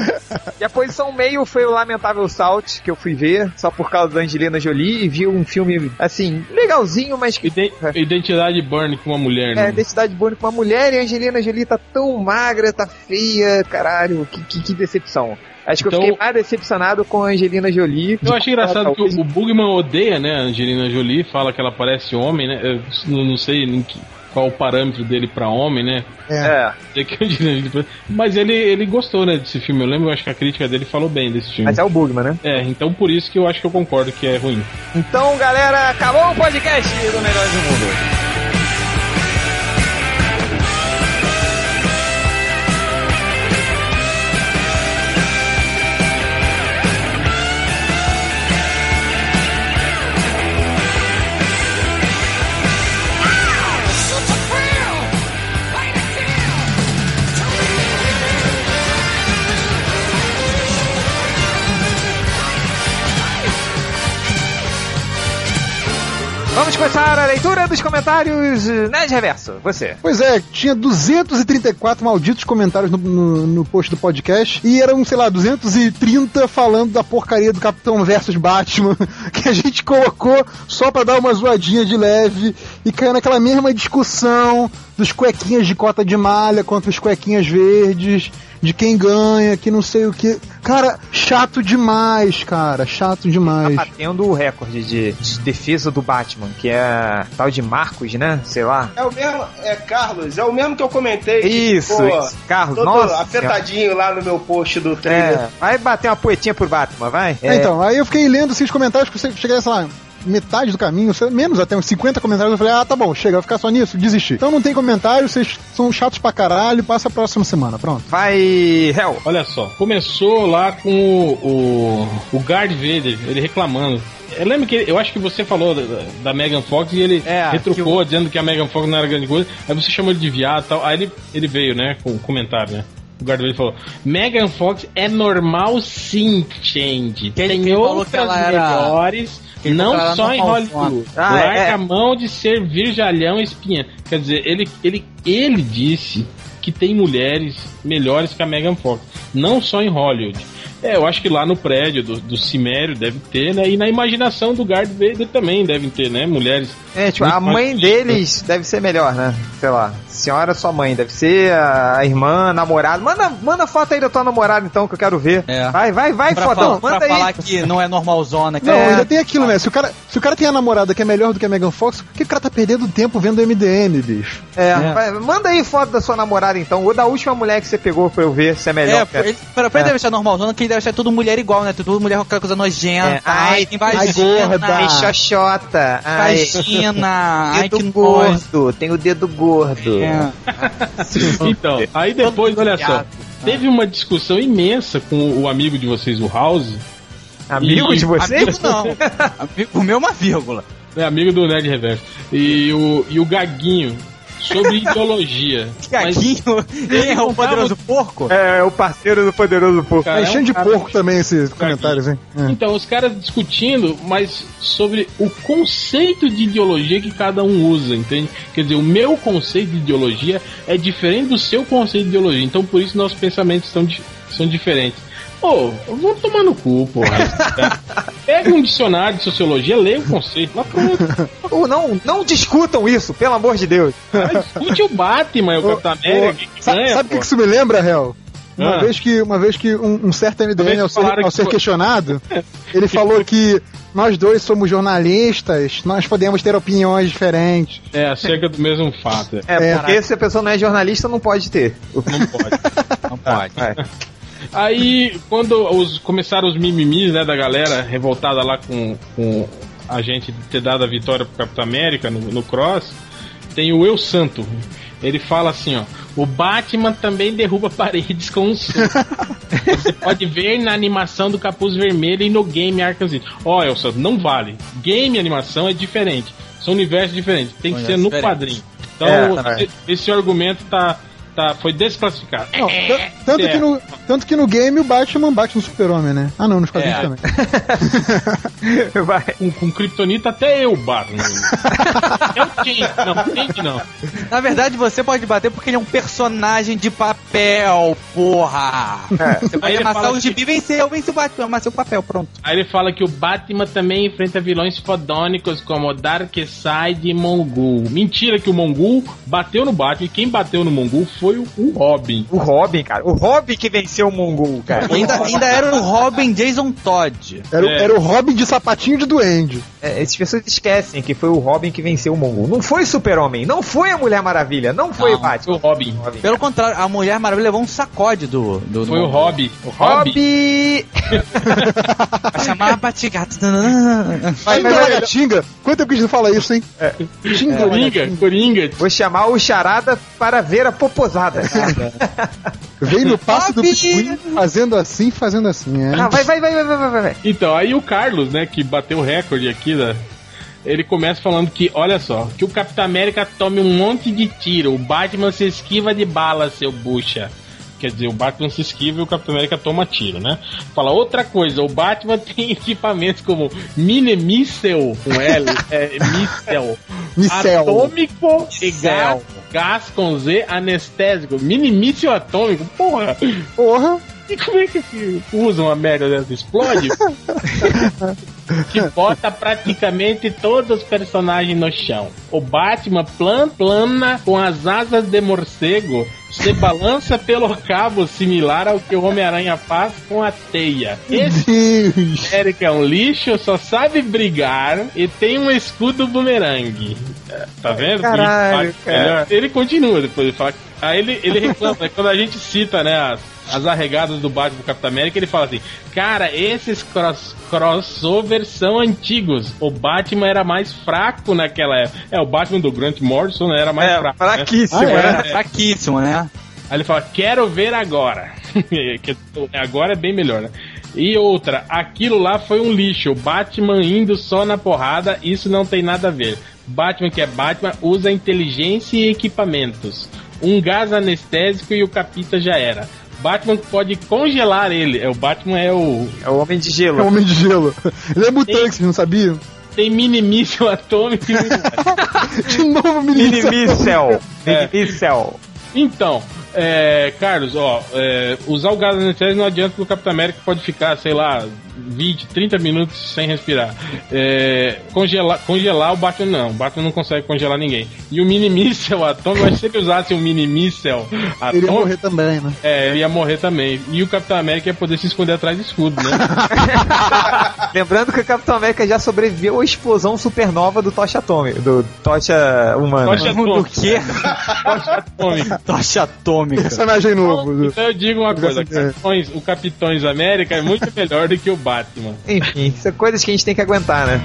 [SPEAKER 8] E a posição meio foi o Lamentável Salt, que eu fui ver, só por causa da Angelina Jolie, e vi um filme filme, assim, legalzinho, mas que.
[SPEAKER 4] Iden- Identidade Burn com uma mulher,
[SPEAKER 8] É,
[SPEAKER 4] né?
[SPEAKER 8] identidade Bonnie com uma mulher e a Angelina Jolie tá tão magra, tá feia, caralho, que, que, que decepção. Acho que
[SPEAKER 4] Então-
[SPEAKER 8] eu fiquei mais decepcionado com a Angelina Jolie.
[SPEAKER 4] Eu achei engraçado que
[SPEAKER 8] Talvez-
[SPEAKER 4] o, o Bugman odeia, né, a Angelina Jolie, fala que ela parece homem, né? Eu não, não sei em que- qual o parâmetro dele pra homem, né?
[SPEAKER 8] É,
[SPEAKER 4] Sei que a Angelina Jolie- Mas ele, ele gostou, né, desse filme. Eu lembro, eu acho que a crítica dele falou bem desse filme.
[SPEAKER 8] mas é o Bugman, né?
[SPEAKER 4] É, então por isso que eu acho que eu concordo que é ruim.
[SPEAKER 8] Então, galera, acabou o podcast do Melhores do Mundo. Vamos começar a leitura dos comentários eh, Nerd Reverso. Você.
[SPEAKER 3] Pois é, tinha 234 malditos comentários no, no, no post do podcast e eram, sei lá, 230 falando da porcaria do Capitão versus Batman que a gente colocou só pra dar uma zoadinha de leve e caiu naquela mesma discussão dos cuequinhas de cota de malha contra os cuequinhas verdes, de quem ganha, que não sei o que. Cara, chato demais, cara, chato demais.
[SPEAKER 8] Tá batendo o recorde de, de defesa do Batman, que é tal de Marcos, né? Sei lá.
[SPEAKER 11] É o mesmo, é Carlos, é o mesmo que eu comentei. que
[SPEAKER 8] Isso,
[SPEAKER 11] ficou
[SPEAKER 8] isso. Carlos,
[SPEAKER 11] Todo
[SPEAKER 8] nossa.
[SPEAKER 11] apertadinho lá no meu post do trailer.
[SPEAKER 8] É, vai bater uma poetinha pro Batman, vai. É,
[SPEAKER 3] Então, aí eu fiquei lendo assim, os comentários que você cheguei, sei lá, metade do caminho, sei- menos até uns 50 comentários, eu falei, ah, tá bom, chega, vai ficar só nisso, desisti. Então não tem comentário, vocês são chatos pra caralho, passa a próxima semana, pronto.
[SPEAKER 8] Vai, Hell.
[SPEAKER 4] Olha só, começou lá com o, o, o Guard Vader, ele reclamando. Eu lembro que ele- eu acho que você falou da, da Megan Fox e ele
[SPEAKER 8] É,
[SPEAKER 4] retrucou dizendo que a Megan Fox não era grande coisa. Aí você chamou ele de viado e tal. Aí ele, ele veio, né, com um comentário, né? O Guard Vader falou: Megan Fox é normal sim, Change.
[SPEAKER 1] Que ele-
[SPEAKER 4] Tem
[SPEAKER 1] que ele falou
[SPEAKER 4] outras
[SPEAKER 1] que ela era-
[SPEAKER 4] melhores,
[SPEAKER 1] que ele falou que
[SPEAKER 4] não
[SPEAKER 1] ela
[SPEAKER 4] só
[SPEAKER 1] era
[SPEAKER 4] em
[SPEAKER 1] normalzona."
[SPEAKER 4] Hollywood.
[SPEAKER 8] Ah,
[SPEAKER 4] Larga
[SPEAKER 8] é.
[SPEAKER 4] a mão de ser virjalhão e espinha. Quer dizer, ele, ele, ele disse que tem mulheres melhores que a Megan Fox, não só em Hollywood. É, eu acho que lá no prédio do, do Cimério deve ter, né? E na imaginação do Guard Vader também devem ter, né? Mulheres.
[SPEAKER 8] É, tipo, a
[SPEAKER 4] Muito
[SPEAKER 8] mãe
[SPEAKER 4] mais-
[SPEAKER 1] né?
[SPEAKER 8] deles deve ser melhor, né? Sei lá. Senhora, sua mãe. Deve ser a a irmã, a namorada. Manda, manda foto aí da tua namorada, então, que eu quero ver.
[SPEAKER 1] É.
[SPEAKER 8] Vai, vai, vai,
[SPEAKER 1] pra
[SPEAKER 8] fotão.
[SPEAKER 1] fa- pra
[SPEAKER 8] manda aí.
[SPEAKER 1] falar que não é normalzona. Que
[SPEAKER 3] Não,
[SPEAKER 1] é,
[SPEAKER 3] ainda tem aquilo, né? Se o, cara, se o cara tem a namorada que é melhor do que a Megan Fox, por que o cara tá perdendo tempo vendo MDM, bicho?
[SPEAKER 8] É, vai, manda aí foto da sua namorada, então. Ou da última mulher que você pegou pra eu ver se é
[SPEAKER 1] é,
[SPEAKER 8] melhor.
[SPEAKER 1] pô,
[SPEAKER 8] que ela.
[SPEAKER 1] ele, pra, pra ele deve ser normalzona, que ele deve ser tudo mulher igual, né? Tudo mulher com aquela coisa nojenta.
[SPEAKER 8] É, ai,
[SPEAKER 1] que vagina,
[SPEAKER 3] gorda.
[SPEAKER 8] Ai, xoxota. Ai,
[SPEAKER 1] Vagina. ai,
[SPEAKER 8] dedo
[SPEAKER 1] que nojo.
[SPEAKER 8] gordo. Tem o dedo gordo.
[SPEAKER 1] É.
[SPEAKER 4] Então, aí depois, olha só, teve uma discussão imensa com o, o amigo de vocês, o House.
[SPEAKER 8] Amigo
[SPEAKER 4] E-
[SPEAKER 8] de vocês?
[SPEAKER 1] Amigo não. Amigo, o meu é uma vírgula.
[SPEAKER 4] É amigo do Nerd Reverso. E o, e o Gaguinho. Sobre ideologia. Mas-
[SPEAKER 1] Gaguinho, quem é o poderoso porco?
[SPEAKER 8] É, o parceiro do Poderoso Porco.
[SPEAKER 4] Cara,
[SPEAKER 3] É,
[SPEAKER 4] é um
[SPEAKER 3] cheio de
[SPEAKER 4] cara-
[SPEAKER 3] porco também esses comentários, hein? É.
[SPEAKER 4] Então, os caras discutindo, mas sobre o conceito de ideologia que cada um usa, entende? Quer dizer, o meu conceito de ideologia é diferente do seu conceito de ideologia, então por isso nossos pensamentos são, di- são diferentes. Pô, vamos tomar no cu, porra. Pega um dicionário de sociologia, lê o conceito, lá pronto.
[SPEAKER 8] Ou não, não discutam isso, pelo amor de Deus.
[SPEAKER 4] Aí Discute o Batman, o
[SPEAKER 3] Ô,
[SPEAKER 4] Capitão
[SPEAKER 3] ô,
[SPEAKER 4] América, que
[SPEAKER 3] sa-
[SPEAKER 4] ganha,
[SPEAKER 3] sabe o que,
[SPEAKER 4] É, pô.
[SPEAKER 3] que isso me lembra, Hel? Uma,
[SPEAKER 4] Ah.
[SPEAKER 3] vez que, uma vez que um, um certo
[SPEAKER 4] vez
[SPEAKER 3] MDM,
[SPEAKER 4] que
[SPEAKER 3] ao ser,
[SPEAKER 4] falaram
[SPEAKER 3] ao
[SPEAKER 4] que
[SPEAKER 3] ser
[SPEAKER 4] foi-
[SPEAKER 3] questionado, ele falou que nós dois somos jornalistas, nós podemos ter opiniões diferentes.
[SPEAKER 4] É, acerca do mesmo fato. é.
[SPEAKER 8] É,
[SPEAKER 3] É,
[SPEAKER 8] porque se a pessoa não é jornalista, não pode ter.
[SPEAKER 1] Não
[SPEAKER 4] Não pode.
[SPEAKER 1] pode.
[SPEAKER 4] Aí, quando os, começaram os mimimis, né, da galera revoltada lá com, com a gente ter dado a vitória pro Capitão América no, no Cross, tem o Eu Santo. Ele fala assim, ó, o Batman também derruba paredes com um soco. Você pode ver na animação do Capuz Vermelho e no game Arkham City. Ó, El Santo, não vale. Game e animação é diferente. São universos diferentes. Tem que ser
[SPEAKER 1] Universos
[SPEAKER 4] no
[SPEAKER 1] diferentes.
[SPEAKER 4] quadrinho. Então,
[SPEAKER 8] É, tá
[SPEAKER 4] esse, esse argumento tá, tá, foi desclassificado.
[SPEAKER 3] Não, t- tanto,
[SPEAKER 4] É.
[SPEAKER 3] que no, tanto que no game o Batman bate no Super-Homem, né? Ah, não, nos quadrinhos
[SPEAKER 4] É.
[SPEAKER 3] também.
[SPEAKER 8] Vai.
[SPEAKER 4] Com, com Kryptonita até eu bato. no- eu tinha, não, tem que não.
[SPEAKER 1] Na verdade, você pode bater porque ele é um personagem de papel, porra! Você
[SPEAKER 4] É, Aí
[SPEAKER 1] pode
[SPEAKER 4] ele
[SPEAKER 1] amassar
[SPEAKER 4] fala
[SPEAKER 1] o gibi e venceu, venceu o Batman, amassou o papel, pronto.
[SPEAKER 4] Aí ele fala que o Batman também enfrenta vilões fodônicos como Darkseid e Mongul. Mentira que o Mongul bateu no Batman. e Quem bateu no Mongul foi o, o Robin.
[SPEAKER 8] O Robin, cara. O Robin que venceu o Mongol, cara.
[SPEAKER 1] Ainda, ainda era o Robin Jason Todd.
[SPEAKER 3] Era, o-
[SPEAKER 4] É.
[SPEAKER 3] era o Robin de sapatinho de duende.
[SPEAKER 8] É, essas pessoas esquecem que foi o Robin que venceu o Mongol. Não foi Super-Homem, não foi a Mulher Maravilha, não foi
[SPEAKER 1] Não,
[SPEAKER 8] o Batman.
[SPEAKER 4] Foi o Robin.
[SPEAKER 8] Robin.
[SPEAKER 1] Pelo contrário, a Mulher Maravilha levou um sacode do. do
[SPEAKER 4] Foi o Robin. O Robin.
[SPEAKER 8] Robin!
[SPEAKER 1] Pra chamar a Batigata.
[SPEAKER 8] Vai,
[SPEAKER 3] Então, Xinga
[SPEAKER 4] é
[SPEAKER 8] vai, vai.
[SPEAKER 3] Magatinga! Quanto tempo que a gente não fala isso, hein? Xinga o
[SPEAKER 4] Coringa. Coringa.
[SPEAKER 8] Vou chamar o Charada para ver a poposada.
[SPEAKER 3] Vem no passo do
[SPEAKER 1] Robin!
[SPEAKER 3] biscuit, fazendo assim, fazendo assim, é.
[SPEAKER 8] Ah, vai, vai, vai, vai, vai, vai, vai.
[SPEAKER 4] Então, aí o Carlos, né, que bateu o recorde aqui, né, ele começa falando que, olha só, que o Capitão América tome um monte de tiro, o Batman se esquiva de bala, seu bucha. Quer dizer, o Batman se esquiva e o Capitão América toma tiro, né? Fala outra coisa, o Batman tem equipamentos como mini míssel, com L, é, míssel,
[SPEAKER 3] Micel.
[SPEAKER 4] atômico e gás,
[SPEAKER 1] Céu.
[SPEAKER 4] gás com Z, anestésico, mini míssel atômico, porra!
[SPEAKER 3] Porra!
[SPEAKER 4] E como é que se usa uma merda dessa? Explode? que bota praticamente todos os personagens no chão. O Batman plan, plana com as asas de morcego se balança pelo cabo similar ao que o Homem-Aranha faz com a teia. Esse
[SPEAKER 3] Deus!
[SPEAKER 4] Eric é um lixo, só sabe brigar e tem um escudo bumerangue. É, Tá vendo?
[SPEAKER 8] Caralho,
[SPEAKER 4] ele, fala-
[SPEAKER 8] cara.
[SPEAKER 4] é, ele continua depois, ele fala. Aí ele, ele reclama, né? quando a gente cita, né, as, as arregadas do Batman do Capitão América, ele fala assim: Cara, esses cross, crossovers são antigos. O Batman era mais fraco naquela época. É, o Batman do Grant Morrison né, era mais
[SPEAKER 8] É,
[SPEAKER 4] fraco. né?
[SPEAKER 8] fraquíssimo, né?
[SPEAKER 1] Era fraquíssimo, né?
[SPEAKER 4] Aí ele fala, quero ver agora. Que agora é bem melhor, né? E outra, aquilo lá foi um lixo. O Batman indo só na porrada, isso não tem nada a ver. Batman que é Batman usa inteligência e equipamentos. Um gás anestésico e o capita já era. Batman pode congelar ele. É, o Batman é o.
[SPEAKER 8] É o Homem de
[SPEAKER 3] É um
[SPEAKER 8] Gelo.
[SPEAKER 3] homem de gelo. Ele é mutante, vocês não sabiam?
[SPEAKER 4] Tem mini míssil atômico.
[SPEAKER 3] De novo, menino.
[SPEAKER 8] Minimicel.
[SPEAKER 4] É.
[SPEAKER 8] Minimicel.
[SPEAKER 4] Então, é, Carlos, ó, é, usar o gás anestésico não adianta porque o Capitão América pode ficar, sei lá, 20, 30 minutos sem respirar. É, congelar, congelar o Batman não. O Batman não consegue congelar ninguém. E o minimíssel atômico, mas se ele usasse o minimíssel
[SPEAKER 3] Ele ia
[SPEAKER 4] atômico,
[SPEAKER 3] morrer também, né?
[SPEAKER 4] é, ele ia morrer também. E o Capitão América ia poder se esconder atrás de escudo, né?
[SPEAKER 8] Lembrando que o Capitão América já sobreviveu à explosão supernova do Tocha Atômico. Do Tocha Humano.
[SPEAKER 4] Tocha
[SPEAKER 1] O
[SPEAKER 4] atômica.
[SPEAKER 1] quê?
[SPEAKER 4] Tocha atômica.
[SPEAKER 1] Tocha atômica.
[SPEAKER 3] Personagem novo.
[SPEAKER 4] Então eu digo uma coisa, Capitões- o Capitões América é muito melhor do que o Batman.
[SPEAKER 8] Enfim, são coisas que a gente tem que aguentar, né?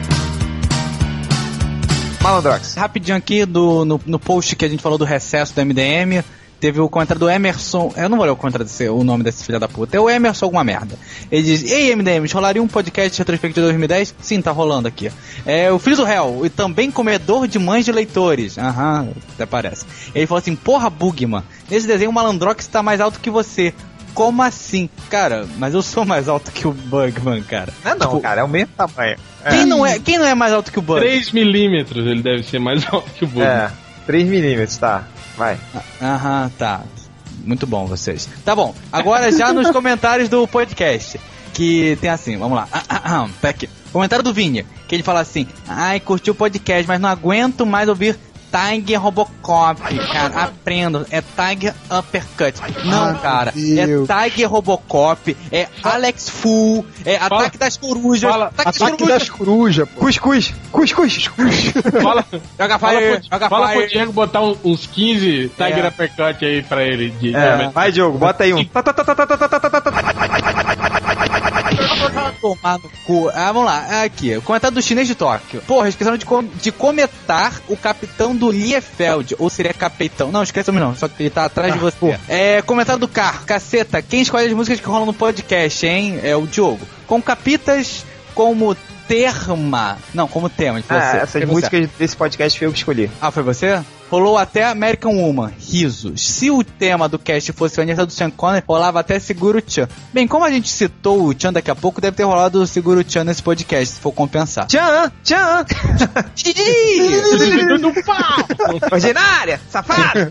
[SPEAKER 8] Malandrox.
[SPEAKER 1] Rapidinho aqui do, no, no post que a gente falou do recesso do MDM. Teve o contra do Emerson. Eu não vou ler o contra desse, o nome desse filho da puta. É o Emerson alguma merda. Ele diz: Ei, MDM, rolaria um podcast retrospectivo de 2010? Sim, tá rolando aqui. É o Filho do Réu, e também comedor de mães de leitores. Aham, até parece. Ele falou assim: Porra, Bugman, nesse desenho o Malandrox tá mais alto que você. Como assim? Cara, mas eu sou mais alto que o Bugman, cara.
[SPEAKER 8] Não é não,
[SPEAKER 1] Tipo,
[SPEAKER 8] cara, é o mesmo tamanho.
[SPEAKER 1] Quem, não é, quem não é mais alto que o Bugman?
[SPEAKER 4] 3 milímetros ele deve ser mais alto que o Bug.
[SPEAKER 8] É, 3 milímetros, tá. Vai.
[SPEAKER 1] Aham, tá. Muito bom vocês. Tá bom, agora já nos comentários do podcast. Que tem assim, vamos lá. Tá aqui. Comentário do Vini, que ele fala assim: Ai, curti o podcast, mas não aguento mais ouvir Tiger Robocop, cara. Aprendo. É Tiger Uppercut. Não,
[SPEAKER 3] Ai,
[SPEAKER 1] cara.
[SPEAKER 3] meu
[SPEAKER 1] É Tiger Robocop, é Alex Full, é
[SPEAKER 4] Fala-
[SPEAKER 1] Ataque das Corujas.
[SPEAKER 4] Fala-
[SPEAKER 1] Ataque, das
[SPEAKER 3] Ataque
[SPEAKER 1] Corujas.
[SPEAKER 3] das corujas, pô.
[SPEAKER 8] Cuscuz, cuscuz.
[SPEAKER 4] Fala,
[SPEAKER 1] Joga
[SPEAKER 4] fala,
[SPEAKER 1] fire,
[SPEAKER 4] pro,
[SPEAKER 1] joga
[SPEAKER 4] fala pro
[SPEAKER 1] fire.
[SPEAKER 4] Diego botar um- uns 15 Tiger Uppercut aí pra ele. De,
[SPEAKER 8] É, vai, Diogo, bota aí um. Tá, tá, tá, tá, tá, tá, tá, tá, tá, tá.
[SPEAKER 1] tá Tomar no cu. Ah, vamos lá. Aqui, o comentário do chinês de Tóquio. Porra, esqueceram de, com- de comentar o capitão do Liefeld. Ou seria capitão? Não, esqueçam não. Só que ele tá atrás de você. É, comentário do carro. Caceta, quem escolhe as músicas que rolam no podcast, hein? É o Diogo. Com capitas como terma. Não, como tema. de
[SPEAKER 8] Ah,
[SPEAKER 1] você.
[SPEAKER 8] essas
[SPEAKER 1] Foi É você.
[SPEAKER 8] músicas desse podcast foi eu que escolhi.
[SPEAKER 1] Ah, foi você? Rolou até American Woman, risos. Se o tema do cast fosse o aniversário do Sean Connery, rolava até Seguro Chan. Bem, como a gente citou o Chan daqui a pouco, deve ter rolado o Seguro Chan nesse podcast, se for compensar.
[SPEAKER 8] Tchan, tchan.
[SPEAKER 1] Ih!
[SPEAKER 4] Do pau!
[SPEAKER 8] Ordinária, safado.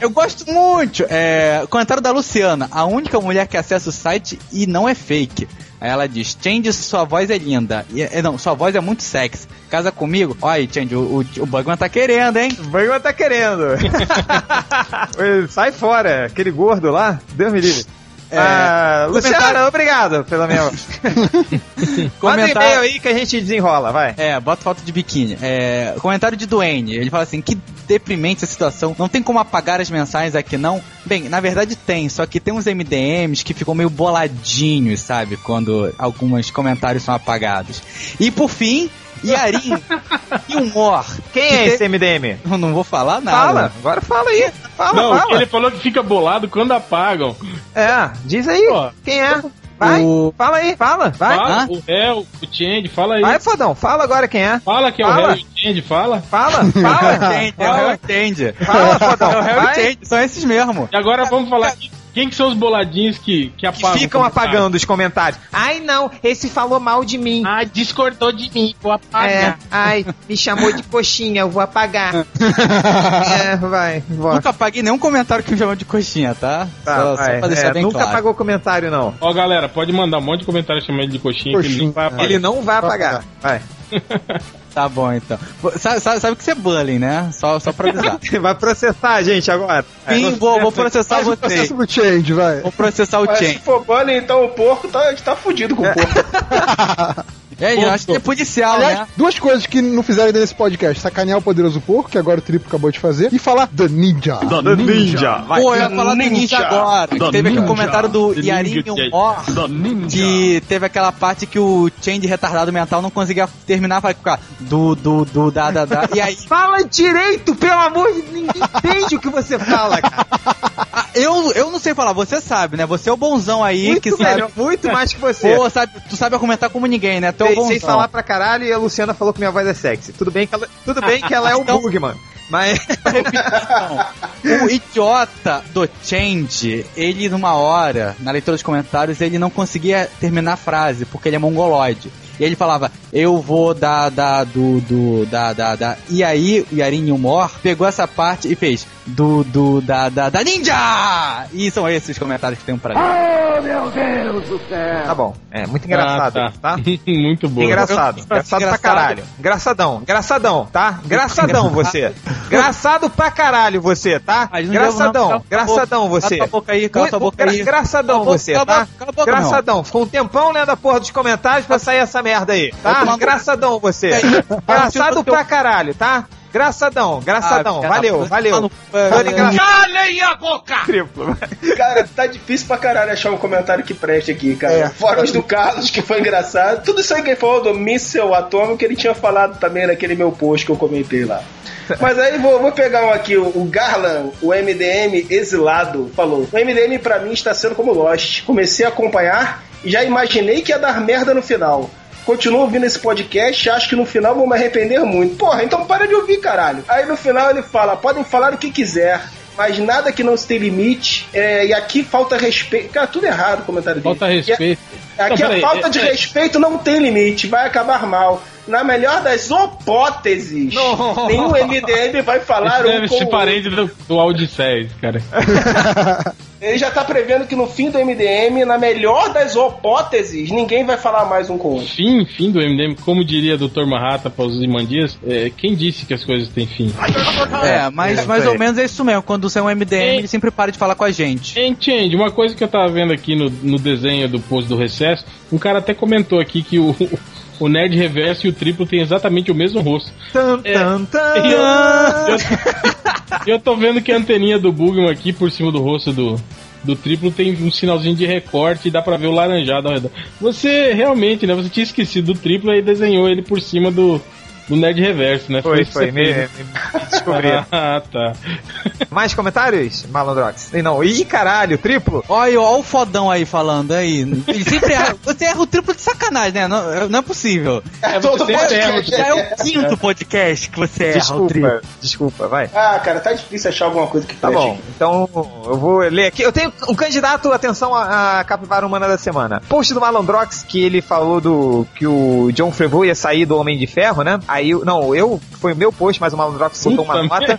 [SPEAKER 1] Eu gosto muito. É, comentário da Luciana, a única mulher que acessa o site e não é fake. Aí ela diz, Change, sua voz é linda. E- é, não, sua voz é muito sexy. Casa comigo? Olha aí, Change, o, o, o Bugman tá querendo, hein?
[SPEAKER 8] O Bergman tá querendo. Ele Sai fora, aquele gordo lá. Deus me livre. Ah, Luciana,
[SPEAKER 1] comentário-
[SPEAKER 8] obrigado pela minha. Manda um
[SPEAKER 1] Comentário-
[SPEAKER 8] e-mail aí que a gente desenrola, vai.
[SPEAKER 1] É, bota foto de biquíni. É, comentário de Duane. Ele fala assim: que deprimente essa situação. Não tem como apagar as mensagens aqui, não? Bem, na verdade tem, só que tem uns MDMs que ficam meio boladinhos, sabe? Quando alguns comentários são apagados. E por fim, Yarin e humor.
[SPEAKER 8] Quem é esse MDM?
[SPEAKER 1] Eu não vou falar nada.
[SPEAKER 8] Fala, agora fala aí. Fala,
[SPEAKER 4] Não,
[SPEAKER 8] fala.
[SPEAKER 4] ele falou que fica bolado quando apagam.
[SPEAKER 8] É, diz aí
[SPEAKER 4] Ó.
[SPEAKER 8] quem é. Vai,
[SPEAKER 1] O-
[SPEAKER 8] fala aí, fala, vai.
[SPEAKER 4] Fala,
[SPEAKER 1] hã?
[SPEAKER 4] o réu, o Change, fala aí.
[SPEAKER 8] Vai, ah. fodão, fala agora quem é.
[SPEAKER 4] Fala que é o
[SPEAKER 8] Fala.
[SPEAKER 4] réu e o Change, fala.
[SPEAKER 8] Fala,
[SPEAKER 1] Fala,
[SPEAKER 8] fala.
[SPEAKER 1] gente, é o Harry Change.
[SPEAKER 8] Fala, fodão.
[SPEAKER 1] É o Harry
[SPEAKER 8] vai.
[SPEAKER 1] Change, são esses mesmo.
[SPEAKER 4] E agora vamos falar aqui, quem que são os boladinhos que, que
[SPEAKER 8] Que
[SPEAKER 4] apagam.
[SPEAKER 8] ficam
[SPEAKER 4] quando
[SPEAKER 8] apagando os comentários. Ai não, esse falou mal de mim. É.
[SPEAKER 4] apagam? Ah, discordou de mim, vou apagar.
[SPEAKER 8] ai, me chamou de coxinha, eu vou apagar. é, vai, bora.
[SPEAKER 1] Nunca apaguei nenhum comentário que me chamou de coxinha, tá?
[SPEAKER 8] Tá,
[SPEAKER 1] só,
[SPEAKER 8] vai.
[SPEAKER 1] só pra deixar
[SPEAKER 8] É,
[SPEAKER 1] bem
[SPEAKER 8] nunca
[SPEAKER 1] claro.
[SPEAKER 8] apagou comentário, não.
[SPEAKER 4] Ó, galera, pode mandar um monte de comentário chamando ele de coxinha, que ele
[SPEAKER 3] Coxinha.
[SPEAKER 4] não vai apagar.
[SPEAKER 8] Ele é não vai apagar. Vai.
[SPEAKER 1] Tá bom, então. Sabe, sabe, sabe que você é bullying, né? Só, só pra avisar.
[SPEAKER 8] Vai processar a gente agora.
[SPEAKER 1] Sim, vou, vou processar
[SPEAKER 3] Faz o
[SPEAKER 1] você.
[SPEAKER 3] processo pro Change, vai.
[SPEAKER 1] Vou processar o
[SPEAKER 11] Mas
[SPEAKER 1] Chen.
[SPEAKER 11] se for bullying, então o porco tá, a gente tá fudido com o porco.
[SPEAKER 1] É, eu acho que é policial,
[SPEAKER 3] Aliás,
[SPEAKER 1] né?
[SPEAKER 3] duas coisas que não fizeram ainda nesse podcast: sacanear o Poderoso Porco, que agora o Triplo acabou de fazer, e falar The Ninja.
[SPEAKER 8] The Ninja.
[SPEAKER 1] Pô, eu ia falar do Ninja agora. Que teve aqui um comentário do
[SPEAKER 4] The
[SPEAKER 1] Yarin
[SPEAKER 4] Ninja.
[SPEAKER 1] Mor, que teve aquela parte que o Chen de retardado mental não conseguia terminar, vai ficar do, do, do, da, da, da. E aí,
[SPEAKER 8] Fala direito, pelo amor de Deus. Ninguém entende o que você fala, cara.
[SPEAKER 1] ah, eu, eu não sei falar, você sabe, né? Você é o bonzão aí que
[SPEAKER 8] Muito,
[SPEAKER 1] sabe.
[SPEAKER 8] melhor, muito mais que você.
[SPEAKER 1] Pô, sabe, tu sabe argumentar como ninguém, né? Tu é o
[SPEAKER 8] Sei,
[SPEAKER 1] bonzão.
[SPEAKER 8] sei falar pra caralho e a Luciana falou que minha voz é sexy. Tudo bem que ela, tudo bem que ela é o
[SPEAKER 1] Então-
[SPEAKER 8] Bugman. Mas
[SPEAKER 1] O Um idiota do Change, ele numa hora, na leitura dos comentários, ele não conseguia terminar a frase, porque ele é mongoloide. E ele falava, eu vou dar, da, do, do, da, da, da. E aí, o Yarin Humor pegou essa parte e fez, do, do, da, da, da ninja! E são esses os comentários que tem pra
[SPEAKER 8] Ah,
[SPEAKER 1] mim.
[SPEAKER 8] tá bom. É muito engraçado,
[SPEAKER 4] Ah,
[SPEAKER 8] tá?
[SPEAKER 4] Muito bom.
[SPEAKER 8] Engraçado, engraçado pra
[SPEAKER 1] Engraçado.
[SPEAKER 8] caralho. Engraçadão, engraçadão, tá? Engraçadão você. Engraçado pra caralho você, tá?
[SPEAKER 1] Mas não
[SPEAKER 8] Engraçadão,
[SPEAKER 1] devo não, cala a
[SPEAKER 8] engraçadão
[SPEAKER 1] boca.
[SPEAKER 8] você.
[SPEAKER 1] Cala tua boca aí, cala tua boca aí.
[SPEAKER 8] Engraçadão
[SPEAKER 1] Cala a boca,
[SPEAKER 8] você,
[SPEAKER 1] cala a
[SPEAKER 8] tá?
[SPEAKER 1] boca, cala a boca,
[SPEAKER 8] Engraçadão. Ficou um tempão lendo a porra dos comentários pra sair essa merda aí, tá?
[SPEAKER 1] Vai tomar no-
[SPEAKER 8] Engraçadão você.
[SPEAKER 1] Vai tomar
[SPEAKER 8] Engraçado
[SPEAKER 1] no teu-
[SPEAKER 8] pra caralho, tá? Engraçadão, engraçadão.
[SPEAKER 1] Ah, cara,
[SPEAKER 8] Valeu,
[SPEAKER 1] vai tomar
[SPEAKER 8] valeu.
[SPEAKER 1] no- é,
[SPEAKER 8] Todo engraçado.
[SPEAKER 9] Calem a boca!
[SPEAKER 8] Triplo.
[SPEAKER 11] Cara, tá difícil pra caralho achar um comentário que preste aqui, cara.
[SPEAKER 3] É.
[SPEAKER 11] Fora os do Carlos, que foi engraçado. Tudo isso aí que ele falou do Missile Atômico, que ele tinha falado também naquele meu post que eu comentei lá. Mas aí vou, vou pegar um aqui, o o Garland, o MDM exilado, falou: O MDM pra mim está sendo como Lost. Comecei a acompanhar e já imaginei que ia dar merda no final. Continuo ouvindo esse podcast e acho que no final vou me arrepender muito. Porra, então para de ouvir, caralho. Aí no final ele fala: podem falar o que quiser, mas nada que não se tem limite. É, e aqui falta respeito. Cara, tudo errado o comentário dele.
[SPEAKER 4] Falta respeito.
[SPEAKER 11] E é a- aqui
[SPEAKER 4] Não,
[SPEAKER 11] a
[SPEAKER 4] peraí,
[SPEAKER 11] falta
[SPEAKER 4] é-
[SPEAKER 11] de
[SPEAKER 4] é-
[SPEAKER 11] respeito não tem limite, vai acabar mal. Na melhor das hipóteses,
[SPEAKER 8] Não.
[SPEAKER 11] nenhum MDM vai falar
[SPEAKER 4] Esse
[SPEAKER 11] um
[SPEAKER 4] deve
[SPEAKER 11] com
[SPEAKER 4] ser
[SPEAKER 11] o
[SPEAKER 4] parente do, do Odisseia, cara.
[SPEAKER 11] Ele já tá prevendo que no fim do MDM, na melhor das hipóteses, ninguém vai falar mais um com o outro.
[SPEAKER 4] Fim, fim do MDM, como diria Dr. Marrata para os Imandias, é, quem disse que as coisas têm fim?
[SPEAKER 1] É, mas mais
[SPEAKER 8] foi.
[SPEAKER 1] ou menos é isso mesmo. Quando você é um MDM, ele sempre para de falar com a gente.
[SPEAKER 4] Entende, uma coisa que eu tava vendo aqui no, no desenho do post do recesso, um cara até comentou aqui que o, o Nerd Reverso e o Triplo têm exatamente o mesmo rosto.
[SPEAKER 8] Tan, tan,
[SPEAKER 4] E eu,
[SPEAKER 8] tan.
[SPEAKER 4] eu- eu tô vendo que a anteninha do Bugman aqui por cima do rosto do, do Triplo tem um sinalzinho de recorte e dá pra ver o laranjado ao redor. Você realmente, né? Você tinha esquecido do Triplo e desenhou ele por cima do, do Nerd Reverso, né?
[SPEAKER 8] Foi,
[SPEAKER 4] isso que
[SPEAKER 8] foi.
[SPEAKER 4] você
[SPEAKER 8] Me,
[SPEAKER 4] fez, né?
[SPEAKER 8] me descobri.
[SPEAKER 4] Ah, tá.
[SPEAKER 8] Mais comentários, Malandrox? E Não. Ih, caralho, triplo.
[SPEAKER 1] Olha, olha o fodão aí falando aí. Ele sempre erra. Você erra o triplo de sacanagem, né? Não, não é possível.
[SPEAKER 4] É, você
[SPEAKER 11] Todo
[SPEAKER 4] sempre erra,
[SPEAKER 11] podcast.
[SPEAKER 1] Já é o quinto podcast que você erra o triplo.
[SPEAKER 8] Desculpa, desculpa, vai.
[SPEAKER 11] Ah, cara, tá difícil achar alguma coisa que
[SPEAKER 8] Tá
[SPEAKER 11] preste.
[SPEAKER 8] bom, então eu vou ler aqui. Eu tenho um candidato, atenção, a, a capivara humana da semana. Post do Malandrox que ele falou do que o John Favreau ia sair do Homem de Ferro, né? Aí, eu- não, eu, foi o meu post, mas o Malandrox botou
[SPEAKER 4] Puta
[SPEAKER 8] uma nota.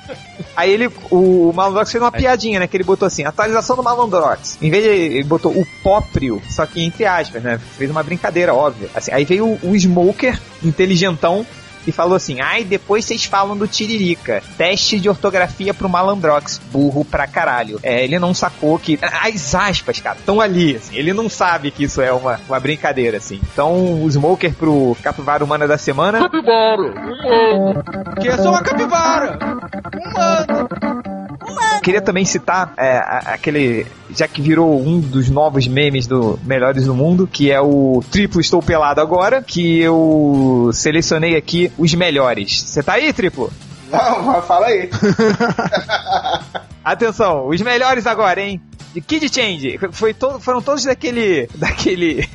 [SPEAKER 8] Aí ele, o, Malandrox fez uma piadinha, né? Que ele botou assim, atualização do Malandrox. Em vez de, ele botou o próprio, só que entre aspas, né? Fez uma brincadeira, óbvio. Assim, aí veio o, o Smoker, inteligentão, e falou assim: ai, depois vocês falam do Tiririca. Teste de ortografia pro Malandrox, burro pra caralho. É, ele não sacou que. As aspas, cara, estão ali, assim. Ele não sabe que isso é uma, uma brincadeira, assim. Então, o Smoker pro Capivara Humana da Semana.
[SPEAKER 1] Porque eu sou uma capivara.
[SPEAKER 8] Queria também citar é, a- aquele. Já que virou um dos novos memes do Melhores do Mundo, que é o Triplo Estou Pelado Agora, que eu selecionei aqui os melhores. Você tá aí, Triplo?
[SPEAKER 11] Não, mas fala aí.
[SPEAKER 8] Atenção, os melhores agora, hein? De Kid Change. Foi todo, foram todos daquele. daquele.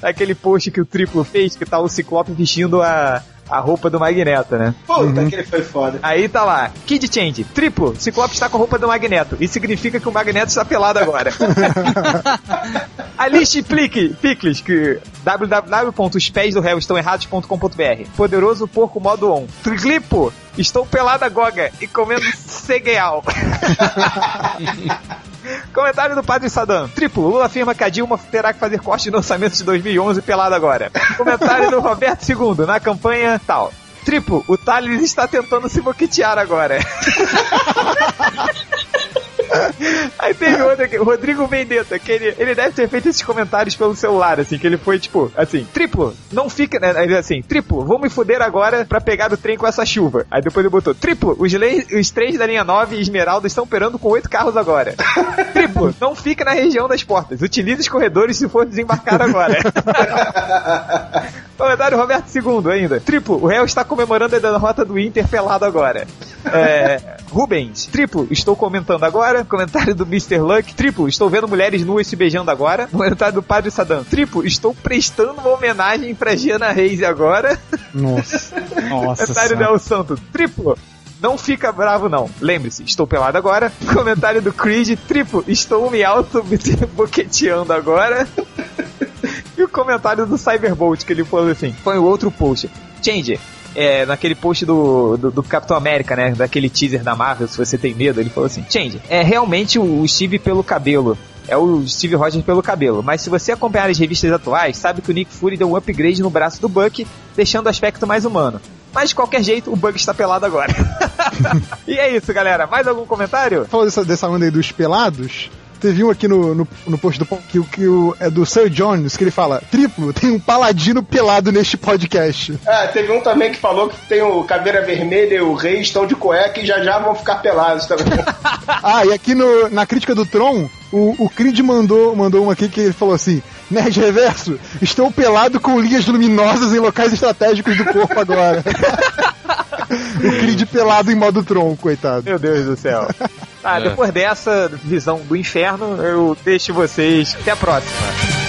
[SPEAKER 8] daquele post que o triplo fez, que tá o Ciclope vestindo a. A roupa do Magneto, né?
[SPEAKER 11] Puta, aquele foi foda.
[SPEAKER 8] Aí tá lá, Kid Change, triplo, Ciclope está com a roupa do Magneto. Isso significa que o Magneto está pelado agora. Alice Plick, Picles, que www.ospésdoréuestãoerrados.com.br Poderoso Porco Modo On. Triglipo, estou pelada goga e comendo cereal. Comentário do Padre Sadam. Triplo, Lula afirma que a Dilma terá que fazer corte no orçamento de 2011 pelado agora. Comentário do Roberto II, na campanha tal. Triplo, o Thales está tentando se boquetear agora. Aí teve outro aqui, o Rodrigo Vendetta, que ele, ele deve ter feito esses comentários pelo celular, assim, que ele foi tipo, assim, triplo, não fica, né, ele assim, triplo, vou me fuder agora pra pegar do trem com essa chuva. Aí depois ele botou, triplo, os, le- os três da linha 9 e Esmeralda estão operando com oito carros agora. triplo, não fica na região das portas, utilize os corredores se for desembarcar agora. Comentário Roberto II ainda. Triplo, o réu está comemorando a derrota do Inter pelado agora. É, Rubens, triplo, estou comentando agora. Comentário do Mr. Luck, triplo, estou vendo mulheres nuas se beijando agora. Comentário do Padre Sadam, triplo, estou prestando uma homenagem pra Giana Reis agora.
[SPEAKER 3] Nossa. Nossa.
[SPEAKER 8] Comentário do
[SPEAKER 3] senhora.
[SPEAKER 8] El Santo, triplo. Não fica bravo, não. Lembre-se, estou pelado agora. Comentário do Creed, triplo, estou me auto-boqueteando agora. E o comentário do Cyberbolt, que ele falou assim: põe o outro post. Change. É, naquele post do, do, do Capitão América, né? Daquele teaser da Marvel, se você tem medo, ele falou assim: Change, é realmente o Steve pelo cabelo. É o Steve Rogers pelo cabelo. Mas se você acompanhar as revistas atuais, sabe que o Nick Fury deu um upgrade no braço do Buck, deixando o aspecto mais humano. Mas de qualquer jeito, o Buck está pelado agora. e é isso, galera. Mais algum comentário?
[SPEAKER 3] Falou dessa, dessa onda aí dos pelados. Teve um aqui no, no, no post do que, o- que o, é do Sir Jones, que ele fala: Triplo, tem um paladino pelado neste podcast.
[SPEAKER 11] Ah, teve um também que falou que tem o Caveira Vermelha e o Rei estão de cueca e já já vão ficar pelados também.
[SPEAKER 3] Ah, e aqui no, na crítica do Tron, o, o Creed mandou, mandou um aqui que ele falou assim: Nerd Reverso, estou pelado com linhas luminosas em locais estratégicos do corpo agora. o Creed pelado em modo Tron, coitado.
[SPEAKER 8] Meu Deus do céu. Ah, Tá, depois dessa visão do inferno, eu deixo vocês. Até a próxima.